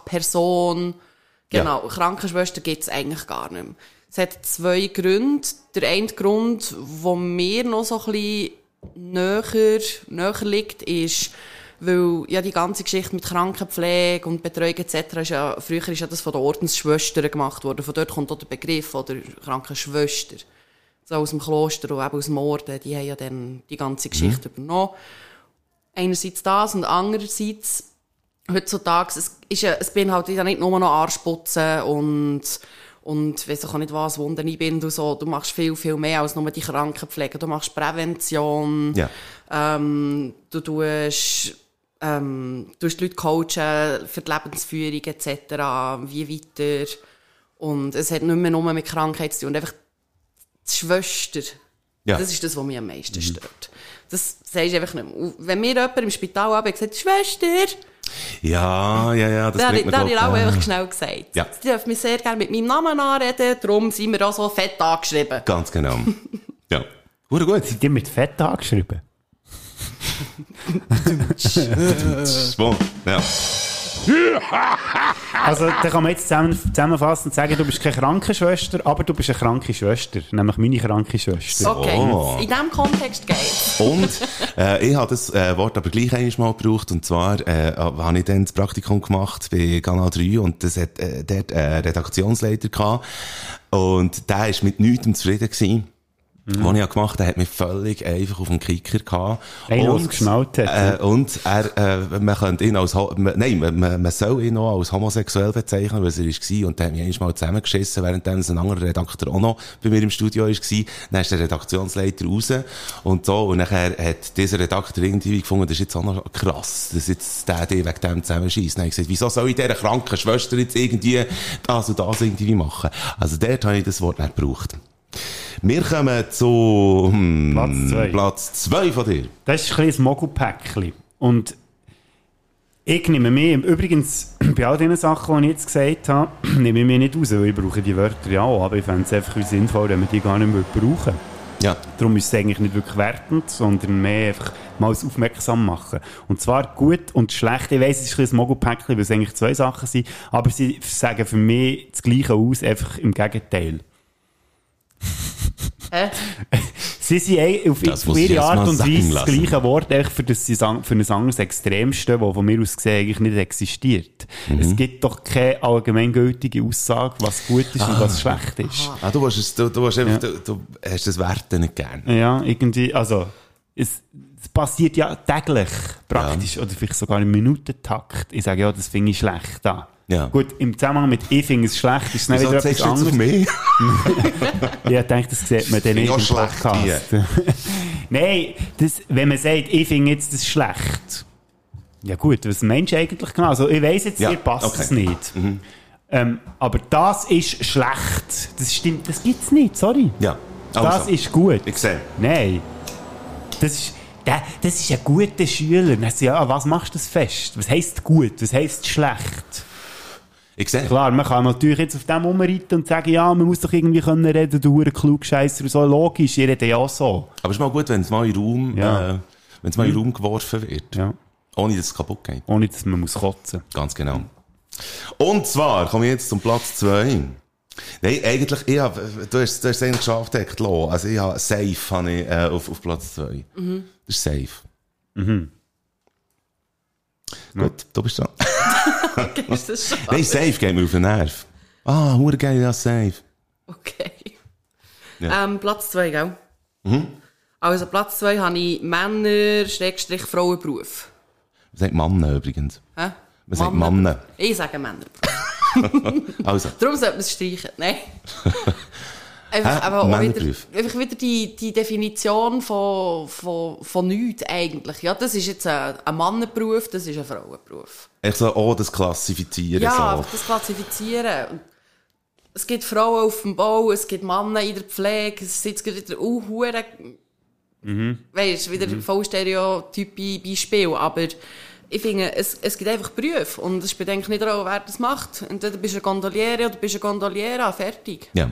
Speaker 6: Pflegefachperson. Genau, Krankenschwester gibt's eigentlich gar nicht mehr. Es hat zwei Gründe. Der eine Grund, der mir noch so ein bisschen näher, näher liegt, ist, weil ja die ganze Geschichte mit Krankenpflege und Betreuung etc. Ist ja, früher ist ja das von den Ordensschwestern gemacht worden. Von dort kommt auch der Begriff oder Krankenschwester. So aus dem Kloster und eben aus dem Orden, die haben ja dann die ganze Geschichte übernommen. Einerseits das und andererseits heutzutage, es, ist ja, es beinhaltet ja nicht nur noch Arschputzen und, und weiss ich auch nicht was, Wunder einbinden und so. Du machst viel, viel mehr als nur die Krankenpflege. Du machst Prävention,
Speaker 4: Ja.
Speaker 6: ähm, du tust, ähm, du tust die Leute coachen für die Lebensführung etc., wie weiter. Und es hat nicht mehr nur mit Krankheit zu tun. Und einfach die Schwester,
Speaker 4: Ja.
Speaker 6: das ist das, was mich am meisten stört. Das sagst du einfach nicht mehr. Und wenn mir jemand im Spital abends sagt, Schwester,
Speaker 4: Ja, ja, ja, das
Speaker 6: Das
Speaker 4: bringt
Speaker 6: habe
Speaker 4: man
Speaker 6: ich auch
Speaker 4: glaub, ja.
Speaker 6: einfach schnell gesagt.
Speaker 4: äh, Ja.
Speaker 6: Sie dürfen mich sehr gerne mit meinem Namen anreden, darum sind wir auch so fett angeschrieben.
Speaker 4: Ganz genau. ja. Hure gut.
Speaker 3: Sind die mit Fett angeschrieben?
Speaker 4: Schwung. Ja.
Speaker 3: Also, da kann man jetzt zusammen, zusammenfassend sagen, du bist keine Krankenschwester, aber du bist eine kranke Schwester. Nämlich meine kranke Schwester.
Speaker 6: Okay,
Speaker 4: Oh.
Speaker 6: in diesem Kontext geht's.
Speaker 4: Und äh, ich habe das äh, Wort aber gleich einmal gebraucht. Und zwar äh, habe ich dann das Praktikum gemacht bei Kanal 3 und das hat äh, dort äh, Redaktionsleiter gehabt. Und der ist mit nichts zufrieden gewesen.
Speaker 3: Mhm.
Speaker 4: Was ich habe gemacht habe, hat mich völlig einfach auf den Kicker gehabt.
Speaker 3: Einen ausgeschnallt hat, ja.
Speaker 4: Äh, und er, äh, man könnte ihn als, ho- man- nein, man, man, man soll ihn noch als homosexuell bezeichnen, weil er ist war. Und dann haben wir einmal zusammengeschissen, während ein anderer Redakteur auch noch bei mir im Studio war. Dann ist der Redaktionsleiter raus. Und so. Und nachher hat dieser Redakteur irgendwie gefunden, das ist jetzt auch noch krass, dass jetzt der dich wegen dem zusammenschießt. Dann habe ich gesagt, wieso soll ich dieser kranken Schwester jetzt irgendwie das und das irgendwie machen? Also dort habe ich das Wort nicht gebraucht. Wir kommen zu hm,
Speaker 3: Platz zwei.
Speaker 4: Platz zwei von dir.
Speaker 3: Das ist ein kleines Mogelpäckchen. Und ich nehme mich, übrigens, bei all diesen Sachen, die ich jetzt gesagt habe, nehme ich mich nicht raus, weil ich brauche die Wörter ja auch, aber ich fände es einfach wie sinnvoll, wenn wir die gar nicht mehr brauchen.
Speaker 4: Ja.
Speaker 3: Darum ist es eigentlich nicht wirklich wertend, sondern mehr einfach mal es aufmerksam machen. Und zwar gut und schlecht. Ich weiss, es ist ein bisschen ein Mogelpäckchen, weil es eigentlich zwei Sachen sind, aber sie sagen für mich das Gleiche aus, einfach im Gegenteil.
Speaker 6: Hä?
Speaker 3: Sie sind eh auf
Speaker 4: Das
Speaker 3: auf
Speaker 4: muss ich
Speaker 3: ihre
Speaker 4: jetzt
Speaker 3: Art
Speaker 4: mal
Speaker 3: und
Speaker 4: sacken
Speaker 3: Weise das
Speaker 4: lassen.
Speaker 3: gleiche Wort, echt für, das, sie sang- für ein anderes Extrem stehen, das von mir aus gesehen eigentlich nicht existiert.
Speaker 4: Mhm.
Speaker 3: Es gibt doch keine allgemeingültige Aussage, was gut ist und was schlecht ist.
Speaker 4: Ah, du, hast es, du, du, hast einfach, du, du hast das Werte nicht gern.
Speaker 3: Ja, irgendwie, also, es, es passiert ja täglich, praktisch, oder vielleicht sogar im Minutentakt. Ich sage, ja, das finde ich schlecht an.
Speaker 4: Ja.
Speaker 3: Gut, im Zusammenhang mit ich finde es schlecht, ist es dann
Speaker 4: Wieso
Speaker 3: wieder
Speaker 4: zeigst
Speaker 3: etwas
Speaker 4: du jetzt auf
Speaker 3: anderes.
Speaker 4: mich?
Speaker 3: Ja, ich denke, das sieht man dann
Speaker 4: Finde ich
Speaker 3: nicht
Speaker 4: auch
Speaker 3: im
Speaker 4: schlecht,
Speaker 3: Podcast. Nein, das, wenn man sagt, ich finde jetzt das schlecht. Ja gut, was meinst du eigentlich genau? Also ich weiss jetzt,
Speaker 4: Ja,
Speaker 3: dir passt
Speaker 4: okay. Mhm.
Speaker 3: es nicht. Ähm, aber das ist schlecht. Das stimmt, das gibt es nicht, sorry.
Speaker 4: Ja. Oh,
Speaker 3: Das
Speaker 4: Also.
Speaker 3: ist gut.
Speaker 4: Ich sehe.
Speaker 3: Nein. Das ist, der, das ist ein guter Schüler. Dann sagt, ja, was machst du das fest? Was heisst gut? Was heisst schlecht?
Speaker 4: Ich sehe.
Speaker 3: Klar, man kann natürlich jetzt auf dem rumreiten und sagen, ja, man muss doch irgendwie können reden, du Huren- Klugscheisser und so. Logisch, ihr redet ja auch so.
Speaker 4: Aber es ist mal gut, wenn es mal in den Raum,
Speaker 3: Ja.
Speaker 4: äh, wenn es mal in den Raum geworfen wird.
Speaker 3: Ja.
Speaker 4: Ohne, dass es kaputt geht.
Speaker 3: Ohne, dass man muss kotzen
Speaker 4: Ganz genau. Und zwar komme ich jetzt zum Platz 2. Nein, eigentlich, ich hab, du hast du hast es eigentlich schon abgedeckt, Lo. Also ich habe safe habe ich, äh, auf, auf Platz 2.
Speaker 6: Mhm.
Speaker 4: Das ist safe. Gut, du bist dran.
Speaker 6: Ist das schon?
Speaker 4: Nein, safe geht mir auf den Nerv. Ah, hure geil, ja, safe.
Speaker 6: Okay.
Speaker 4: Ja. Mhm.
Speaker 6: Ähm, Platz 2, gell? Also Platz 2 habe ich Männer, Schrägstrich Frauenberuf.
Speaker 4: Man sagt Mannen übrigens.
Speaker 6: Hä?
Speaker 4: Man sagt Mannen.
Speaker 6: Ich sage Männer.
Speaker 4: Also,
Speaker 6: Darum sollte man es streichen. Nein. einfach,
Speaker 4: Hä?
Speaker 6: aber auch wieder,
Speaker 4: Männerbrief.
Speaker 6: einfach wieder die, die Definition von, von, von nichts eigentlich. Ja, das ist jetzt ein, ein Mannenberuf, das ist ein Frauenberuf.
Speaker 4: ich so, oh, das klassifizieren.
Speaker 6: Ja,
Speaker 4: so.
Speaker 6: einfach das klassifizieren. Und Es gibt Frauen auf dem Bau, es gibt Männer in der Pflege, es sitzt gerade wieder uh, hure.
Speaker 4: Mhm.
Speaker 6: Weißt du, wieder voll stereotype Beispiel. Aber ich finde, es, es gibt einfach Berufe. Und es bedenkt nicht daran, wer das macht. Entweder bist du ein Gondoliere oder bist du eine Gondoliera. Fertig.
Speaker 4: Ja.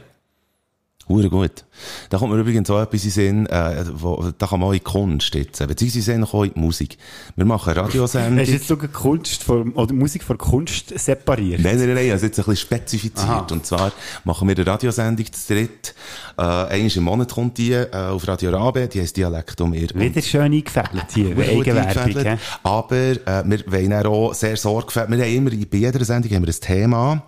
Speaker 4: Hure gut. Da kommt mir übrigens auch etwas in den Sinn, äh, wo, da kann man auch in die Kunst jetzt, äh, beziehungsweise auch in die Musik. Wir machen eine Radiosendung.
Speaker 3: Hast du jetzt sogar Kunst von, oder Musik von Kunst separiert?
Speaker 4: Nein, nein, nein, also jetzt ein bisschen spezifiziert.
Speaker 3: Aha.
Speaker 4: Und zwar machen wir eine Radiosendung zu dritt. Äh, einmal im Monat kommt die äh, auf Radio Rabe, die heisst Dialekt um ihr.
Speaker 3: Wieder schön eingefädelt hier,
Speaker 4: Hure gut
Speaker 3: Eigenwerbung.
Speaker 4: eingefädelt.
Speaker 3: hä?
Speaker 4: Aber äh, wir wollen dann auch sehr sorgfältig, wir haben immer, bei jeder Sendung haben wir ein Thema.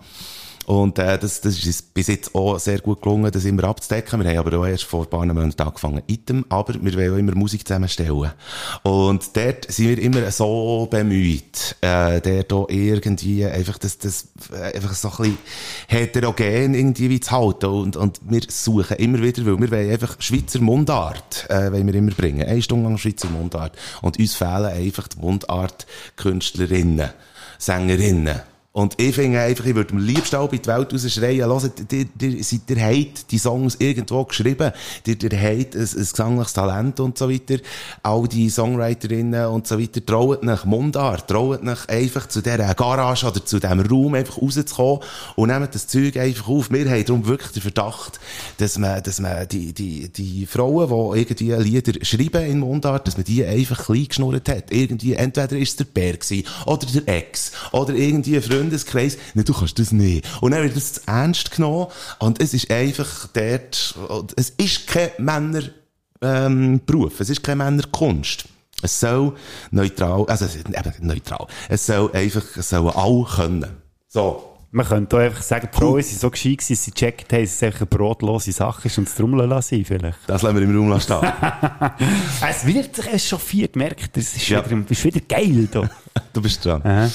Speaker 4: Und äh, das, das ist uns bis jetzt auch sehr gut gelungen, das immer abzudecken. Wir haben aber auch erst vor ein paar Monaten angefangen Item, aber wir wollen auch immer Musik zusammenstellen. Und dort sind wir immer so bemüht, äh, dort auch irgendwie einfach das, das äh, einfach so ein bisschen heterogen irgendwie wie zu halten. Und, und wir suchen immer wieder, weil wir wollen einfach Schweizer Mundart, äh, wollen wir immer bringen. Eine Stunde lang Schweizer Mundart. Und uns fehlen einfach die Mundartkünstlerinnen, Sängerinnen. Und ich finde einfach, ich würde am liebsten auch in die Welt rausschreien, hört, ihr, ihr, seid- ihr habt die Songs irgendwo geschrieben, ihr, ihr habt ein, ein gesangliches Talent und so weiter, all die Songwriterinnen und so weiter, traut nach Mundart, traut nach einfach zu dieser Garage oder zu diesem Raum einfach rauszukommen und nehmt das Zeug einfach auf. Wir haben darum wirklich den Verdacht, dass man, dass man die, die, die Frauen, die irgendwie Lieder schreiben in Mundart, dass man die einfach klein geschnurrt hat. Irgendwie, entweder ist es der Bär gewesen, oder der Ex, oder irgendwie ein Freundeskreis. Nein, du kannst das nicht. Und dann wird das zu ernst genommen. Und es ist einfach dort, und es ist kein Männer, ähm, Beruf. Es ist keine Männerkunst. Es soll neutral, also, es ist eben neutral. Es soll einfach, es sollen alle können. So.
Speaker 3: Man könnte auch einfach sagen, die Frauen sind so gescheit gewesen, dass sie gecheckt haben, dass es einfach eine brotlose Sache ist und es drum lassen sein vielleicht.
Speaker 4: Das lassen wir im Raum stehen.
Speaker 3: es wird sich erst schon viel gemerkt, es ist,
Speaker 4: Ja.
Speaker 3: wieder, es ist wieder geil da.
Speaker 4: du bist dran.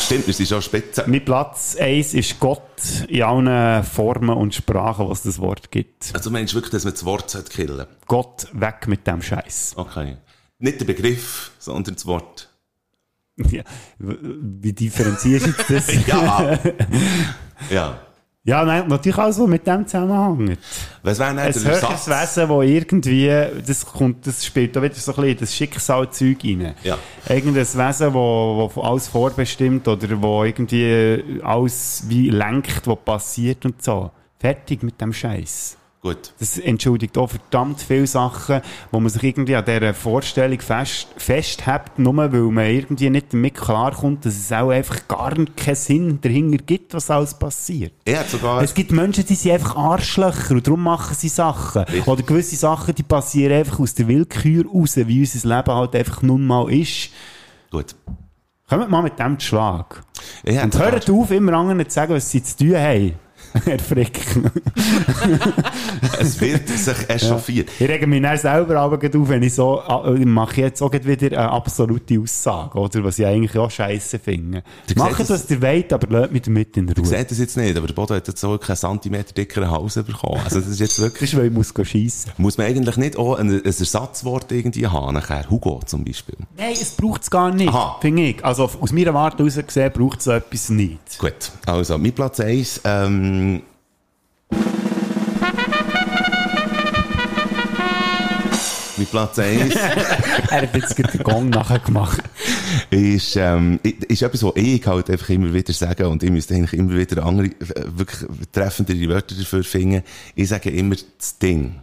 Speaker 4: Stimmt, wir sind schon spitze.
Speaker 3: Mein Platz 1 ist Gott in allen Formen und Sprachen, was das Wort gibt.
Speaker 4: Also meinst du wirklich, dass man das Wort sollte killen
Speaker 3: Gott weg mit dem Scheiß.
Speaker 4: Okay. Nicht der Begriff, sondern das Wort.
Speaker 3: Ja. w- Wie differenzierst du das?
Speaker 4: Ja. Ja.
Speaker 3: ja, nein, natürlich alles, was mit dem zusammenhängt.
Speaker 4: Was wäre denn
Speaker 3: Ein
Speaker 4: der
Speaker 3: höheres
Speaker 4: Ersatz?
Speaker 3: Wesen, das irgendwie, das, kommt, das spielt da wieder so ein bisschen das Schicksalzeug rein.
Speaker 4: Ja.
Speaker 3: Irgendein Wesen, wo, wo alles vorbestimmt oder wo irgendwie alles wie lenkt, was passiert und so. Fertig mit dem Scheiß.
Speaker 4: Gut.
Speaker 3: Das entschuldigt auch verdammt viele Sachen, wo man sich irgendwie an dieser Vorstellung fest, festhält, nur weil man irgendwie nicht damit klarkommt, dass es auch einfach gar keinen Sinn dahinter gibt, was alles passiert.
Speaker 4: Er hat sogar...
Speaker 3: Es gibt Menschen, die sind einfach Arschlöcher und darum machen sie Sachen.
Speaker 4: Richtig.
Speaker 3: Oder gewisse Sachen, die passieren einfach aus der Willkür raus, wie unser Leben halt einfach nun mal ist.
Speaker 4: Gut.
Speaker 3: Kommt mal mit dem zu Schlag.
Speaker 4: Er hat
Speaker 3: Und
Speaker 4: sogar-
Speaker 3: hört auf, immer anderen zu sagen, was sie zu tun haben. Herr Frick.
Speaker 4: Es wird sich echauffiert.
Speaker 3: Ich rege mich dann selber aber gleich auf, wenn ich so, ah, ich mache jetzt auch gleich wieder eine absolute Aussage, oder? Was ich eigentlich auch scheiße finde.
Speaker 4: Du
Speaker 3: Macht,
Speaker 4: siehst,
Speaker 3: was ihr wollt, aber lasst mich damit in
Speaker 4: Ich
Speaker 3: Ruhe.
Speaker 4: sehe das jetzt nicht, aber der Bodo hat jetzt so keinen Zentimeter dickeren Hals bekommen. Also das ist jetzt
Speaker 3: Das
Speaker 4: wirklich...
Speaker 3: ist, weil ich muss schiessen.
Speaker 4: Muss man eigentlich nicht auch ein, ein Ersatzwort irgendwie haben nachher? Hugo zum Beispiel.
Speaker 3: Nein, es braucht es gar nicht,
Speaker 4: Aha.
Speaker 3: finde ich. Also f- aus meiner Warte heraus gesehen braucht es so etwas nicht.
Speaker 4: Gut, also mein Platz 1. Ähm, mein Platz 1
Speaker 3: Er hat jetzt gerade den Gong nachher gemacht.
Speaker 4: ist, ähm, ist etwas, was ich halt einfach immer wieder sage und ich müsste eigentlich immer wieder andere, äh, wirklich treffendere Wörter dafür finden. Ich sage immer das Ding.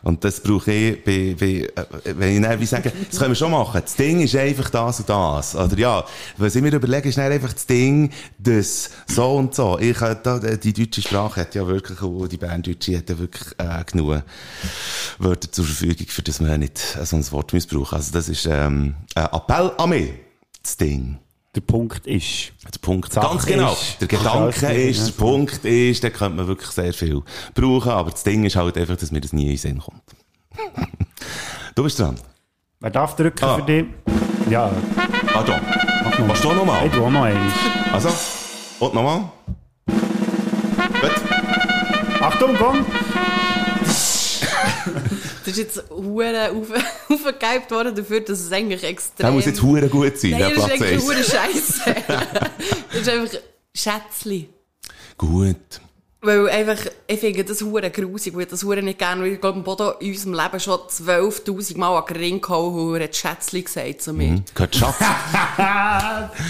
Speaker 4: Und das brauche ich, bei, bei, äh, wenn ich dann wie sage, das können wir schon machen. Das Ding ist einfach das und das. Oder ja, was ich mir überlege, ist dann einfach das Ding, das, so und so. Ich, äh, da, die deutsche Sprache hat ja wirklich, oh, die Berndeutsche hat ja wirklich äh, genug Wörter zur Verfügung, für das man nicht so ein Wort missbrauchen. Also das ist ähm, ein Appell an mich. Das Ding.
Speaker 3: Der Punkt ist,
Speaker 4: Der Punkt.
Speaker 3: Sache
Speaker 4: ganz genau.
Speaker 3: ist-
Speaker 4: der Gedanke
Speaker 3: Sache
Speaker 4: ist,
Speaker 3: ist-
Speaker 4: der Punkt ist, da könnte man wirklich sehr viel brauchen, aber das Ding ist halt einfach, dass mir das nie in den Sinn kommt. du bist dran.
Speaker 3: wer darf drücken
Speaker 4: Ah.
Speaker 3: für dich? Ja,
Speaker 4: Pardon.
Speaker 3: mach mal.
Speaker 4: Was du nochmal?
Speaker 3: Ich tu auch noch eins.
Speaker 4: Also, und nochmal. Gut.
Speaker 3: Achtung, Gong!
Speaker 6: Das ist jetzt hure auf- aufgegeigt worden dafür, dass es eigentlich extrem...
Speaker 4: Der muss jetzt hure gut sein, der
Speaker 6: Nein, das ist
Speaker 4: Platz
Speaker 6: eigentlich
Speaker 4: 1.
Speaker 6: hure Scheiße. das ist einfach Schätzli.
Speaker 4: Gut.
Speaker 6: Weil einfach, ich finde das hure grusig, weil ich das hure nicht gerne, weil ich glaube, Bodo in unserem Leben schon 12'000 Mal an den Ring gehauen und er hat Schätzli gesagt zu mir.
Speaker 4: Hm? Gehört Schatz.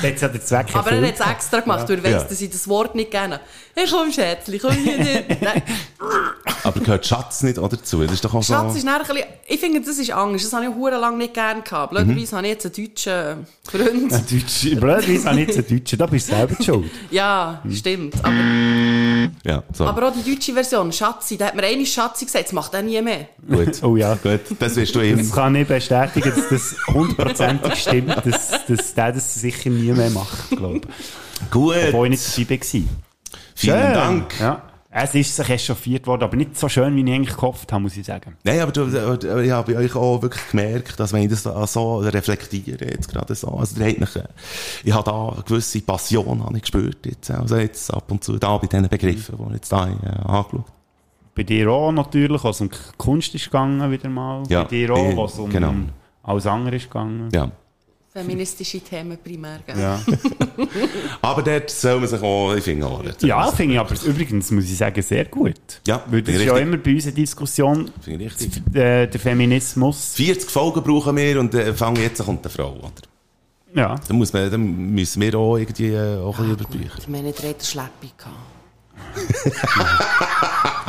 Speaker 3: Jetzt hat er den Zweck
Speaker 6: Aber er
Speaker 3: erfüllt.
Speaker 6: hat es extra gemacht, weil er weiss,
Speaker 4: Ja.
Speaker 6: dass ich das Wort nicht kenne. Hey, komm Schätzli, komm hier nicht. Nein,
Speaker 4: aber gehört Schatz nicht auch dazu? Das ist doch auch so.
Speaker 6: Schatz ist nachher ein bisschen, ich finde, das ist Angst, das habe ich hure lang nicht gerne
Speaker 4: Mhm.
Speaker 6: gehabt. Blöderweise habe ich jetzt einen deutschen Freund.
Speaker 3: Deutsche. Blöderweise habe ich jetzt einen Deutschen, da bist du selber schuld.
Speaker 6: Ja, stimmt. Aber,
Speaker 4: ja, so.
Speaker 6: aber auch die deutsche Version, Schatzi, da hat mir eine Schatzi gesagt, das macht er nie mehr.
Speaker 4: gut.
Speaker 3: Oh ja.
Speaker 4: Gut, das wirst du eben.
Speaker 3: Das kann ich bestätigen, dass das hundertprozentig stimmt, dass, dass der das sicher nie mehr macht, glaube ich.
Speaker 4: Gut.
Speaker 3: Obwohl ich nicht dabei war. Vielen
Speaker 4: Vielen Dank.
Speaker 3: Ja. Es ist sich echauffiert worden, aber nicht so schön, wie ich eigentlich gehofft habe, muss ich sagen.
Speaker 4: Nein, aber, du, aber ich habe bei euch auch wirklich gemerkt, dass wenn ich das da so reflektiere, jetzt gerade so, also ihr habt mich, äh, ich habe da eine gewisse Passion habe ich gespürt jetzt, also jetzt ab und zu, da bei diesen Begriffen, die ich jetzt da äh, angeschaut
Speaker 3: Bei dir auch natürlich, was um Kunst ist gegangen wieder mal.
Speaker 4: Ja,
Speaker 3: Bei dir auch,
Speaker 4: ich-
Speaker 3: was um
Speaker 4: genau.
Speaker 3: Alles andere ist gegangen.
Speaker 4: Ja.
Speaker 6: Feministische Themen primär. Gell?
Speaker 3: Ja.
Speaker 4: Aber dort soll man sich auch in den Finger holen.
Speaker 3: Ja, finde ich aber übrigens, muss ich sagen, sehr gut.
Speaker 4: Ja,
Speaker 3: Weil das
Speaker 4: finde
Speaker 3: ist
Speaker 4: ich
Speaker 3: ja
Speaker 4: richtig.
Speaker 3: immer bei uns eine Diskussion,
Speaker 4: Finde ich richtig.
Speaker 3: äh, der Feminismus.
Speaker 4: 40 Folgen brauchen wir und äh, fangen jetzt kommt eine Frau, oder?
Speaker 3: Ja.
Speaker 4: Dann, muss man, dann müssen wir auch irgendwie äh, auch ein bisschen über die Bücher.
Speaker 6: Ich meine, der hat eine Schleppe gehabt.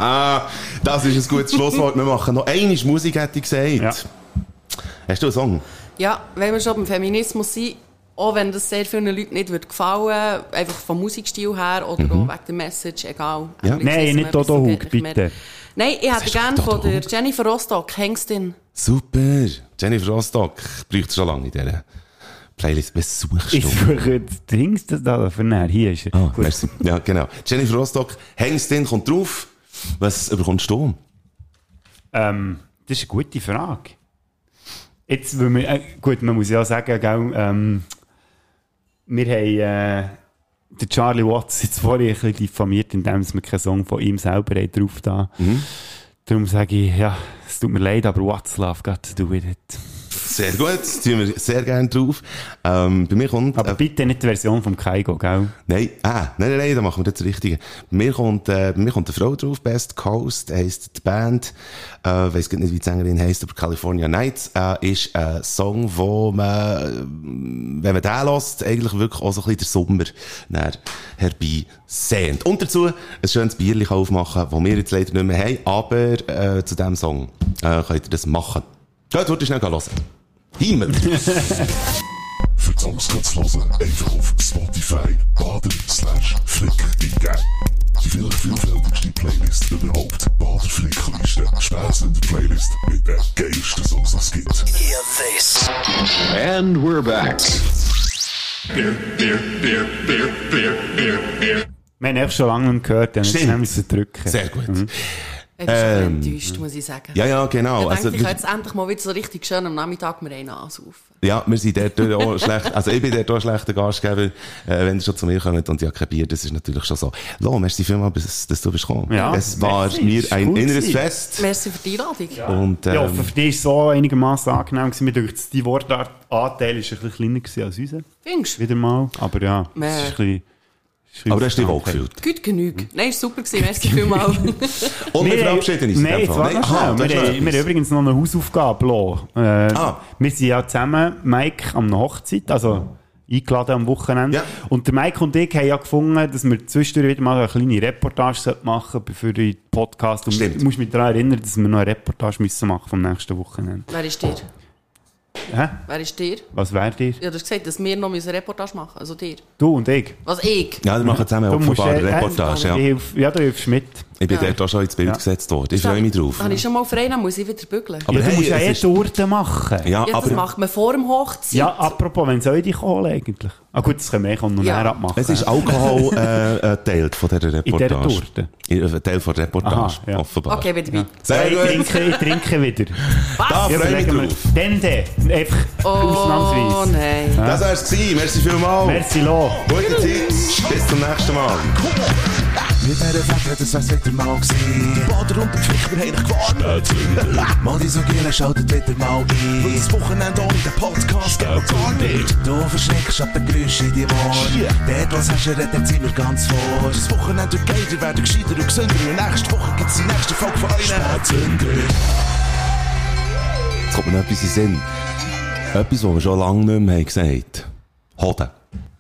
Speaker 4: Ah, das ist ein gutes Schlusswort. Wir machen noch einmal Musik, hätte ich gesagt.
Speaker 3: Ja.
Speaker 4: Hast du einen Song?
Speaker 6: Ja, wenn wir schon beim Feminismus sind, auch wenn das sehr vielen Leuten nicht wird gefallen einfach vom Musikstil her oder auch wegen der Message, egal.
Speaker 4: Mhm. Ja.
Speaker 6: Eigentlich
Speaker 3: Nein,
Speaker 6: wissen wir,
Speaker 3: nicht Dodo
Speaker 6: was-
Speaker 3: Hug,
Speaker 6: eigentlich mehr-
Speaker 3: bitte.
Speaker 6: Nein, ich hätte
Speaker 4: ist
Speaker 6: gerne
Speaker 4: doch
Speaker 6: von
Speaker 4: Dodo
Speaker 6: der
Speaker 4: Hug.
Speaker 6: Jennifer Rostock, Hengstin.
Speaker 4: Super. Jennifer Rostock bräuchte schon lange in dieser Playlist. Was suchst
Speaker 3: Ich
Speaker 4: du?
Speaker 3: suche das Ding das da für näher. Hier ist er.
Speaker 4: Ah,
Speaker 3: Gut.
Speaker 4: merci. Ja, genau. Jennifer Rostock, hängst den, kommt drauf. Was überkommst du?
Speaker 3: Ähm, das ist eine gute Frage. Jetzt, weil wir, äh, gut, man muss ja sagen, gell, ähm, wir haben äh, den Charlie Watts jetzt vorhin ein bisschen diffamiert, indem wir keinen Song von ihm selber haben drauf da.
Speaker 4: Mhm.
Speaker 3: Darum sage ich, ja, es tut mir leid, aber What's Love got to do with it.
Speaker 4: Sehr gut, das tun wir sehr gerne drauf. Ähm, bei mir kommt...
Speaker 3: Aber
Speaker 4: äh,
Speaker 3: bitte nicht die Version vom Kaigo, gell?
Speaker 4: Nein, ah, nein, nein, nein, da machen wir das Richtige. Bei mir kommt, äh, bei mir kommt eine Frau drauf, Best Coast heisst die Band, äh, weiss grad nicht, wie die Sängerin heisst, aber California Nights äh, ist ein Song, wo man, äh, wenn man den lässt, eigentlich wirklich auch so ein bisschen den Sommer näher herbei sehnt. Und dazu ein schönes Bierchen aufmachen, das wir jetzt leider nicht mehr haben, aber äh, zu diesem Song äh, könnt ihr das machen. Gut, heute schnell hören. Himmel!
Speaker 5: Für die Songs kannst du hören, einfach auf Spotify, Bader, Slash, Flick eingeben. Die vielleicht vielfältigste Playlist überhaupt. Bader Flickliste, spesende Playlist mit den geilsten Songs, die es gibt.
Speaker 11: And we're back.
Speaker 5: Beer, beer, beer, beer, beer, beer, beer.
Speaker 3: Wir haben echt schon lange nicht mehr gehört, dann
Speaker 4: Stimmt.
Speaker 3: müssen wir sie drücken.
Speaker 4: Sehr gut.
Speaker 6: Ich bin schon enttäuscht, muss ich sagen.
Speaker 4: Ähm. Ja, ja, genau.
Speaker 6: Ich denke,
Speaker 4: Also,
Speaker 6: ich kann jetzt endlich mal wieder so richtig schön am Nachmittag mir einen ansaufen.
Speaker 4: Ja, wir sind dort auch schlecht, also ich bin dort auch schlechter Gastgeber, äh, wenn ihr schon zu mir kommt und ja, kein Bier, das ist natürlich schon so. Lo, merci vielmals, dass, dass du bist gekommen.
Speaker 3: Ja,
Speaker 4: es war
Speaker 3: merci,
Speaker 4: mir
Speaker 3: ist
Speaker 4: ein
Speaker 3: gut
Speaker 4: inneres
Speaker 3: gewesen.
Speaker 4: Fest.
Speaker 6: Merci für die Einladung.
Speaker 4: Und,
Speaker 3: Ja,
Speaker 4: ähm,
Speaker 3: für dich war es so einigermaßen angenehm. gewesen. Mir denkt, dein Wortanteil war ein bisschen kleiner gewesen als unser.
Speaker 6: Findest du?
Speaker 3: Wieder mal. Aber ja,
Speaker 6: Mehr.
Speaker 3: es ist ein bisschen. es ist
Speaker 4: aber du hast dich
Speaker 3: ein
Speaker 4: wohl
Speaker 3: bisschen-
Speaker 4: gefühlt.
Speaker 6: Gut genug.
Speaker 3: Hm?
Speaker 6: Nein, ist super gewesen. Merci vielmals.
Speaker 4: Und wir verabschieden uns. in
Speaker 3: Nein,
Speaker 4: dem
Speaker 3: jetzt
Speaker 4: Fall.
Speaker 3: warte noch schnell.
Speaker 4: aha, du
Speaker 3: Wir haben,
Speaker 4: hast noch
Speaker 3: wir haben
Speaker 4: etwas.
Speaker 3: übrigens noch eine Hausaufgabe gelassen. äh,
Speaker 4: Ah.
Speaker 3: Wir sind ja zusammen, Mike, am Hochzeit, also eingeladen am Wochenende.
Speaker 4: Ja.
Speaker 3: Und der Mike und ich haben ja gefunden, dass wir zwischendurch wieder mal eine kleine Reportage sollten machen sollten für den Podcast. Und
Speaker 4: Stimmt.
Speaker 3: Du musst mich daran erinnern, dass wir noch eine Reportage müssen machen vom nächsten Wochenende.
Speaker 6: Wer ist dir?
Speaker 3: Hä?
Speaker 6: Wer ist dir?
Speaker 3: Was wäre dir?
Speaker 6: Ja, du hast gesagt, dass wir noch eine Reportage machen. Also dir.
Speaker 3: Du und ich.
Speaker 6: Was ich?
Speaker 4: ja, wir machen zusammen
Speaker 3: Du
Speaker 4: offenbar
Speaker 3: äh,
Speaker 4: eine
Speaker 3: äh,
Speaker 4: Reportage. Ja.
Speaker 3: ich hilf- ja, du hilfst mit.
Speaker 4: Ich bin dort auch schon ins Bild gesetzt worden. Ich freue mich drauf.
Speaker 6: Habe ich schon mal frei, dann muss ich wieder bügeln.
Speaker 4: Aber
Speaker 3: ja, du
Speaker 4: hey,
Speaker 3: musst ja
Speaker 4: es
Speaker 3: eh
Speaker 4: ist-
Speaker 3: Torte machen.
Speaker 4: Ja,
Speaker 6: Ja, das
Speaker 4: aber
Speaker 6: macht man vor dem Hochzeit.
Speaker 3: ah, Ja, apropos, wenn soll ich dich holen eigentlich? Ah gut, das können wir eh noch
Speaker 6: Ja.
Speaker 3: näher abmachen.
Speaker 4: es ist Alkohol äh, äh, teilt von dieser
Speaker 3: in dieser
Speaker 4: Reportage.
Speaker 3: Torte.
Speaker 4: Ein Teil von der Reportage,
Speaker 3: Aha, ja.
Speaker 4: offenbar.
Speaker 6: Okay, bin dabei.
Speaker 4: Sehr
Speaker 3: Nein, ich
Speaker 4: gut.
Speaker 3: trinke, ich trinke wieder.
Speaker 4: Da
Speaker 3: Ja,
Speaker 4: freue ich
Speaker 3: überlegen wir.
Speaker 4: mich drauf.
Speaker 3: Dann, dann. Einfach
Speaker 6: Oh
Speaker 3: ausnahmsweise.
Speaker 6: nein.
Speaker 4: Das war's gewesen. Merci vielmals.
Speaker 3: Merci, Lo.
Speaker 4: Gute Tipps. Bis zum nächsten Mal.
Speaker 5: Mit dieser Fächer, das wär's wieder mal gewesen. Die Bader und die Pflichter haben dich gewarnt. Mal die so gerne schaltet wieder mal ein. Weil das Wochenende ohne den Podcast geht gar nicht. Du verschreckst ab den Geräuschen in die Wand. Dort, was hast du, redet sind wir ganz vor. Das Wochenende wird geiler, werden gescheiter und gesünder. Und nächste Woche gibt's die nächste Folge von euch. Spätzünder.
Speaker 4: Jetzt kommt mir noch etwas in den Sinn. Etwas, was wir schon lange nicht mehr haben gesagt haben. Hoden.